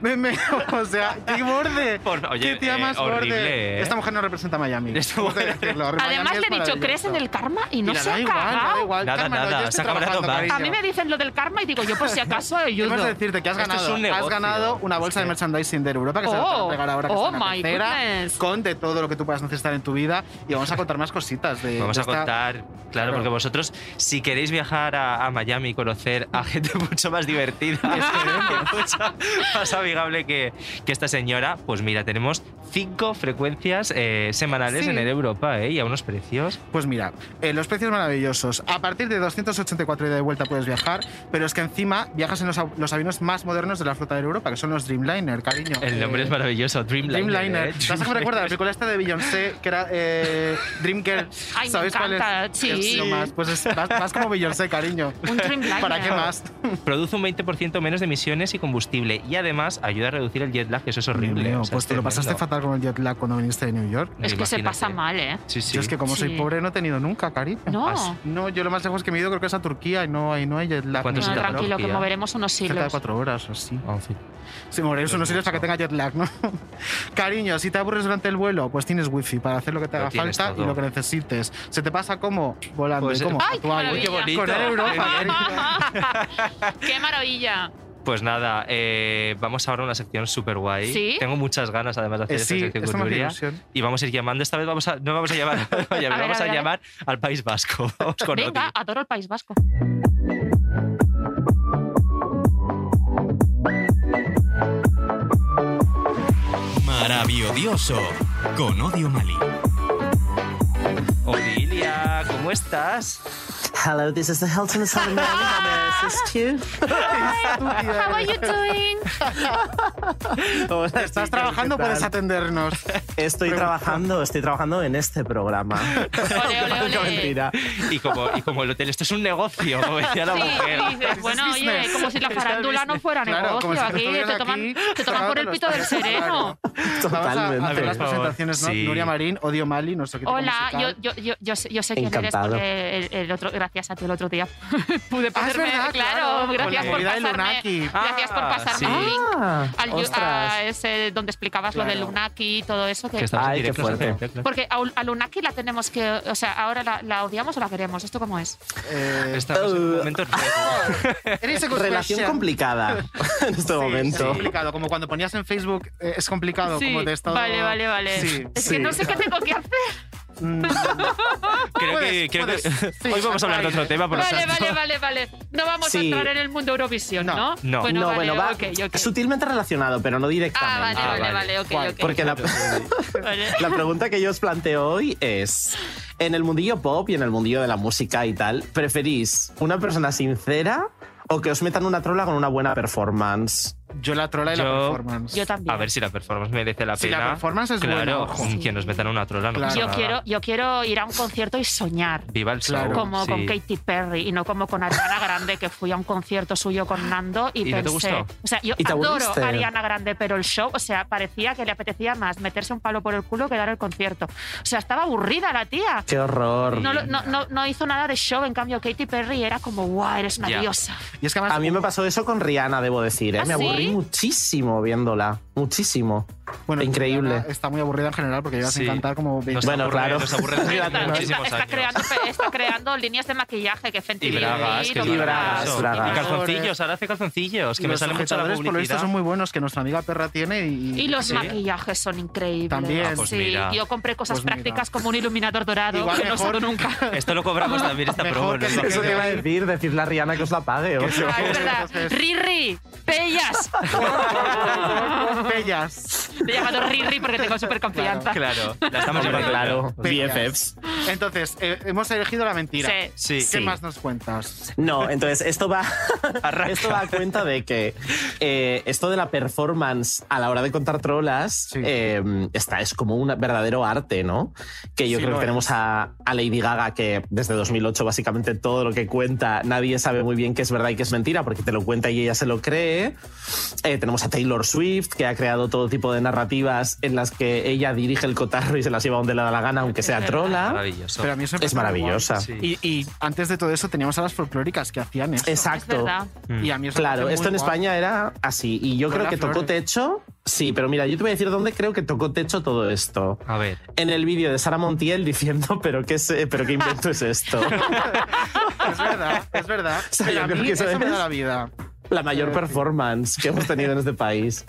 [SPEAKER 4] Me meo, o sea, qué borde.
[SPEAKER 3] Por- oye,
[SPEAKER 4] qué tía
[SPEAKER 3] eh,
[SPEAKER 4] más
[SPEAKER 3] horrible,
[SPEAKER 4] borde.
[SPEAKER 3] ¿eh?
[SPEAKER 4] Esta mujer no representa Miami.
[SPEAKER 3] Esta
[SPEAKER 4] Tengo que
[SPEAKER 3] mujer-
[SPEAKER 4] decirlo, Miami
[SPEAKER 6] Además
[SPEAKER 4] es
[SPEAKER 6] le he dicho, ¿crees en el
[SPEAKER 4] maravillosa.
[SPEAKER 6] karma? Y no
[SPEAKER 4] Mira,
[SPEAKER 6] se
[SPEAKER 4] da
[SPEAKER 6] ha
[SPEAKER 4] igual, da
[SPEAKER 6] cagado.
[SPEAKER 4] igual.
[SPEAKER 3] Nada,
[SPEAKER 4] Karma, no, yo
[SPEAKER 3] nada,
[SPEAKER 4] estoy
[SPEAKER 3] se ha cabrado
[SPEAKER 4] trabajando,
[SPEAKER 3] más.
[SPEAKER 4] cariño.
[SPEAKER 6] A mí me dicen lo del karma y digo, yo por si acaso ayudo.
[SPEAKER 4] Debemos decirte que has
[SPEAKER 3] Esto es
[SPEAKER 4] ganado.
[SPEAKER 3] un negocio.
[SPEAKER 4] Has ganado una bolsa
[SPEAKER 3] Es que-
[SPEAKER 4] de merchandising de Europa que se la van a
[SPEAKER 6] Oh,
[SPEAKER 4] entregar ahora que
[SPEAKER 6] oh
[SPEAKER 4] está en la
[SPEAKER 6] my
[SPEAKER 4] tercera,
[SPEAKER 6] goodness.
[SPEAKER 4] con de todo lo que tú puedas necesitar en tu vida y vamos a contar más cositas de
[SPEAKER 3] Vamos a
[SPEAKER 4] de esta-
[SPEAKER 3] contar, claro,
[SPEAKER 4] Claro.
[SPEAKER 3] porque vosotros, si queréis viajar a, a Miami y conocer a gente mucho más divertida, que mucha más amigable que, que esta señora, pues mira, tenemos cinco frecuencias eh, semanales
[SPEAKER 4] Sí.
[SPEAKER 3] en el Europa, ¿eh? Y a unos precios.
[SPEAKER 4] Pues mira, eh, los precios maravillosos. A partir de 284 ida de vuelta puedes viajar, pero es que encima viajas en los, av- los aviones más modernos de la flota de Europa, que son los Dreamliner, cariño.
[SPEAKER 3] El nombre
[SPEAKER 4] Eh,
[SPEAKER 3] es maravilloso, Dreamliner.
[SPEAKER 4] Dreamliner.
[SPEAKER 3] ¿eh?
[SPEAKER 4] ¿Te has recuerda la película esta de Beyoncé, que era eh, Dream Girl?
[SPEAKER 6] Ay, me
[SPEAKER 4] ¿Sabes cuál
[SPEAKER 6] encanta,
[SPEAKER 4] es?
[SPEAKER 6] sí.
[SPEAKER 4] Es lo más. Pues es, vas, vas como Beyoncé, cariño.
[SPEAKER 6] Un Dreamliner.
[SPEAKER 4] ¿Para qué más?
[SPEAKER 3] Produce un 20% menos de emisiones y combustible. Y además ayuda a reducir el jet lag, que eso es
[SPEAKER 4] Dios
[SPEAKER 3] horrible.
[SPEAKER 4] mío,
[SPEAKER 3] o sea,
[SPEAKER 4] pues
[SPEAKER 3] es
[SPEAKER 4] te lo pasaste
[SPEAKER 3] tremendo.
[SPEAKER 4] fatal con el jet lag cuando viniste de New York.
[SPEAKER 6] Es que se pasa mal, ¿eh?
[SPEAKER 3] Sí, sí.
[SPEAKER 4] Yo es que como soy
[SPEAKER 6] Sí.
[SPEAKER 4] pobre no he tenido nunca, cariño.
[SPEAKER 6] No.
[SPEAKER 4] No, yo lo más lejos que me he ido creo que es a Turquía y no, ahí no hay jet lag.
[SPEAKER 3] ¿Cuánto
[SPEAKER 4] ni
[SPEAKER 3] se
[SPEAKER 6] No,
[SPEAKER 4] nada.
[SPEAKER 6] tranquilo, que moveremos unos
[SPEAKER 4] Cerca de
[SPEAKER 6] hilos.
[SPEAKER 4] cuatro horas o así.
[SPEAKER 3] Ah, en fin.
[SPEAKER 4] Sí, morirse unos hilos para que tenga jet lag, ¿no? Cariño, si te aburres durante el vuelo, pues tienes wifi para hacer lo que te
[SPEAKER 3] Lo
[SPEAKER 4] haga
[SPEAKER 3] tienes
[SPEAKER 4] falta
[SPEAKER 3] todo.
[SPEAKER 4] y lo que necesites. Se te pasa como volando
[SPEAKER 3] Pues,
[SPEAKER 4] y como
[SPEAKER 3] ¡ay,
[SPEAKER 6] qué
[SPEAKER 4] actual.
[SPEAKER 6] maravilla! Uy, qué
[SPEAKER 3] bonito.
[SPEAKER 4] Con Air Europa, cariño.
[SPEAKER 6] ¡Qué maravilla!
[SPEAKER 3] Pues nada, eh, vamos ahora a una sección súper guay.
[SPEAKER 6] ¿Sí?
[SPEAKER 3] Tengo muchas ganas además de hacer
[SPEAKER 4] Eh,
[SPEAKER 3] esta
[SPEAKER 4] sí,
[SPEAKER 3] sección
[SPEAKER 4] esto
[SPEAKER 3] con
[SPEAKER 4] me hace
[SPEAKER 3] Nuria.
[SPEAKER 4] ilusión.
[SPEAKER 3] Y vamos a ir llamando, esta vez vamos a, no vamos a llamar, a Nuria,
[SPEAKER 6] ver,
[SPEAKER 3] vamos
[SPEAKER 6] a
[SPEAKER 3] a,
[SPEAKER 6] ver, a
[SPEAKER 3] llamar al País Vasco. Vamos con
[SPEAKER 6] Venga,
[SPEAKER 3] Oti.
[SPEAKER 6] adoro el País Vasco.
[SPEAKER 13] Maravilloso con Odio Mali.
[SPEAKER 3] Odilia, ¿cómo estás?
[SPEAKER 16] Hello, this is the Hilton Asylum. How may I assist you?
[SPEAKER 6] How are you doing?
[SPEAKER 4] Estás trabajando,
[SPEAKER 16] ¿qué tal?
[SPEAKER 4] puedes atendernos.
[SPEAKER 16] Estoy trabajando, estoy trabajando en este programa.
[SPEAKER 6] Ole, ole, ole.
[SPEAKER 16] Qué mentira.
[SPEAKER 3] Y como, y como el hotel, esto es un negocio, como decía la
[SPEAKER 6] Sí,
[SPEAKER 3] mujer.
[SPEAKER 6] dices, bueno, oye,
[SPEAKER 4] business.
[SPEAKER 6] como si la
[SPEAKER 4] Está el
[SPEAKER 6] farándula no
[SPEAKER 4] business.
[SPEAKER 6] fuera
[SPEAKER 4] Claro,
[SPEAKER 6] negocio.
[SPEAKER 4] como si tú
[SPEAKER 6] aquí te
[SPEAKER 4] estuvieras
[SPEAKER 6] toman,
[SPEAKER 4] aquí
[SPEAKER 6] te toman por el
[SPEAKER 4] pagándonos
[SPEAKER 6] pito del
[SPEAKER 4] todos,
[SPEAKER 6] sereno.
[SPEAKER 4] Vamos a hacer las
[SPEAKER 16] Totalmente.
[SPEAKER 4] presentaciones, ¿no?
[SPEAKER 3] Sí.
[SPEAKER 4] Nuria Marín, Odio Mali, nuestro crítico
[SPEAKER 6] Hola, yo,
[SPEAKER 4] musical.
[SPEAKER 6] yo, yo, yo sé, yo sé quién eres
[SPEAKER 16] Encantado.
[SPEAKER 6] porque el, el otro, gracias a ti el otro día
[SPEAKER 4] Ah,
[SPEAKER 6] pude
[SPEAKER 4] es
[SPEAKER 6] ponerme.
[SPEAKER 4] verdad, claro, con
[SPEAKER 6] gracias
[SPEAKER 4] la
[SPEAKER 6] por
[SPEAKER 4] movida de
[SPEAKER 6] pasarme.
[SPEAKER 4] Lunaki.
[SPEAKER 6] Gracias por
[SPEAKER 3] Ah,
[SPEAKER 6] pasarme
[SPEAKER 3] sí.
[SPEAKER 6] el link
[SPEAKER 16] Ah,
[SPEAKER 6] al-
[SPEAKER 16] ostras.
[SPEAKER 6] a ese donde explicabas lo de
[SPEAKER 4] Claro.
[SPEAKER 6] Lunaki y todo eso. Que,
[SPEAKER 3] Que estamos en
[SPEAKER 16] Ay, qué
[SPEAKER 3] directo,
[SPEAKER 16] fuerte.
[SPEAKER 3] exactamente, claro.
[SPEAKER 6] porque a, a Lunaki la tenemos que. O sea, ahora la, la odiamos o la queremos. ¿Esto cómo es?
[SPEAKER 4] Eh,
[SPEAKER 3] Estamos en un momento riesgo.
[SPEAKER 4] eres eco-
[SPEAKER 16] Relación complicada en este
[SPEAKER 4] Es
[SPEAKER 16] momento.
[SPEAKER 4] complicado, como cuando ponías en Facebook, eh, es complicado, como te he estado...
[SPEAKER 6] Vale, vale, vale.
[SPEAKER 4] Sí,
[SPEAKER 6] es
[SPEAKER 4] sí.
[SPEAKER 6] que no sé qué tengo que hacer.
[SPEAKER 4] Mm,
[SPEAKER 3] Creo que,
[SPEAKER 4] Puedes,
[SPEAKER 3] creo que-
[SPEAKER 4] puedes. Pues, Sí,
[SPEAKER 3] hoy vamos a hablar de otro tema, por lo
[SPEAKER 6] Vale,
[SPEAKER 3] tanto.
[SPEAKER 6] vale, vale, vale. No vamos a
[SPEAKER 16] Sí.
[SPEAKER 6] entrar en el mundo Eurovisión, ¿no?
[SPEAKER 4] No,
[SPEAKER 3] no.
[SPEAKER 6] Bueno,
[SPEAKER 16] no,
[SPEAKER 6] vale,
[SPEAKER 16] bueno, va
[SPEAKER 6] ok, ok.
[SPEAKER 16] sutilmente relacionado, pero no
[SPEAKER 6] Ah, vale,
[SPEAKER 16] directamente.
[SPEAKER 6] vale,
[SPEAKER 3] vale.
[SPEAKER 6] vale, ok,
[SPEAKER 4] Guay,
[SPEAKER 6] ok.
[SPEAKER 16] Porque la,
[SPEAKER 6] Vale.
[SPEAKER 16] la pregunta que yo os planteo hoy es, en el mundillo pop y en el mundillo de la música y tal, ¿preferís una persona sincera o que os metan una trola con una buena performance?
[SPEAKER 4] Yo la trola y la
[SPEAKER 3] Yo-
[SPEAKER 4] performance.
[SPEAKER 6] Yo también.
[SPEAKER 3] A ver si la performance merece la
[SPEAKER 4] Si
[SPEAKER 3] pena.
[SPEAKER 4] la performance es
[SPEAKER 3] claro, Mm.
[SPEAKER 4] buena, ojo.
[SPEAKER 3] que nos metan una trola. No
[SPEAKER 4] Claro.
[SPEAKER 3] pasa
[SPEAKER 6] yo,
[SPEAKER 3] nada.
[SPEAKER 6] quiero, yo quiero ir a un concierto y soñar.
[SPEAKER 3] Viva el show.
[SPEAKER 4] Claro.
[SPEAKER 6] Como con
[SPEAKER 3] sí.
[SPEAKER 6] Katy Perry y no como con Ariana Grande, que fui a un concierto suyo con Nando y,
[SPEAKER 3] ¿Y no te
[SPEAKER 6] pensé.
[SPEAKER 3] gustó?
[SPEAKER 6] O sea, yo
[SPEAKER 16] ¿Y te
[SPEAKER 6] adoro
[SPEAKER 16] aburriste?
[SPEAKER 6] a Ariana Grande, pero el show, o sea, parecía que le apetecía más meterse un palo por el culo que dar el concierto. O sea, estaba aburrida la tía.
[SPEAKER 16] ¡Qué horror!
[SPEAKER 6] No, lo- no, no, no hizo nada de show, en cambio Katy Perry era como, guau, eres una
[SPEAKER 3] Ya.
[SPEAKER 6] diosa.
[SPEAKER 4] Y es que además, uh,
[SPEAKER 16] A mí me pasó eso con Rihanna, debo decir. ¿eh?
[SPEAKER 6] ¿Ah,
[SPEAKER 16] me aburrí
[SPEAKER 6] sí?
[SPEAKER 16] muchísimo viéndola. Muchísimo. Increíble.
[SPEAKER 4] Diana Está muy aburrida en general porque llevas
[SPEAKER 3] Sí.
[SPEAKER 4] sin cantar como...
[SPEAKER 3] Nos
[SPEAKER 16] Bueno,
[SPEAKER 3] aburre-
[SPEAKER 16] claro.
[SPEAKER 3] Nos aburre desde hace
[SPEAKER 6] Está, está-
[SPEAKER 3] muchísimos
[SPEAKER 6] está
[SPEAKER 3] años.
[SPEAKER 6] creando, está creando líneas de maquillaje que Fenty
[SPEAKER 3] Y bragas,
[SPEAKER 6] Beauty,
[SPEAKER 3] que
[SPEAKER 6] lo
[SPEAKER 3] es
[SPEAKER 16] y bragas,
[SPEAKER 3] maravilloso.
[SPEAKER 16] bragas.
[SPEAKER 3] Y calzoncillos, ahora hace calzoncillos, que
[SPEAKER 4] Y
[SPEAKER 3] me
[SPEAKER 4] los
[SPEAKER 3] sale mucho la
[SPEAKER 4] sujetadores, por lo visto,
[SPEAKER 3] publicidad.
[SPEAKER 4] son muy buenos que nuestra amiga perra tiene y...
[SPEAKER 6] Y los
[SPEAKER 3] Sí.
[SPEAKER 6] maquillajes son increíbles.
[SPEAKER 4] También. Ah,
[SPEAKER 3] pues
[SPEAKER 6] sí,
[SPEAKER 3] mira.
[SPEAKER 6] yo compré cosas
[SPEAKER 4] Pues mira.
[SPEAKER 6] prácticas como un iluminador dorado
[SPEAKER 4] Igual
[SPEAKER 6] que no
[SPEAKER 4] mejor.
[SPEAKER 6] saco nunca.
[SPEAKER 3] Esto lo cobramos también, esta promo.
[SPEAKER 4] Mejor
[SPEAKER 3] ¿no?
[SPEAKER 4] que se
[SPEAKER 16] Eso te iba a decir, decirle a Rihanna que os la pague. o sea.
[SPEAKER 6] Ah, es verdad.
[SPEAKER 4] Entonces-
[SPEAKER 6] Riri, pellas.
[SPEAKER 4] Bellas.
[SPEAKER 6] Te he llamado Riri porque tengo súper confianza.
[SPEAKER 3] Claro, la estamos
[SPEAKER 16] Hombre,
[SPEAKER 3] llevando
[SPEAKER 16] claro.
[SPEAKER 3] ya.
[SPEAKER 16] BFFs.
[SPEAKER 4] Entonces, eh, hemos elegido la mentira.
[SPEAKER 6] Sí.
[SPEAKER 3] Sí.
[SPEAKER 4] ¿Qué más nos cuentas?
[SPEAKER 16] No, entonces esto va,
[SPEAKER 3] Arranca.
[SPEAKER 16] esto va a cuenta de que eh, esto de la performance a la hora de contar trolas
[SPEAKER 4] Sí.
[SPEAKER 16] eh, está, es como un verdadero arte, ¿no? Que yo
[SPEAKER 4] Sí,
[SPEAKER 16] creo
[SPEAKER 4] lo
[SPEAKER 16] que tenemos a, a Lady Gaga que desde 2008 básicamente todo lo que cuenta nadie sabe muy bien qué es verdad y qué es mentira porque te lo cuenta y ella se lo cree. Eh, tenemos a Taylor Swift que ha creado todo tipo de narrativas en las que ella dirige el cotarro y se las lleva donde le da la gana aunque sea
[SPEAKER 6] verdad.
[SPEAKER 16] trola.
[SPEAKER 3] Maravilloso.
[SPEAKER 4] Pero a mí eso me
[SPEAKER 16] Es
[SPEAKER 4] parece
[SPEAKER 16] maravillosa.
[SPEAKER 4] guay.
[SPEAKER 3] Sí.
[SPEAKER 4] Y, y antes de todo eso teníamos a las folclóricas que hacían eso.
[SPEAKER 6] Es
[SPEAKER 16] Exacto.
[SPEAKER 6] verdad.
[SPEAKER 3] Mm.
[SPEAKER 4] Y a mí eso me
[SPEAKER 16] Claro,
[SPEAKER 4] parece
[SPEAKER 16] esto en
[SPEAKER 4] muy guay.
[SPEAKER 16] España era así. Y yo
[SPEAKER 4] Lola
[SPEAKER 16] creo que tocó
[SPEAKER 4] Flores.
[SPEAKER 16] techo. Sí, pero mira, yo te voy a decir dónde creo que tocó techo todo esto.
[SPEAKER 3] A ver,
[SPEAKER 16] En el vídeo de Sara Montiel diciendo, pero qué, sé, pero qué invento es esto.
[SPEAKER 4] Es verdad, es verdad.
[SPEAKER 16] sea,
[SPEAKER 4] Pero
[SPEAKER 16] yo
[SPEAKER 4] a
[SPEAKER 16] creo
[SPEAKER 4] mí
[SPEAKER 16] que
[SPEAKER 4] eso
[SPEAKER 16] eso
[SPEAKER 4] me
[SPEAKER 16] es-
[SPEAKER 4] da la vida.
[SPEAKER 16] La mayor performance que hemos tenido en este país.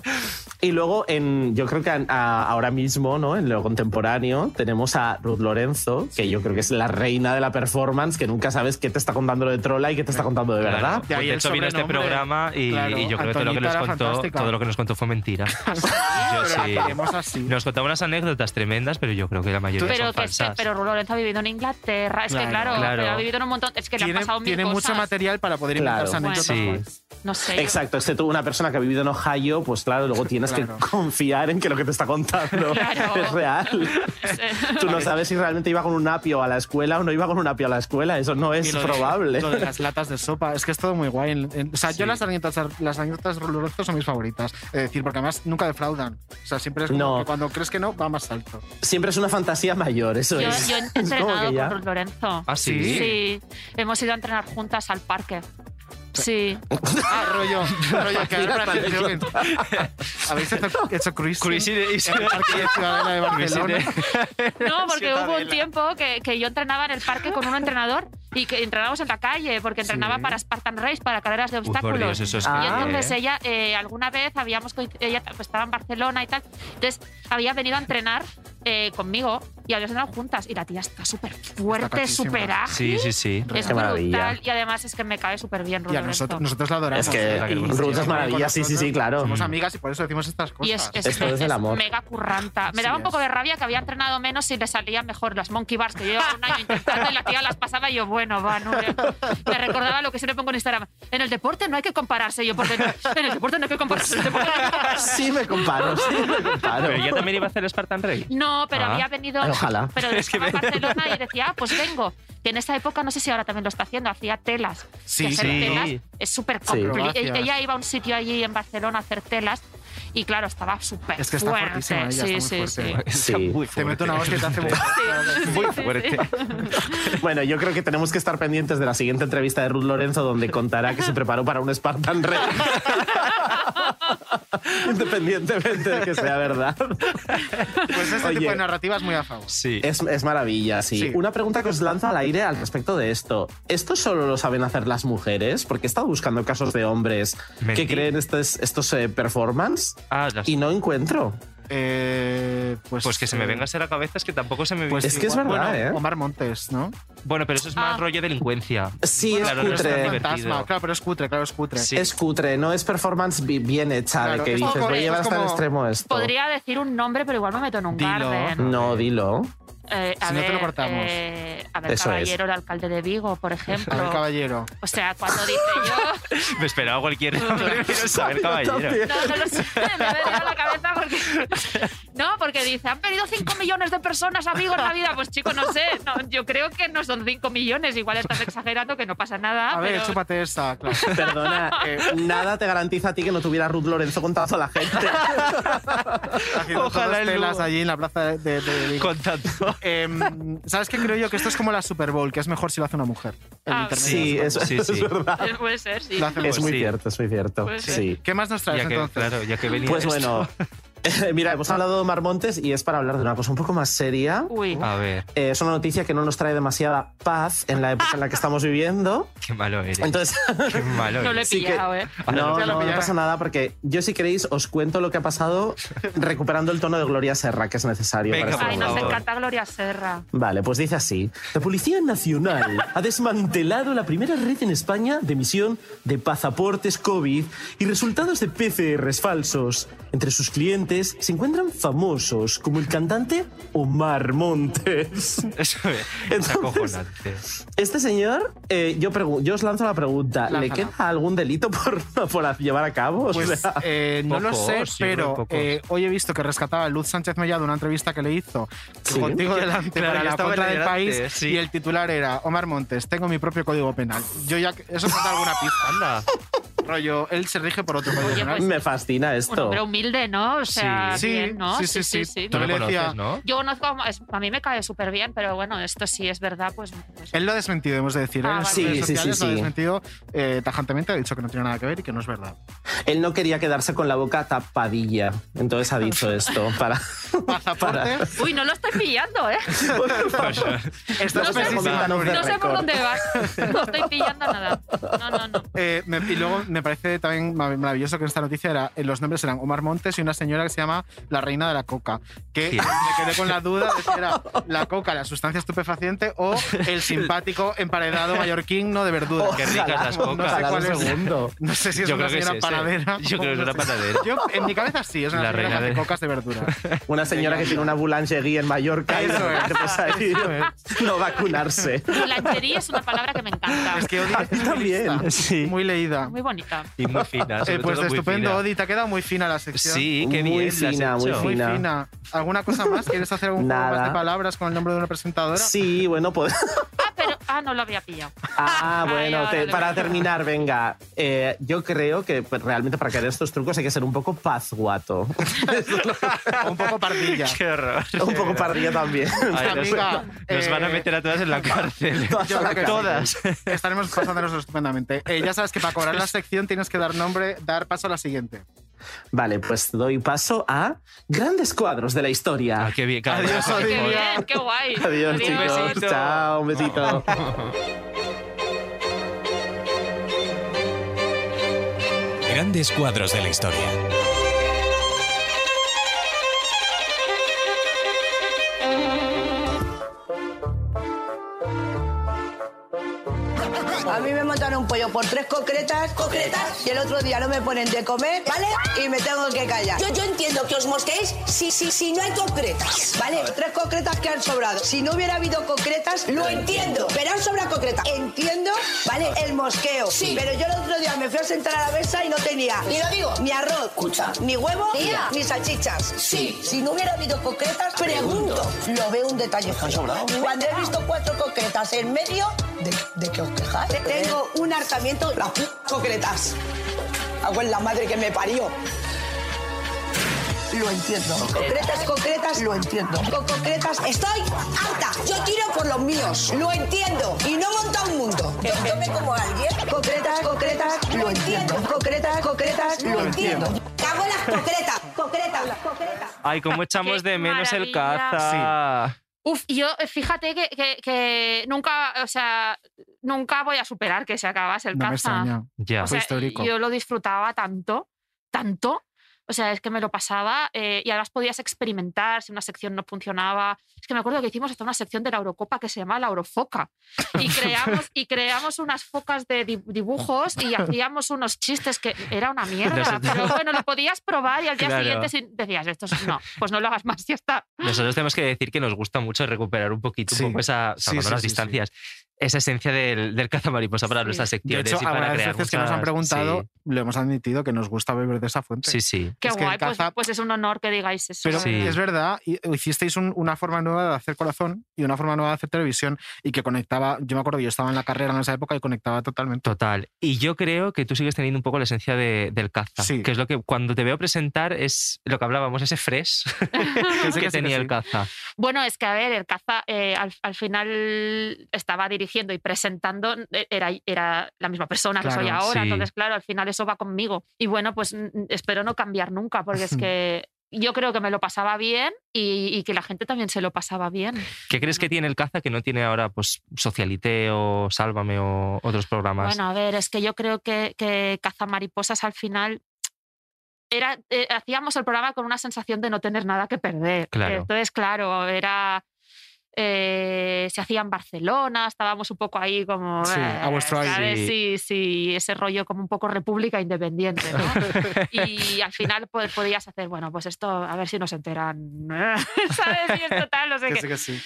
[SPEAKER 16] Y luego, en, yo creo que a- a- ahora mismo, ¿no? en lo contemporáneo, tenemos a Ruth Lorenzo, que yo creo que es la reina de la performance, que nunca sabes qué te está contando lo de trola y qué te está contando de
[SPEAKER 3] Claro,
[SPEAKER 16] verdad.
[SPEAKER 3] pues de hecho vino este programa y,
[SPEAKER 16] Claro,
[SPEAKER 3] y yo creo que todo lo que
[SPEAKER 16] Antonita
[SPEAKER 3] nos
[SPEAKER 16] era
[SPEAKER 3] contó,
[SPEAKER 16] fantástica.
[SPEAKER 3] todo lo que nos contó fue mentira. Yo
[SPEAKER 4] pero la
[SPEAKER 3] sí.
[SPEAKER 4] queremos así.
[SPEAKER 3] Nos contaba unas anécdotas tremendas, pero yo creo que la mayoría
[SPEAKER 6] Pero,
[SPEAKER 3] son
[SPEAKER 6] que es que,
[SPEAKER 3] falsas.
[SPEAKER 6] pero Ruth Lorenzo ha vivido en Inglaterra, es que
[SPEAKER 3] Claro.
[SPEAKER 6] claro,
[SPEAKER 3] Claro.
[SPEAKER 6] pero ha vivido en un montón, es que le han
[SPEAKER 4] Tiene,
[SPEAKER 6] pasado mil
[SPEAKER 4] tiene
[SPEAKER 6] cosas.
[SPEAKER 4] mucho material para poder inventarse
[SPEAKER 16] Claro.
[SPEAKER 4] anécdotas.
[SPEAKER 16] Bueno.
[SPEAKER 4] guays.
[SPEAKER 6] No sé. yo-
[SPEAKER 16] Exacto, excepto una persona que ha vivido en Ohio, pues claro, luego tienes
[SPEAKER 4] Claro.
[SPEAKER 16] que confiar en que lo que te está contando es real. Tú no sabes si realmente iba con un apio a la escuela o no iba con un apio a la escuela, eso no es
[SPEAKER 4] Y lo de-
[SPEAKER 16] probable.
[SPEAKER 4] lo de las latas de sopa, es que es todo muy guay. En- en- o sea, yo las anécdotas, las anécdotas de Ruth Lorenzo son mis favoritas. Es decir, porque además nunca defraudan. O sea, siempre es como
[SPEAKER 16] No.
[SPEAKER 4] que cuando crees que no, va más alto.
[SPEAKER 16] Siempre es una fantasía mayor, eso
[SPEAKER 6] Yo,
[SPEAKER 16] es.
[SPEAKER 6] yo he entrenado con Ruth Lorenzo.
[SPEAKER 16] ¿Ah, sí?
[SPEAKER 6] Sí. Hemos ido a entrenar juntas al parque. Sí.
[SPEAKER 4] Ah, rollo, rollo, que ahora
[SPEAKER 6] Mira,
[SPEAKER 4] parece que- Habéis hecho, hecho cruising. en el parque de Ciudadela de
[SPEAKER 3] eh.
[SPEAKER 4] Barcelona.
[SPEAKER 6] No, porque hubo un
[SPEAKER 4] Ciudadela.
[SPEAKER 6] tiempo que, que yo entrenaba en el parque con un entrenador y que entrenábamos en la calle, porque entrenaba para Spartan Race, para carreras de
[SPEAKER 3] por
[SPEAKER 6] obstáculos.
[SPEAKER 3] Dios, eso es
[SPEAKER 6] y
[SPEAKER 3] que-
[SPEAKER 6] entonces ella, eh, alguna vez habíamos coinc- ella pues, estaba en Barcelona y tal, entonces había venido a entrenar eh, conmigo y habíamos entrenado juntas. Y la tía está súper fuerte,
[SPEAKER 4] catísima.
[SPEAKER 6] súper ágil.
[SPEAKER 3] Sí, sí, sí.
[SPEAKER 6] Es brutal y además es que me cae súper bien Ruth
[SPEAKER 4] Y a
[SPEAKER 6] Lorenzo.
[SPEAKER 4] nosotros, nosotros la adoramos.
[SPEAKER 16] Es que
[SPEAKER 4] La queremos
[SPEAKER 16] Ruth
[SPEAKER 4] mucho.
[SPEAKER 16] es maravilla, sí, sí, sí, claro.
[SPEAKER 3] Mm.
[SPEAKER 4] Somos amigas y por eso decimos estas cosas.
[SPEAKER 6] Y es, es- es mega curranta. Me
[SPEAKER 4] Sí
[SPEAKER 6] daba un
[SPEAKER 4] es.
[SPEAKER 6] poco de rabia que había entrenado menos y le salían mejor las monkey bars que yo llevaba un año intentando y la tía las pasaba y yo, bueno, va, no. Me recordaba lo que siempre pongo en Instagram. En el deporte no hay que compararse. Yo, porque en el deporte no hay que compararse. en el deporte no hay que compararse.
[SPEAKER 16] Sí me comparo, sí me comparo.
[SPEAKER 3] Pero ella también iba a hacer Spartan Race.
[SPEAKER 6] No, pero
[SPEAKER 3] Ah.
[SPEAKER 6] había venido.
[SPEAKER 3] Ojalá.
[SPEAKER 6] Pero
[SPEAKER 3] Es que
[SPEAKER 6] estaba en Barcelona y decía, ah, pues vengo. Que en esa época, no sé si ahora también lo está haciendo, hacía telas.
[SPEAKER 3] Sí,
[SPEAKER 6] Y hacer
[SPEAKER 3] sí.
[SPEAKER 6] telas es súper
[SPEAKER 3] Sí.
[SPEAKER 6] complicado.
[SPEAKER 3] Acrobacias.
[SPEAKER 6] Ella iba a un sitio allí en Barcelona a hacer telas y, claro, estaba súper
[SPEAKER 4] Es que está
[SPEAKER 6] fuerte.
[SPEAKER 4] fortísima ella,
[SPEAKER 6] sí,
[SPEAKER 4] está muy
[SPEAKER 6] sí,
[SPEAKER 4] fuerte.
[SPEAKER 6] sí.
[SPEAKER 4] Te meto una voz que te hace volar.
[SPEAKER 16] Muy fuerte. Bueno, yo creo que tenemos que estar pendientes de la siguiente entrevista de Ruth Lorenzo, donde contará que se preparó para un Spartan Race. Independientemente de que sea verdad.
[SPEAKER 4] Pues este tipo de narrativas muy a favor.
[SPEAKER 16] Es, es maravilla, sí.
[SPEAKER 4] Sí.
[SPEAKER 16] Una pregunta que os lanzo al aire al respecto de esto. ¿Esto solo lo saben hacer las mujeres? Porque he estado buscando casos de hombres
[SPEAKER 3] Mentir.
[SPEAKER 16] que creen estos, estos eh, performance y no encuentro.
[SPEAKER 4] Eh,
[SPEAKER 3] Ah,
[SPEAKER 4] pues,
[SPEAKER 3] Pues que se me
[SPEAKER 4] eh,
[SPEAKER 3] venga a la cabeza es que tampoco se me
[SPEAKER 4] pues
[SPEAKER 3] viene
[SPEAKER 16] es que es
[SPEAKER 3] igual.
[SPEAKER 16] verdad,
[SPEAKER 4] bueno,
[SPEAKER 16] ¿eh?
[SPEAKER 4] Omar Montes, ¿no?
[SPEAKER 3] Bueno, pero eso es
[SPEAKER 4] Ah.
[SPEAKER 3] más rollo delincuencia.
[SPEAKER 16] Sí, es
[SPEAKER 3] Claro, no es tan
[SPEAKER 16] cutre.
[SPEAKER 3] divertido.
[SPEAKER 4] Claro, pero es cutre, claro, es cutre.
[SPEAKER 16] Es cutre, no es performance bi- bien hecha
[SPEAKER 4] Claro,
[SPEAKER 16] de que
[SPEAKER 4] es
[SPEAKER 16] dices,
[SPEAKER 4] como-
[SPEAKER 16] voy a llevar
[SPEAKER 4] es
[SPEAKER 16] hasta el
[SPEAKER 4] como-
[SPEAKER 16] extremo esto.
[SPEAKER 6] Podría decir un nombre, pero igual me meto en un garden.
[SPEAKER 16] No, dilo.
[SPEAKER 6] Eh, a
[SPEAKER 16] Si no te
[SPEAKER 6] ver,
[SPEAKER 16] lo cortamos.
[SPEAKER 6] eh, a ver,
[SPEAKER 16] Eso es.
[SPEAKER 6] Caballero, el alcalde de Vigo, por ejemplo.
[SPEAKER 4] A ver, caballero.
[SPEAKER 6] O sea, cuando dice yo.
[SPEAKER 3] Me esperaba cualquier nombre, pero saber caballero.
[SPEAKER 6] No, no lo sé, me ha venido a la cabeza porque. No, porque dice, han venido 5 millones de personas a Vigo en la vida. Pues chico, no sé. No, yo creo que no son 5 millones. Igual estás exagerando que no pasa nada.
[SPEAKER 4] A ver,
[SPEAKER 6] pero...
[SPEAKER 4] chúpate esta, claro.
[SPEAKER 16] Ah, Perdona, eh, nada te garantiza a ti que no tuviera Ruth Lorenzo contado a la gente.
[SPEAKER 4] Haciendo
[SPEAKER 16] Ojalá
[SPEAKER 4] todas
[SPEAKER 16] el
[SPEAKER 4] telas
[SPEAKER 16] Lugo.
[SPEAKER 4] allí en la plaza de, de Vigo. Em, ¿Sabes qué creo yo? Que esto es como la Super Bowl, que es mejor si lo hace una mujer. El
[SPEAKER 6] Ah,
[SPEAKER 4] internet
[SPEAKER 16] Sí,
[SPEAKER 4] de la
[SPEAKER 16] eso,
[SPEAKER 4] Super Bowl.
[SPEAKER 16] eso es verdad.
[SPEAKER 6] Eh, Puede ser, sí.
[SPEAKER 4] Lo hace
[SPEAKER 16] Es muy
[SPEAKER 4] Sí.
[SPEAKER 16] cierto, es muy cierto.
[SPEAKER 6] Puede ser.
[SPEAKER 16] Sí.
[SPEAKER 4] ¿Qué más nos traes
[SPEAKER 3] Ya que,
[SPEAKER 4] entonces?
[SPEAKER 3] claro, ya que venía
[SPEAKER 16] Pues
[SPEAKER 3] esto.
[SPEAKER 16] bueno, Eh, mira, hemos hablado de Omar Montes y es para hablar de una cosa un poco más seria.
[SPEAKER 6] Uy.
[SPEAKER 3] A ver,
[SPEAKER 16] Eh, es una noticia que no nos trae demasiada paz en la época en la que estamos viviendo.
[SPEAKER 3] qué malo eres.
[SPEAKER 16] Entonces,
[SPEAKER 3] qué malo eres.
[SPEAKER 6] No lo he
[SPEAKER 16] Sí que- Ah,
[SPEAKER 6] pillado, ¿eh?
[SPEAKER 16] no,
[SPEAKER 4] Ya
[SPEAKER 16] no,
[SPEAKER 4] lo
[SPEAKER 16] no
[SPEAKER 4] pillará.
[SPEAKER 16] pasa nada porque yo si queréis os cuento lo que ha pasado recuperando el tono de Gloria Serra que es necesario.
[SPEAKER 3] Venga,
[SPEAKER 16] para
[SPEAKER 6] Ay,
[SPEAKER 16] este
[SPEAKER 6] nos
[SPEAKER 16] momento.
[SPEAKER 6] encanta Gloria Serra.
[SPEAKER 16] Vale, pues dice así. La Policía Nacional ha desmantelado la primera red en España de emisión de pasaportes COVID y resultados de PCRs falsos. Entre sus clientes se encuentran famosos como el cantante Omar Montes.
[SPEAKER 3] Eso es, es
[SPEAKER 16] Entonces-
[SPEAKER 3] acojonante.
[SPEAKER 16] Este señor, eh, yo, pregu- yo os lanzo la pregunta, ¿le
[SPEAKER 4] Lánzala.
[SPEAKER 16] queda algún delito por, por llevar a cabo? O
[SPEAKER 4] Pues
[SPEAKER 16] sea,
[SPEAKER 4] eh, no lo
[SPEAKER 3] pocos,
[SPEAKER 4] sé,
[SPEAKER 3] yo creo que
[SPEAKER 4] pero
[SPEAKER 3] pocos.
[SPEAKER 4] eh, hoy he visto que rescataba a Luz Sánchez Mellado una entrevista que le hizo que
[SPEAKER 16] Sí.
[SPEAKER 4] contigo delante
[SPEAKER 3] Claro, yo
[SPEAKER 4] para la
[SPEAKER 3] estaba
[SPEAKER 4] contra del
[SPEAKER 3] delante,
[SPEAKER 4] país
[SPEAKER 3] sí.
[SPEAKER 4] y el titular era Omar Montes, tengo mi propio código penal. Yo ya que- eso nos da alguna pista.
[SPEAKER 3] Anda.
[SPEAKER 4] Rollo, él se rige por otro código
[SPEAKER 6] Oye,
[SPEAKER 4] penal.
[SPEAKER 6] pues-
[SPEAKER 16] me fascina
[SPEAKER 6] Un
[SPEAKER 16] esto.
[SPEAKER 6] hombre humilde, ¿no? O sea,
[SPEAKER 4] Sí.
[SPEAKER 6] bien, ¿no?
[SPEAKER 4] Sí, sí, sí.
[SPEAKER 3] Tú
[SPEAKER 4] Yo
[SPEAKER 3] lo
[SPEAKER 4] le decía-
[SPEAKER 3] conoces, ¿no?
[SPEAKER 6] Yo conozco, a- es- a mí me cae súper bien, pero bueno, esto sí es verdad, pues. pues-
[SPEAKER 4] Él lo ha desmentido, hemos de decir. ¿eh?
[SPEAKER 6] Ah,
[SPEAKER 4] en las
[SPEAKER 6] vale.
[SPEAKER 16] Sí,
[SPEAKER 4] redes
[SPEAKER 16] sí, sí,
[SPEAKER 4] sociales lo ha
[SPEAKER 16] sí.
[SPEAKER 4] desmentido eh, tajantemente, ha dicho que no tiene nada que ver y que no es verdad.
[SPEAKER 16] Él no quería quedarse con la boca tapadilla, entonces ha dicho esto para... para-
[SPEAKER 6] Uy, no lo estoy pillando, ¿eh?
[SPEAKER 3] Pues
[SPEAKER 4] Estás
[SPEAKER 6] no sé,
[SPEAKER 4] precisamente en un
[SPEAKER 6] no sé por
[SPEAKER 4] récord.
[SPEAKER 6] dónde vas. No estoy pillando nada.
[SPEAKER 4] Eh, me- y luego me parece también ma- maravilloso que en esta noticia era, eh, los nombres eran Omar Montes y una señora que se llama la reina de la coca. Que
[SPEAKER 3] ¿Quién?
[SPEAKER 4] me quedé con la duda de si era la coca, la sustancia estupefaciente, o el simpático emparedado mallorquín no de verdura.
[SPEAKER 3] Qué ricas las
[SPEAKER 4] No sé
[SPEAKER 3] cocas.
[SPEAKER 4] cuál
[SPEAKER 3] Ojalá lo
[SPEAKER 4] es.
[SPEAKER 3] segundo.
[SPEAKER 4] No sé si es
[SPEAKER 3] Yo
[SPEAKER 4] una
[SPEAKER 3] creo que
[SPEAKER 4] señora
[SPEAKER 3] es ese.
[SPEAKER 4] panadera.
[SPEAKER 3] Yo creo que es
[SPEAKER 4] No
[SPEAKER 3] una
[SPEAKER 4] sé.
[SPEAKER 3] panadera.
[SPEAKER 4] Yo, en mi cabeza sí, es una
[SPEAKER 3] La
[SPEAKER 4] señora
[SPEAKER 3] reina
[SPEAKER 4] que hace
[SPEAKER 3] de-
[SPEAKER 4] cocas de verdura.
[SPEAKER 16] Una señora que tiene una boulangerie en Mallorca y
[SPEAKER 4] Eso
[SPEAKER 16] de repente, pues, ahí no vacunarse.
[SPEAKER 6] Boulangerie es una palabra que me encanta.
[SPEAKER 4] Es que Odi es muy lista, muy leída.
[SPEAKER 6] Muy bonita.
[SPEAKER 3] Y muy fina.
[SPEAKER 4] Eh,
[SPEAKER 3] sobre
[SPEAKER 4] pues
[SPEAKER 3] todo muy
[SPEAKER 4] estupendo,
[SPEAKER 3] fina.
[SPEAKER 4] Odi, te ha quedado muy fina la sección.
[SPEAKER 3] Sí, qué Muy bien la has fina, muy hecho.
[SPEAKER 4] Muy
[SPEAKER 3] fina.
[SPEAKER 4] fina. ¿Alguna cosa más? ¿Quieres hacer algún juego más
[SPEAKER 16] Nada.
[SPEAKER 4] de palabras con el nombre de una presentadora?
[SPEAKER 16] Sí, bueno, pues...
[SPEAKER 6] Pero, ah, no lo había pillado.
[SPEAKER 16] Ah,
[SPEAKER 6] Ay,
[SPEAKER 16] bueno,
[SPEAKER 6] ahora
[SPEAKER 16] te-
[SPEAKER 6] lo
[SPEAKER 16] para
[SPEAKER 6] veo.
[SPEAKER 16] terminar, venga. Eh, yo creo que pues, realmente para crear estos trucos hay que ser un poco pazguato.
[SPEAKER 4] un poco pardilla.
[SPEAKER 3] Qué horror.
[SPEAKER 16] un poco pardilla también.
[SPEAKER 3] Ay, nos,
[SPEAKER 4] Amiga,
[SPEAKER 3] nos
[SPEAKER 4] eh,
[SPEAKER 3] van a meter a todas en la cárcel.
[SPEAKER 4] Yo creo que sí.
[SPEAKER 3] todas.
[SPEAKER 4] Estaremos pasándonos estupendamente. Eh, ya sabes que para cobrar la sección tienes que dar nombre, dar paso a la siguiente.
[SPEAKER 16] Vale, pues doy paso a grandes cuadros de la historia.
[SPEAKER 3] Ah, qué bien,
[SPEAKER 16] Adiós,
[SPEAKER 6] Qué
[SPEAKER 16] Olivia.
[SPEAKER 6] bien, qué guay.
[SPEAKER 16] Adiós, chicos.
[SPEAKER 3] besito.
[SPEAKER 16] Chao, un besito.
[SPEAKER 13] Grandes cuadros de la historia.
[SPEAKER 17] A mí me montaron un pollo por tres concretas, concretas, y el otro día no me ponen de comer, ¿vale? Y me tengo que callar. Yo, yo entiendo que os mosquéis si, si, si no hay concretas, ¿vale? Tres concretas que han sobrado. Si no hubiera habido concretas, lo entiendo, pero han sobrado concretas. Entiendo, ¿vale? El mosqueo. Sí. Pero yo el otro día me fui a sentar a la mesa y no tenía.
[SPEAKER 18] Y lo digo.
[SPEAKER 17] Ni arroz. Ni huevo.
[SPEAKER 18] Tía.
[SPEAKER 17] Ni salchichas.
[SPEAKER 18] Sí.
[SPEAKER 17] Si no hubiera habido concretas, pregunto. Lo veo un detalle. Cuando he visto cuatro concretas en medio, ¿de, de qué os quejáis? Eh. Tengo un hartamiento. Las pu- concretas. Hago en la madre que me parió. Lo entiendo. Concretas, concretas, lo entiendo. Con concretas, estoy harta. Yo tiro por los míos. Lo entiendo. Y no monta un mundo. Yo, yo me como a alguien. Concretas, concretas, lo entiendo. Concretas, concretas, lo entiendo. Cago en las concretas. Concretas, las concretas.
[SPEAKER 3] Ay, cómo echamos de menos el
[SPEAKER 6] maravilla.
[SPEAKER 3] caza.
[SPEAKER 6] Uf, yo eh, fíjate que, que- que nunca, o sea, nunca voy a superar que se acabase el
[SPEAKER 4] No me
[SPEAKER 6] caza.
[SPEAKER 4] extraña.
[SPEAKER 3] Ya.
[SPEAKER 6] O
[SPEAKER 4] Fue
[SPEAKER 6] sea,
[SPEAKER 4] histórico.
[SPEAKER 6] Yo lo disfrutaba tanto, tanto. O sea, es que me lo pasaba eh, y además podías experimentar si una sección no funcionaba. Es que me acuerdo que hicimos hasta una sección de la Eurocopa que se llamaba la Eurofoca. Y creamos, y creamos unas focas de di- dibujos y hacíamos unos chistes que era una mierda.
[SPEAKER 3] Nosotros-
[SPEAKER 6] Pero bueno, lo podías probar y al día
[SPEAKER 3] Claro.
[SPEAKER 6] siguiente sí- decías, esto es- no, pues no lo hagas más y ya está.
[SPEAKER 3] Nosotros tenemos que decir que nos gusta mucho recuperar un poquito,
[SPEAKER 4] Sí.
[SPEAKER 3] un poco esa,
[SPEAKER 4] Sí,
[SPEAKER 3] salvando
[SPEAKER 4] sí,
[SPEAKER 3] las
[SPEAKER 4] sí, sí.
[SPEAKER 3] distancias, esa esencia del, del cazamariposa para nuestras
[SPEAKER 4] De
[SPEAKER 3] secciones
[SPEAKER 4] hecho,
[SPEAKER 3] y para
[SPEAKER 4] algunas
[SPEAKER 3] crear
[SPEAKER 4] veces que nos han
[SPEAKER 3] muchas-
[SPEAKER 4] preguntado, lo hemos admitido que nos gusta beber de esa fuente.
[SPEAKER 3] Sí, sí. sí.
[SPEAKER 6] Qué
[SPEAKER 4] Es que
[SPEAKER 6] guay,
[SPEAKER 4] en
[SPEAKER 6] pues,
[SPEAKER 4] caza-
[SPEAKER 6] pues es un honor que digáis eso.
[SPEAKER 4] Pero
[SPEAKER 3] Sí.
[SPEAKER 4] es verdad, y- hicisteis un- una forma nueva de hacer corazón y una forma nueva de hacer televisión y que conectaba, yo me acuerdo, yo estaba en la carrera en esa época y conectaba totalmente.
[SPEAKER 3] Total. Y yo creo que tú sigues teniendo un poco la esencia de- del caza,
[SPEAKER 4] Sí.
[SPEAKER 3] que es lo que cuando te veo presentar es lo que hablábamos, ese fresh
[SPEAKER 4] que sí,
[SPEAKER 3] que
[SPEAKER 4] que
[SPEAKER 3] tenía
[SPEAKER 4] sí.
[SPEAKER 3] el caza.
[SPEAKER 6] Bueno, es que a ver, el caza eh, al, al final estaba dirigiendo y presentando, eh, era, era la misma persona que soy
[SPEAKER 3] Claro,
[SPEAKER 6] ahora,
[SPEAKER 3] sí.
[SPEAKER 6] entonces claro, al final eso va conmigo. Y bueno, pues mm, espero no cambiar nunca, porque es que yo creo que me lo pasaba bien y, y que la gente también se lo pasaba bien.
[SPEAKER 3] ¿Qué crees que tiene el caza que no tiene ahora pues Socialité o Sálvame o otros programas?
[SPEAKER 6] Bueno, a ver, es que yo creo que, que caza mariposas al final... Era, eh, hacíamos el programa con una sensación de no tener nada que perder. Eh,
[SPEAKER 3] Claro.
[SPEAKER 6] Entonces, claro, era... eh, se hacía en Barcelona, estábamos un poco ahí como...
[SPEAKER 4] Sí,
[SPEAKER 6] eh,
[SPEAKER 4] a vuestro aire.
[SPEAKER 6] ¿sabes?
[SPEAKER 4] Sí.
[SPEAKER 6] Sí, sí, ese rollo como un poco república independiente. ¿no? y al final pues, podías hacer, bueno, pues esto, a ver si nos enteran. ¿Sabes? Y es total, no sé
[SPEAKER 4] Que
[SPEAKER 6] qué.
[SPEAKER 4] sí, que sí.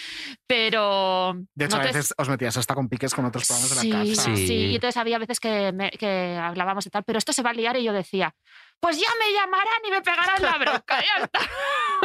[SPEAKER 6] Pero...
[SPEAKER 4] De hecho,
[SPEAKER 6] no
[SPEAKER 4] a
[SPEAKER 6] te-
[SPEAKER 4] veces os metías hasta con piques con otros programas de
[SPEAKER 6] sí,
[SPEAKER 4] la casa.
[SPEAKER 6] sí, Y entonces había veces que, me- que hablábamos y tal, pero esto se va a liar y yo decía, pues ya me llamarán y me pegarán la bronca. Ya está.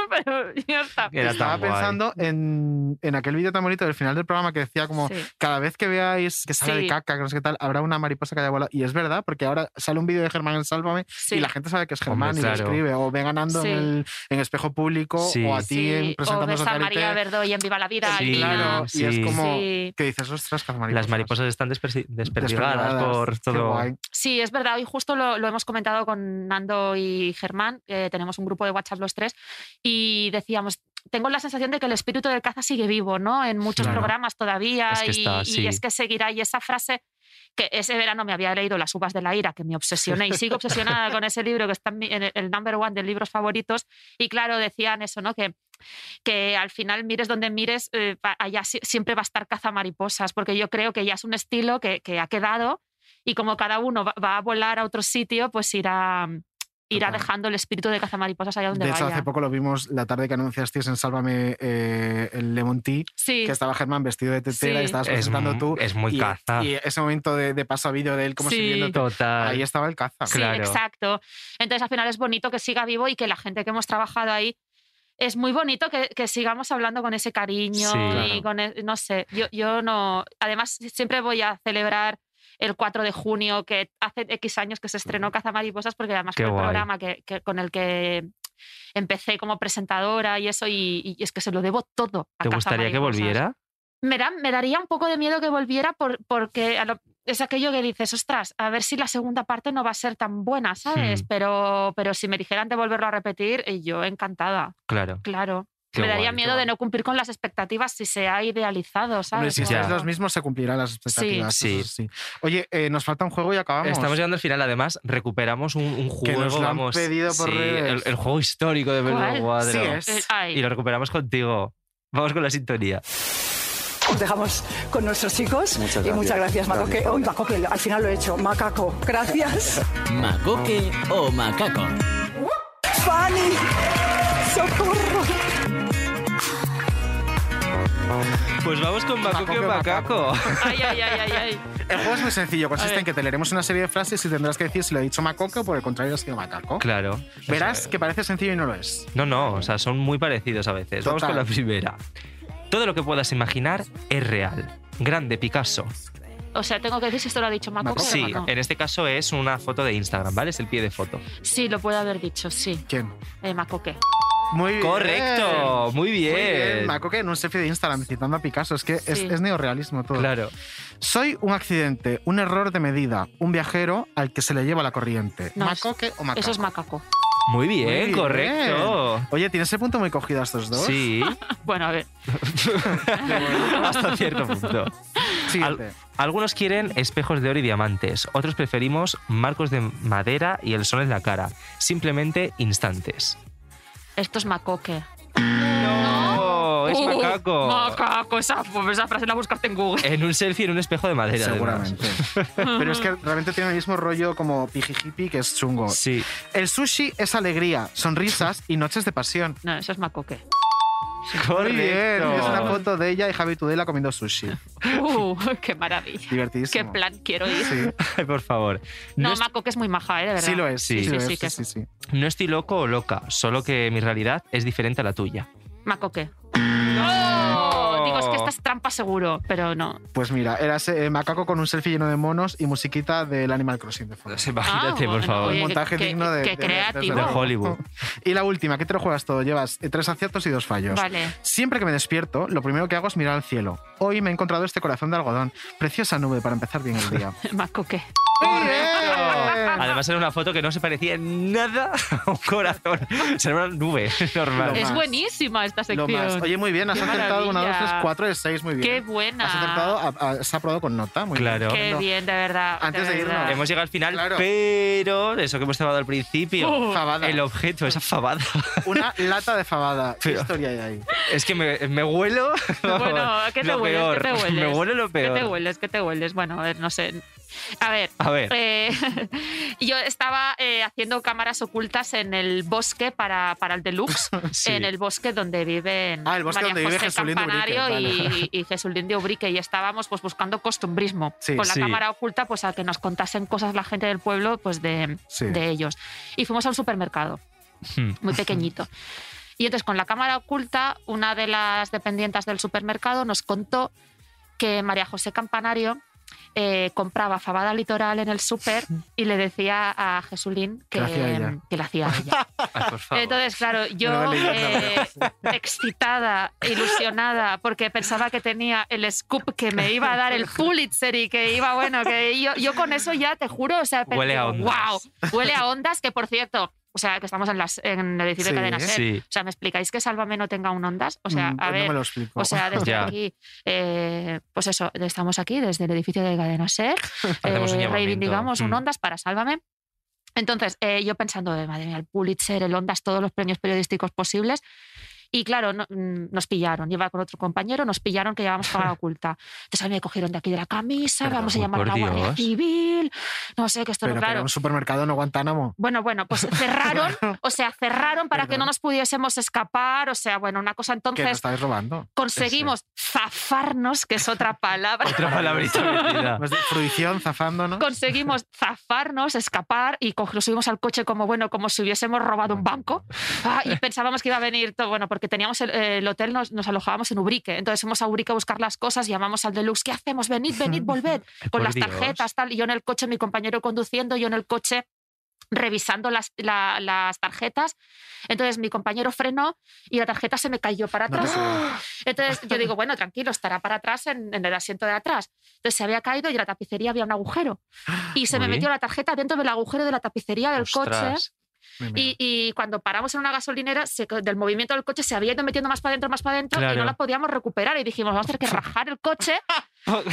[SPEAKER 6] Pero ya está.
[SPEAKER 4] Estaba pensando en, en aquel vídeo tan bonito del final del programa que decía como
[SPEAKER 6] Sí.
[SPEAKER 4] cada vez que veáis que sale
[SPEAKER 6] Sí.
[SPEAKER 4] de caca, que no sé qué tal, habrá una mariposa que haya volado. Y es verdad, porque ahora sale un vídeo de Germán en Sálvame y la gente sabe que es Germán
[SPEAKER 3] Hombre,
[SPEAKER 4] y
[SPEAKER 3] claro.
[SPEAKER 4] lo escribe. O ve ganando
[SPEAKER 6] Sí.
[SPEAKER 4] en, el- en espejo público
[SPEAKER 3] Sí.
[SPEAKER 4] o a ti
[SPEAKER 6] Sí,
[SPEAKER 4] en
[SPEAKER 6] o
[SPEAKER 4] presentando
[SPEAKER 6] ves a María Verdoy en Viva la Vida.
[SPEAKER 3] Sí,
[SPEAKER 6] Alina.
[SPEAKER 3] claro,
[SPEAKER 4] Y es
[SPEAKER 3] Sí.
[SPEAKER 4] como
[SPEAKER 6] Sí.
[SPEAKER 4] que dices, ostras, que las mariposas.
[SPEAKER 3] Las mariposas están despersi- desperdigadas
[SPEAKER 4] desperdigadas,
[SPEAKER 3] por
[SPEAKER 4] qué
[SPEAKER 3] todo.
[SPEAKER 4] guay.
[SPEAKER 6] Sí, es verdad. Hoy justo lo, lo hemos comentado con Nando y Germán. eh, tenemos un grupo de WhatsApp los tres y decíamos, tengo la sensación de que el espíritu del caza sigue vivo, ¿no? En muchos
[SPEAKER 3] Claro.
[SPEAKER 6] programas todavía
[SPEAKER 3] Es que
[SPEAKER 6] y,
[SPEAKER 3] está,
[SPEAKER 6] y
[SPEAKER 3] sí.
[SPEAKER 6] es que seguirá. Y esa frase que ese verano me había leído Las uvas de la ira, que me obsesioné y sigo obsesionada con ese libro que está en, mi- en el- el number one de libros favoritos. Y claro, decían eso, ¿no? Que que al final mires donde mires, eh, va- allá si- siempre va a estar caza mariposas, porque yo creo que ya es un estilo que, que ha quedado y como cada uno va, va a volar a otro sitio, pues irá, irá
[SPEAKER 4] Total.
[SPEAKER 6] dejando el espíritu de caza mariposas allá donde
[SPEAKER 4] De hecho,
[SPEAKER 6] vaya.
[SPEAKER 4] hace poco lo vimos la tarde que anunciasteis en Sálvame eh, el Lemon Tea,
[SPEAKER 6] Sí.
[SPEAKER 4] que estaba Germán vestido de tetera
[SPEAKER 6] Sí.
[SPEAKER 4] y estabas
[SPEAKER 3] Es
[SPEAKER 4] presentando
[SPEAKER 3] mu-
[SPEAKER 4] tú.
[SPEAKER 3] es muy
[SPEAKER 4] y,
[SPEAKER 3] caza.
[SPEAKER 4] Y ese momento de, de paso a vídeo de él como
[SPEAKER 6] Sí.
[SPEAKER 4] sirviéndote.
[SPEAKER 3] Total.
[SPEAKER 4] Ahí estaba el
[SPEAKER 3] Ah,
[SPEAKER 4] caza.
[SPEAKER 6] Sí, exacto. Entonces al final es bonito que siga vivo y que la gente que hemos trabajado ahí es muy bonito que, que sigamos hablando con ese cariño
[SPEAKER 3] Sí.
[SPEAKER 6] y con e- no sé, yo, yo no, además siempre voy a celebrar el 4 de junio que hace X años que se estrenó Caza Mariposas porque además
[SPEAKER 3] Qué
[SPEAKER 6] fue el
[SPEAKER 3] guay.
[SPEAKER 6] programa que, que- con el que empecé como presentadora y eso y, y es que se lo debo todo a
[SPEAKER 3] ¿Te
[SPEAKER 6] Caza
[SPEAKER 3] gustaría que
[SPEAKER 6] Mariposas.
[SPEAKER 3] volviera?
[SPEAKER 6] Me, da- me daría un poco de miedo que volviera por- porque a lo- es aquello que dices, ostras, a ver si la segunda parte no va a ser tan buena, ¿sabes?
[SPEAKER 3] Hmm.
[SPEAKER 6] Pero, pero si me dijeran de volverlo a repetir, eh, yo encantada,
[SPEAKER 3] Claro.
[SPEAKER 6] claro.
[SPEAKER 3] Qué
[SPEAKER 6] me daría
[SPEAKER 3] guay, qué
[SPEAKER 6] miedo de no cumplir con las expectativas si se ha idealizado, ¿sabes?
[SPEAKER 4] Hombre, si estáis
[SPEAKER 3] Ya.
[SPEAKER 4] los mismos, se cumplirán las expectativas.
[SPEAKER 3] Sí.
[SPEAKER 4] eso sí. Oye, eh, nos falta un juego y acabamos.
[SPEAKER 3] Estamos llegando al final, además, recuperamos un, un
[SPEAKER 4] Que
[SPEAKER 3] juego,
[SPEAKER 4] nos lo han
[SPEAKER 3] vamos,
[SPEAKER 4] pedido por
[SPEAKER 3] sí, el,
[SPEAKER 4] redes.
[SPEAKER 3] el juego histórico de Menudo
[SPEAKER 6] ¿Cuál?
[SPEAKER 3] Cuadro.
[SPEAKER 4] Sí es.
[SPEAKER 6] Ay.
[SPEAKER 3] Y lo recuperamos contigo. Vamos con la sintonía.
[SPEAKER 18] Os dejamos con nuestros chicos.
[SPEAKER 3] Muchas
[SPEAKER 18] Y
[SPEAKER 3] gracias.
[SPEAKER 18] muchas gracias, Macoque. Hoy Macoque, al final lo he hecho. Macaco, gracias.
[SPEAKER 19] Macoque o macaco.
[SPEAKER 18] Fanny, socorro.
[SPEAKER 3] Pues vamos con Macoque o Macaco.
[SPEAKER 6] Ay, ay, ay, ay, ay.
[SPEAKER 4] El juego es muy sencillo.
[SPEAKER 6] A
[SPEAKER 4] Consiste
[SPEAKER 6] ver.
[SPEAKER 4] en que te leeremos una serie de frases y tendrás que decir si lo ha dicho Macoco o por el contrario ha sido Macaco.
[SPEAKER 3] Claro.
[SPEAKER 4] Verás que parece sencillo y no lo es.
[SPEAKER 3] No, no, o sea, son muy parecidos a veces. Vamos con
[SPEAKER 4] Total.
[SPEAKER 3] la primera. Todo lo que puedas imaginar es real. Grande Picasso.
[SPEAKER 6] O sea, tengo que decir si esto lo ha dicho Maco.
[SPEAKER 3] Sí, en este caso es una foto de Instagram, ¿vale? Es el pie de foto.
[SPEAKER 6] Sí, lo puede haber dicho, sí.
[SPEAKER 4] ¿Quién?
[SPEAKER 6] Eh, Macoque.
[SPEAKER 4] Muy bien.
[SPEAKER 3] Correcto, muy bien.
[SPEAKER 4] Macoque en un selfie de Instagram citando a Picasso. Es que es,
[SPEAKER 6] Sí.
[SPEAKER 4] es neorealismo todo.
[SPEAKER 3] Claro.
[SPEAKER 4] Soy un accidente, un error de medida, un viajero al que se le lleva la corriente.
[SPEAKER 6] No,
[SPEAKER 4] ¿Macoque o Macaco?
[SPEAKER 6] Eso es Macaco.
[SPEAKER 3] Muy bien,
[SPEAKER 4] Muy bien.
[SPEAKER 3] correcto.
[SPEAKER 4] Oye, ¿tienes el punto muy cogido a estos dos?
[SPEAKER 3] Sí,
[SPEAKER 6] Bueno, a ver.
[SPEAKER 3] hasta cierto punto.
[SPEAKER 4] Siguiente.
[SPEAKER 3] Al- algunos quieren espejos de oro y diamantes, otros preferimos marcos de madera y el sol en la cara. Simplemente instantes.
[SPEAKER 6] Esto es Macoque.
[SPEAKER 3] ¡No! ¡Es
[SPEAKER 6] Uh,
[SPEAKER 3] macaco!
[SPEAKER 6] Macaco, esa, pues esa frase la buscaste en Google.
[SPEAKER 3] En un selfie en un espejo de madera. además.
[SPEAKER 4] Seguramente. Pero es que realmente tiene el mismo rollo como pijijipi, que es chungo.
[SPEAKER 3] Sí.
[SPEAKER 4] El sushi es alegría, sonrisas y noches de pasión.
[SPEAKER 6] No, eso es Macoque.
[SPEAKER 4] Muy bien.
[SPEAKER 3] Correcto.
[SPEAKER 4] Es una foto de ella y Javi Tudela comiendo sushi.
[SPEAKER 6] Uh, qué maravilla. Qué
[SPEAKER 4] Divertidísimo.
[SPEAKER 6] plan quiero ir.
[SPEAKER 4] Sí,
[SPEAKER 3] Ay, Por favor.
[SPEAKER 6] No,
[SPEAKER 3] No, es-
[SPEAKER 6] Macoque es muy maja, ¿eh? De verdad.
[SPEAKER 4] sí lo es.
[SPEAKER 3] Sí,
[SPEAKER 4] Sí,
[SPEAKER 3] sí,
[SPEAKER 4] sí, lo es,
[SPEAKER 6] sí,
[SPEAKER 4] sí,
[SPEAKER 6] que-
[SPEAKER 4] sí, sí.
[SPEAKER 3] no estoy loco o loca, solo que mi realidad es diferente a la tuya.
[SPEAKER 6] Macoque. ¡No! Oh, Digo, es que esta es trampa seguro, pero no.
[SPEAKER 4] Pues mira, era ese, eh, macaco con un selfie lleno de monos y musiquita del Animal Crossing de fondo.
[SPEAKER 3] Imagínate,
[SPEAKER 6] Ah,
[SPEAKER 3] por
[SPEAKER 6] bueno,
[SPEAKER 3] favor.
[SPEAKER 6] oye,
[SPEAKER 4] Un montaje
[SPEAKER 6] qué-
[SPEAKER 4] digno de,
[SPEAKER 6] qué
[SPEAKER 4] de- de-
[SPEAKER 6] creativo.
[SPEAKER 3] De Hollywood.
[SPEAKER 4] Y la última, ¿qué te lo juegas todo? Llevas eh, tres aciertos y dos fallos.
[SPEAKER 6] Vale.
[SPEAKER 4] Siempre que me despierto, lo primero que hago es mirar al cielo. Hoy me he encontrado este corazón de algodón. Preciosa nube para empezar bien el día.
[SPEAKER 6] Macoque.
[SPEAKER 3] Además era una foto que no se parecía en nada a un corazón. O sea, era una nube normal.
[SPEAKER 4] Lo
[SPEAKER 6] Es
[SPEAKER 4] más.
[SPEAKER 6] buenísima esta
[SPEAKER 4] Lo
[SPEAKER 6] sección.
[SPEAKER 4] más. Oye, muy bien, has
[SPEAKER 6] Qué
[SPEAKER 4] acertado una, dos, tres,
[SPEAKER 6] maravilla.
[SPEAKER 4] cuatro de seis, muy bien.
[SPEAKER 6] Qué buena.
[SPEAKER 4] Has acertado, a- a- has aprobado con nota, muy
[SPEAKER 3] Claro.
[SPEAKER 4] bien.
[SPEAKER 6] Qué
[SPEAKER 4] Tremendo.
[SPEAKER 6] bien, de verdad.
[SPEAKER 4] Antes de
[SPEAKER 6] verdad.
[SPEAKER 4] irnos,
[SPEAKER 3] Hemos llegado al final,
[SPEAKER 4] Claro.
[SPEAKER 3] pero eso que hemos tomado al principio,
[SPEAKER 4] Uh. Fabada.
[SPEAKER 3] el objeto, esa fabada.
[SPEAKER 4] Una lata de fabada. ¿Qué
[SPEAKER 3] Pero-
[SPEAKER 4] historia hay ahí?
[SPEAKER 3] Es que me, me huelo.
[SPEAKER 6] Bueno, ¿a ¿qué te
[SPEAKER 3] lo
[SPEAKER 6] hueles?
[SPEAKER 3] peor.
[SPEAKER 6] ¿Qué te hueles?
[SPEAKER 3] Me huelo lo
[SPEAKER 6] ¿Qué te
[SPEAKER 3] peor.
[SPEAKER 6] hueles? ¿Qué te hueles? Bueno, a ver, no sé. A ver.
[SPEAKER 20] A ver.
[SPEAKER 6] eh, yo estaba eh, haciendo cámaras ocultas en el bosque para, para el deluxe,
[SPEAKER 4] Sí.
[SPEAKER 6] en el bosque donde viven
[SPEAKER 4] Ah, el bosque
[SPEAKER 6] María
[SPEAKER 4] donde vive
[SPEAKER 6] José
[SPEAKER 4] Jesulín de Ubrique,
[SPEAKER 6] Campanario
[SPEAKER 4] vale.
[SPEAKER 6] y, y Jesulín de Ubrique. Y estábamos pues buscando costumbrismo
[SPEAKER 4] Sí,
[SPEAKER 6] con la
[SPEAKER 4] sí.
[SPEAKER 6] cámara oculta, pues a que nos contasen cosas la gente del pueblo, pues de,
[SPEAKER 20] Sí.
[SPEAKER 6] de ellos. Y fuimos a un supermercado
[SPEAKER 4] Hmm.
[SPEAKER 6] muy pequeñito. Y entonces con la cámara oculta, una de las dependientes del supermercado nos contó que María José Campanario eh, compraba fabada litoral en el súper y le decía a Jesulín que,
[SPEAKER 20] Que la hacía ella.
[SPEAKER 6] que la hacía ella.
[SPEAKER 3] Ah,
[SPEAKER 20] Ay, por
[SPEAKER 6] Eh,
[SPEAKER 20] favor.
[SPEAKER 6] Entonces, claro, yo
[SPEAKER 20] Menuda leyenda,
[SPEAKER 6] eh, excitada, ilusionada, porque pensaba que tenía el scoop que me iba a dar el Pulitzer y que iba, bueno, que yo, yo con eso ya te juro, o sea, pero
[SPEAKER 20] Huele a ondas.
[SPEAKER 6] digo, "Guau". huele a ondas, que por cierto, o sea, que estamos en, las, en el
[SPEAKER 20] Sí,
[SPEAKER 6] edificio de cadena Ser.
[SPEAKER 20] sí.
[SPEAKER 6] O sea, ¿me explicáis que Sálvame no tenga un ondas? O sea,
[SPEAKER 20] Mm,
[SPEAKER 6] a
[SPEAKER 20] no
[SPEAKER 6] ver,
[SPEAKER 20] me lo explico.
[SPEAKER 6] o sea, desde
[SPEAKER 20] Ya.
[SPEAKER 6] aquí, eh, pues eso, estamos aquí desde el edificio de cadena Ser,
[SPEAKER 20] Hacemos un
[SPEAKER 6] eh,
[SPEAKER 20] llamamiento.
[SPEAKER 6] reivindicamos un
[SPEAKER 20] Mm.
[SPEAKER 6] ondas para Sálvame. Entonces, eh, yo pensando, eh, madre mía, el Pulitzer, el Ondas, todos los premios periodísticos posibles. Y claro, no- mm, nos pillaron. Iba con otro compañero, nos pillaron que llevábamos cámara oculta. Entonces a mí me cogieron de aquí de la camisa, vamos a
[SPEAKER 4] uy,
[SPEAKER 6] llamar a
[SPEAKER 4] por
[SPEAKER 6] la Guardia
[SPEAKER 4] Dios.
[SPEAKER 6] Civil, no sé, que esto
[SPEAKER 4] Pero
[SPEAKER 6] no,
[SPEAKER 4] que
[SPEAKER 6] claro.
[SPEAKER 4] era un supermercado, no Guantánamo.
[SPEAKER 6] Bueno, bueno, pues cerraron, o sea, cerraron para que no nos pudiésemos escapar, o sea, bueno, una cosa
[SPEAKER 4] Que nos
[SPEAKER 6] entonces
[SPEAKER 4] estáis robando.
[SPEAKER 6] conseguimos zafarnos, que es otra palabra.
[SPEAKER 20] Otra palabrita
[SPEAKER 3] Ah.
[SPEAKER 20] metida.
[SPEAKER 4] Más de Fruición, zafándonos.
[SPEAKER 6] Conseguimos zafarnos, escapar y co- nos subimos al coche como bueno, como si hubiésemos robado un banco. Ah, y pensábamos que iba a venir todo, bueno, porque teníamos el, el hotel, nos, nos alojábamos en Ubrique. Entonces fuimos a Ubrique a buscar las cosas, llamamos al deluxe, ¿qué hacemos? Venid, venid, volved. Con
[SPEAKER 20] Por
[SPEAKER 6] las
[SPEAKER 20] Dios.
[SPEAKER 6] tarjetas, tal. Y yo en el coche, mi compañero conduciendo, yo en el coche revisando las, la- las tarjetas. Entonces mi compañero frenó y la tarjeta se me cayó para
[SPEAKER 20] No te
[SPEAKER 6] atrás.
[SPEAKER 20] creo.
[SPEAKER 6] Entonces yo digo, bueno, tranquilo, estará para atrás en, en el asiento de atrás. Entonces se había caído y en la tapicería había un agujero. Y se me
[SPEAKER 20] Uy.
[SPEAKER 6] metió la tarjeta dentro del agujero de la tapicería del
[SPEAKER 20] Ah, Ostras.
[SPEAKER 6] coche. Y, y cuando paramos en una gasolinera, se- del movimiento del coche se había ido metiendo más para adentro, más para adentro, y
[SPEAKER 20] Claro.
[SPEAKER 6] no la podíamos recuperar. Y dijimos, vamos a tener que rajar el coche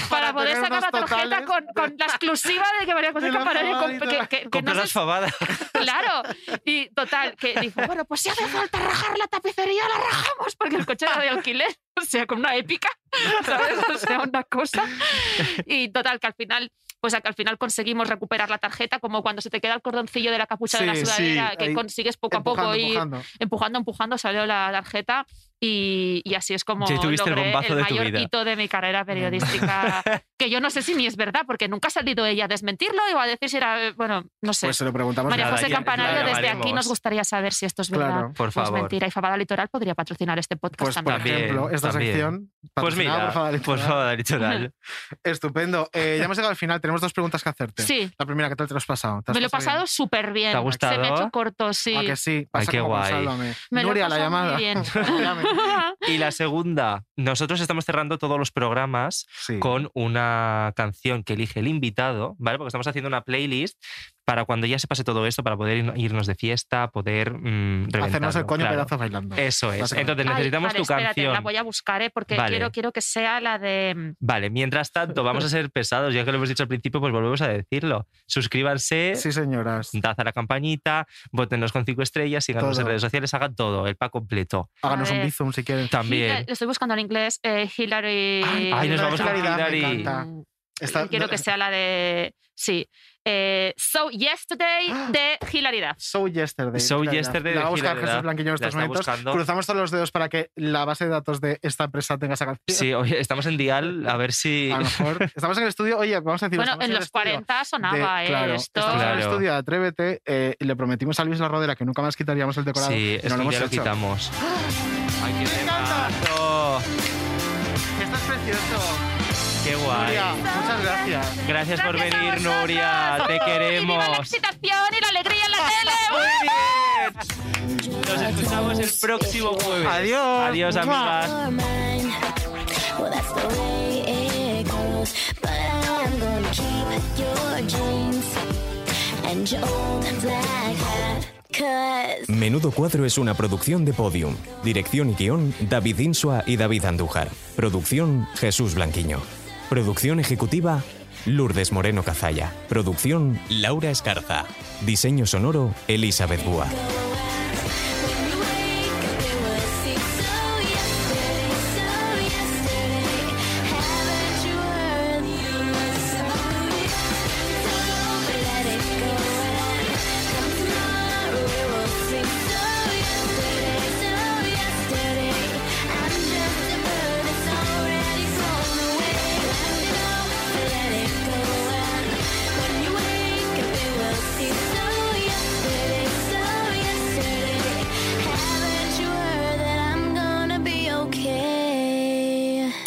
[SPEAKER 6] para, poder
[SPEAKER 20] tener
[SPEAKER 6] sacar la
[SPEAKER 20] unos
[SPEAKER 6] tarjeta
[SPEAKER 20] totales.
[SPEAKER 6] con, con la exclusiva de que María José
[SPEAKER 20] De la
[SPEAKER 6] Campanario
[SPEAKER 20] fabada
[SPEAKER 6] comp-
[SPEAKER 20] y
[SPEAKER 6] que-
[SPEAKER 20] tal.
[SPEAKER 6] que- que
[SPEAKER 20] Comprar
[SPEAKER 6] no
[SPEAKER 20] las fabadas.
[SPEAKER 6] Claro. Y total, que dijo, bueno, pues si hace falta rajar la tapicería, la rajamos, porque el coche era de alquiler. O sea, con una épica, ¿sabes? O sea, una cosa. Y total, que al final, pues a que al final conseguimos recuperar la tarjeta, como cuando se te queda el cordoncillo de la capucha de la
[SPEAKER 20] Sí, sí,
[SPEAKER 6] sudadera, que
[SPEAKER 20] ahí,
[SPEAKER 6] consigues poco a poco
[SPEAKER 20] empujando,
[SPEAKER 6] ir
[SPEAKER 20] empujando.
[SPEAKER 6] empujando, empujando, salió la tarjeta. Y, y así es como
[SPEAKER 20] Ya tuviste el
[SPEAKER 6] logré
[SPEAKER 20] bombazo de tu
[SPEAKER 6] mayor
[SPEAKER 20] vida.
[SPEAKER 6] hito de mi carrera periodística, que yo no sé si ni es verdad, porque nunca ha salido ella a desmentirlo o a decir si era, eh, bueno, no sé.
[SPEAKER 4] Pues se lo preguntamos.
[SPEAKER 6] María
[SPEAKER 4] Nada,
[SPEAKER 6] José
[SPEAKER 4] ya-
[SPEAKER 6] Campanario,
[SPEAKER 4] ya
[SPEAKER 6] desde
[SPEAKER 4] llamaremos.
[SPEAKER 6] aquí nos gustaría saber si esto es verdad.
[SPEAKER 4] Claro, por
[SPEAKER 6] o es
[SPEAKER 4] favor.
[SPEAKER 6] Pues mentira. Y Fabada Litoral podría patrocinar este podcast
[SPEAKER 4] Pues, por
[SPEAKER 6] también.
[SPEAKER 4] ejemplo, esta
[SPEAKER 20] también.
[SPEAKER 4] sección.
[SPEAKER 20] Pues mira,
[SPEAKER 4] patrocinada
[SPEAKER 20] por Fabada Litoral.
[SPEAKER 4] Estupendo. Eh, ya hemos llegado al final. Tenemos dos preguntas que hacerte.
[SPEAKER 6] Sí.
[SPEAKER 4] La primera, ¿qué tal te lo has pasado? ¿Te has
[SPEAKER 6] Me lo he pasado súper bien.
[SPEAKER 4] ¿Te ha
[SPEAKER 6] Se me ha
[SPEAKER 4] gustado?
[SPEAKER 6] hecho corto, sí.
[SPEAKER 4] bien? ¿A que sí?
[SPEAKER 20] Ay,
[SPEAKER 4] Pasa
[SPEAKER 20] qué
[SPEAKER 4] como con
[SPEAKER 20] guay.
[SPEAKER 4] Sálvame.
[SPEAKER 6] Me lo he
[SPEAKER 4] Nuria, la
[SPEAKER 6] pasado muy
[SPEAKER 4] llamada.
[SPEAKER 6] bien.
[SPEAKER 20] Y la segunda, nosotros estamos cerrando todos los programas con una canción que elige el invitado, ¿vale? Porque estamos haciendo una playlist para cuando ya se pase todo esto, para poder ir- irnos de fiesta, poder mm,
[SPEAKER 4] Hacernos el
[SPEAKER 20] reventarlo,
[SPEAKER 4] coño
[SPEAKER 20] claro. Este
[SPEAKER 4] pedazo bailando.
[SPEAKER 20] Eso es.
[SPEAKER 4] Básicamente.
[SPEAKER 20] Entonces
[SPEAKER 6] Ay,
[SPEAKER 20] necesitamos
[SPEAKER 6] vale,
[SPEAKER 20] tu
[SPEAKER 6] espérate,
[SPEAKER 20] canción.
[SPEAKER 6] La voy a buscar, ¿eh? porque
[SPEAKER 20] Vale.
[SPEAKER 6] quiero, quiero que sea la de. eh,
[SPEAKER 20] Vale, mientras tanto, vamos a ser pesados, ya que lo hemos dicho al principio, pues volvemos a decirlo. Suscríbanse,
[SPEAKER 4] Sí, señoras.
[SPEAKER 20] dad a la campanita, votennos con cinco estrellas, síganos
[SPEAKER 4] Todo.
[SPEAKER 20] en redes sociales, hagan todo, el pack completo.
[SPEAKER 4] Háganos
[SPEAKER 6] A
[SPEAKER 4] un
[SPEAKER 6] ver.
[SPEAKER 4] bizum si quieres.
[SPEAKER 6] Eh,
[SPEAKER 20] También.
[SPEAKER 6] Lo estoy buscando en inglés. eh, Hillary. Mm,
[SPEAKER 20] Ay, nos vamos con
[SPEAKER 4] Me
[SPEAKER 20] Hillary.
[SPEAKER 4] encanta. Está-
[SPEAKER 6] Quiero que sea la de. Sí. Eh, so Yesterday de Hilaridad.
[SPEAKER 4] So Yesterday.
[SPEAKER 20] So
[SPEAKER 4] Mira,
[SPEAKER 20] Yesterday
[SPEAKER 4] La
[SPEAKER 20] de
[SPEAKER 4] va a buscar
[SPEAKER 20] Gilareda.
[SPEAKER 4] Jesús Blanquiño en
[SPEAKER 20] La
[SPEAKER 4] estos
[SPEAKER 20] está
[SPEAKER 4] momentos.
[SPEAKER 20] buscando.
[SPEAKER 4] Cruzamos todos los dedos para que la base de datos de esta empresa tenga esa canción.
[SPEAKER 20] Sí, oye, estamos en Dial, a ver si.
[SPEAKER 4] A lo mejor. Estamos en el estudio. Oye, vamos a decir.
[SPEAKER 6] Bueno,
[SPEAKER 4] estamos
[SPEAKER 6] en
[SPEAKER 4] el
[SPEAKER 6] los
[SPEAKER 4] estudio
[SPEAKER 6] 40
[SPEAKER 4] de-
[SPEAKER 6] sonaba, ¿eh?
[SPEAKER 4] claro,
[SPEAKER 6] esto.
[SPEAKER 4] Estamos en el
[SPEAKER 20] Claro.
[SPEAKER 4] estudio de Atrévete. eh, y le prometimos a Luis La Rodera que nunca más quitaríamos el decorado.
[SPEAKER 20] Sí,
[SPEAKER 4] y
[SPEAKER 20] esto
[SPEAKER 4] no lo hemos
[SPEAKER 20] ya lo
[SPEAKER 4] hecho.
[SPEAKER 20] quitamos. Ay, qué
[SPEAKER 4] ¡Me encanta!
[SPEAKER 20] temazo.
[SPEAKER 4] Esto es precioso.
[SPEAKER 20] ¡Qué guay!
[SPEAKER 4] Nuria, muchas gracias.
[SPEAKER 20] Gracias por
[SPEAKER 6] Gracias a
[SPEAKER 20] venir,
[SPEAKER 6] vosotros.
[SPEAKER 20] Nuria. Te
[SPEAKER 6] ¡Uh! ¡Viva la
[SPEAKER 20] queremos.
[SPEAKER 6] excitación y la alegría en la tele! ¡Uh!
[SPEAKER 20] Nos escuchamos el próximo jueves.
[SPEAKER 4] Adiós.
[SPEAKER 20] Adiós, amigas.
[SPEAKER 14] Well, that's the way it goes. But I'm gonna keep your jeans and your old black hat. Cause
[SPEAKER 1] Menudo Cuadro es una producción de Podium. Dirección y guión, David Insua y David Andújar. Producción, Jesús Blanquiño. Producción ejecutiva, Lourdes Moreno Cazalla. Producción, Laura Escarza. Diseño sonoro, Elizabeth Búa.
[SPEAKER 14] yesterday, haven't you heard?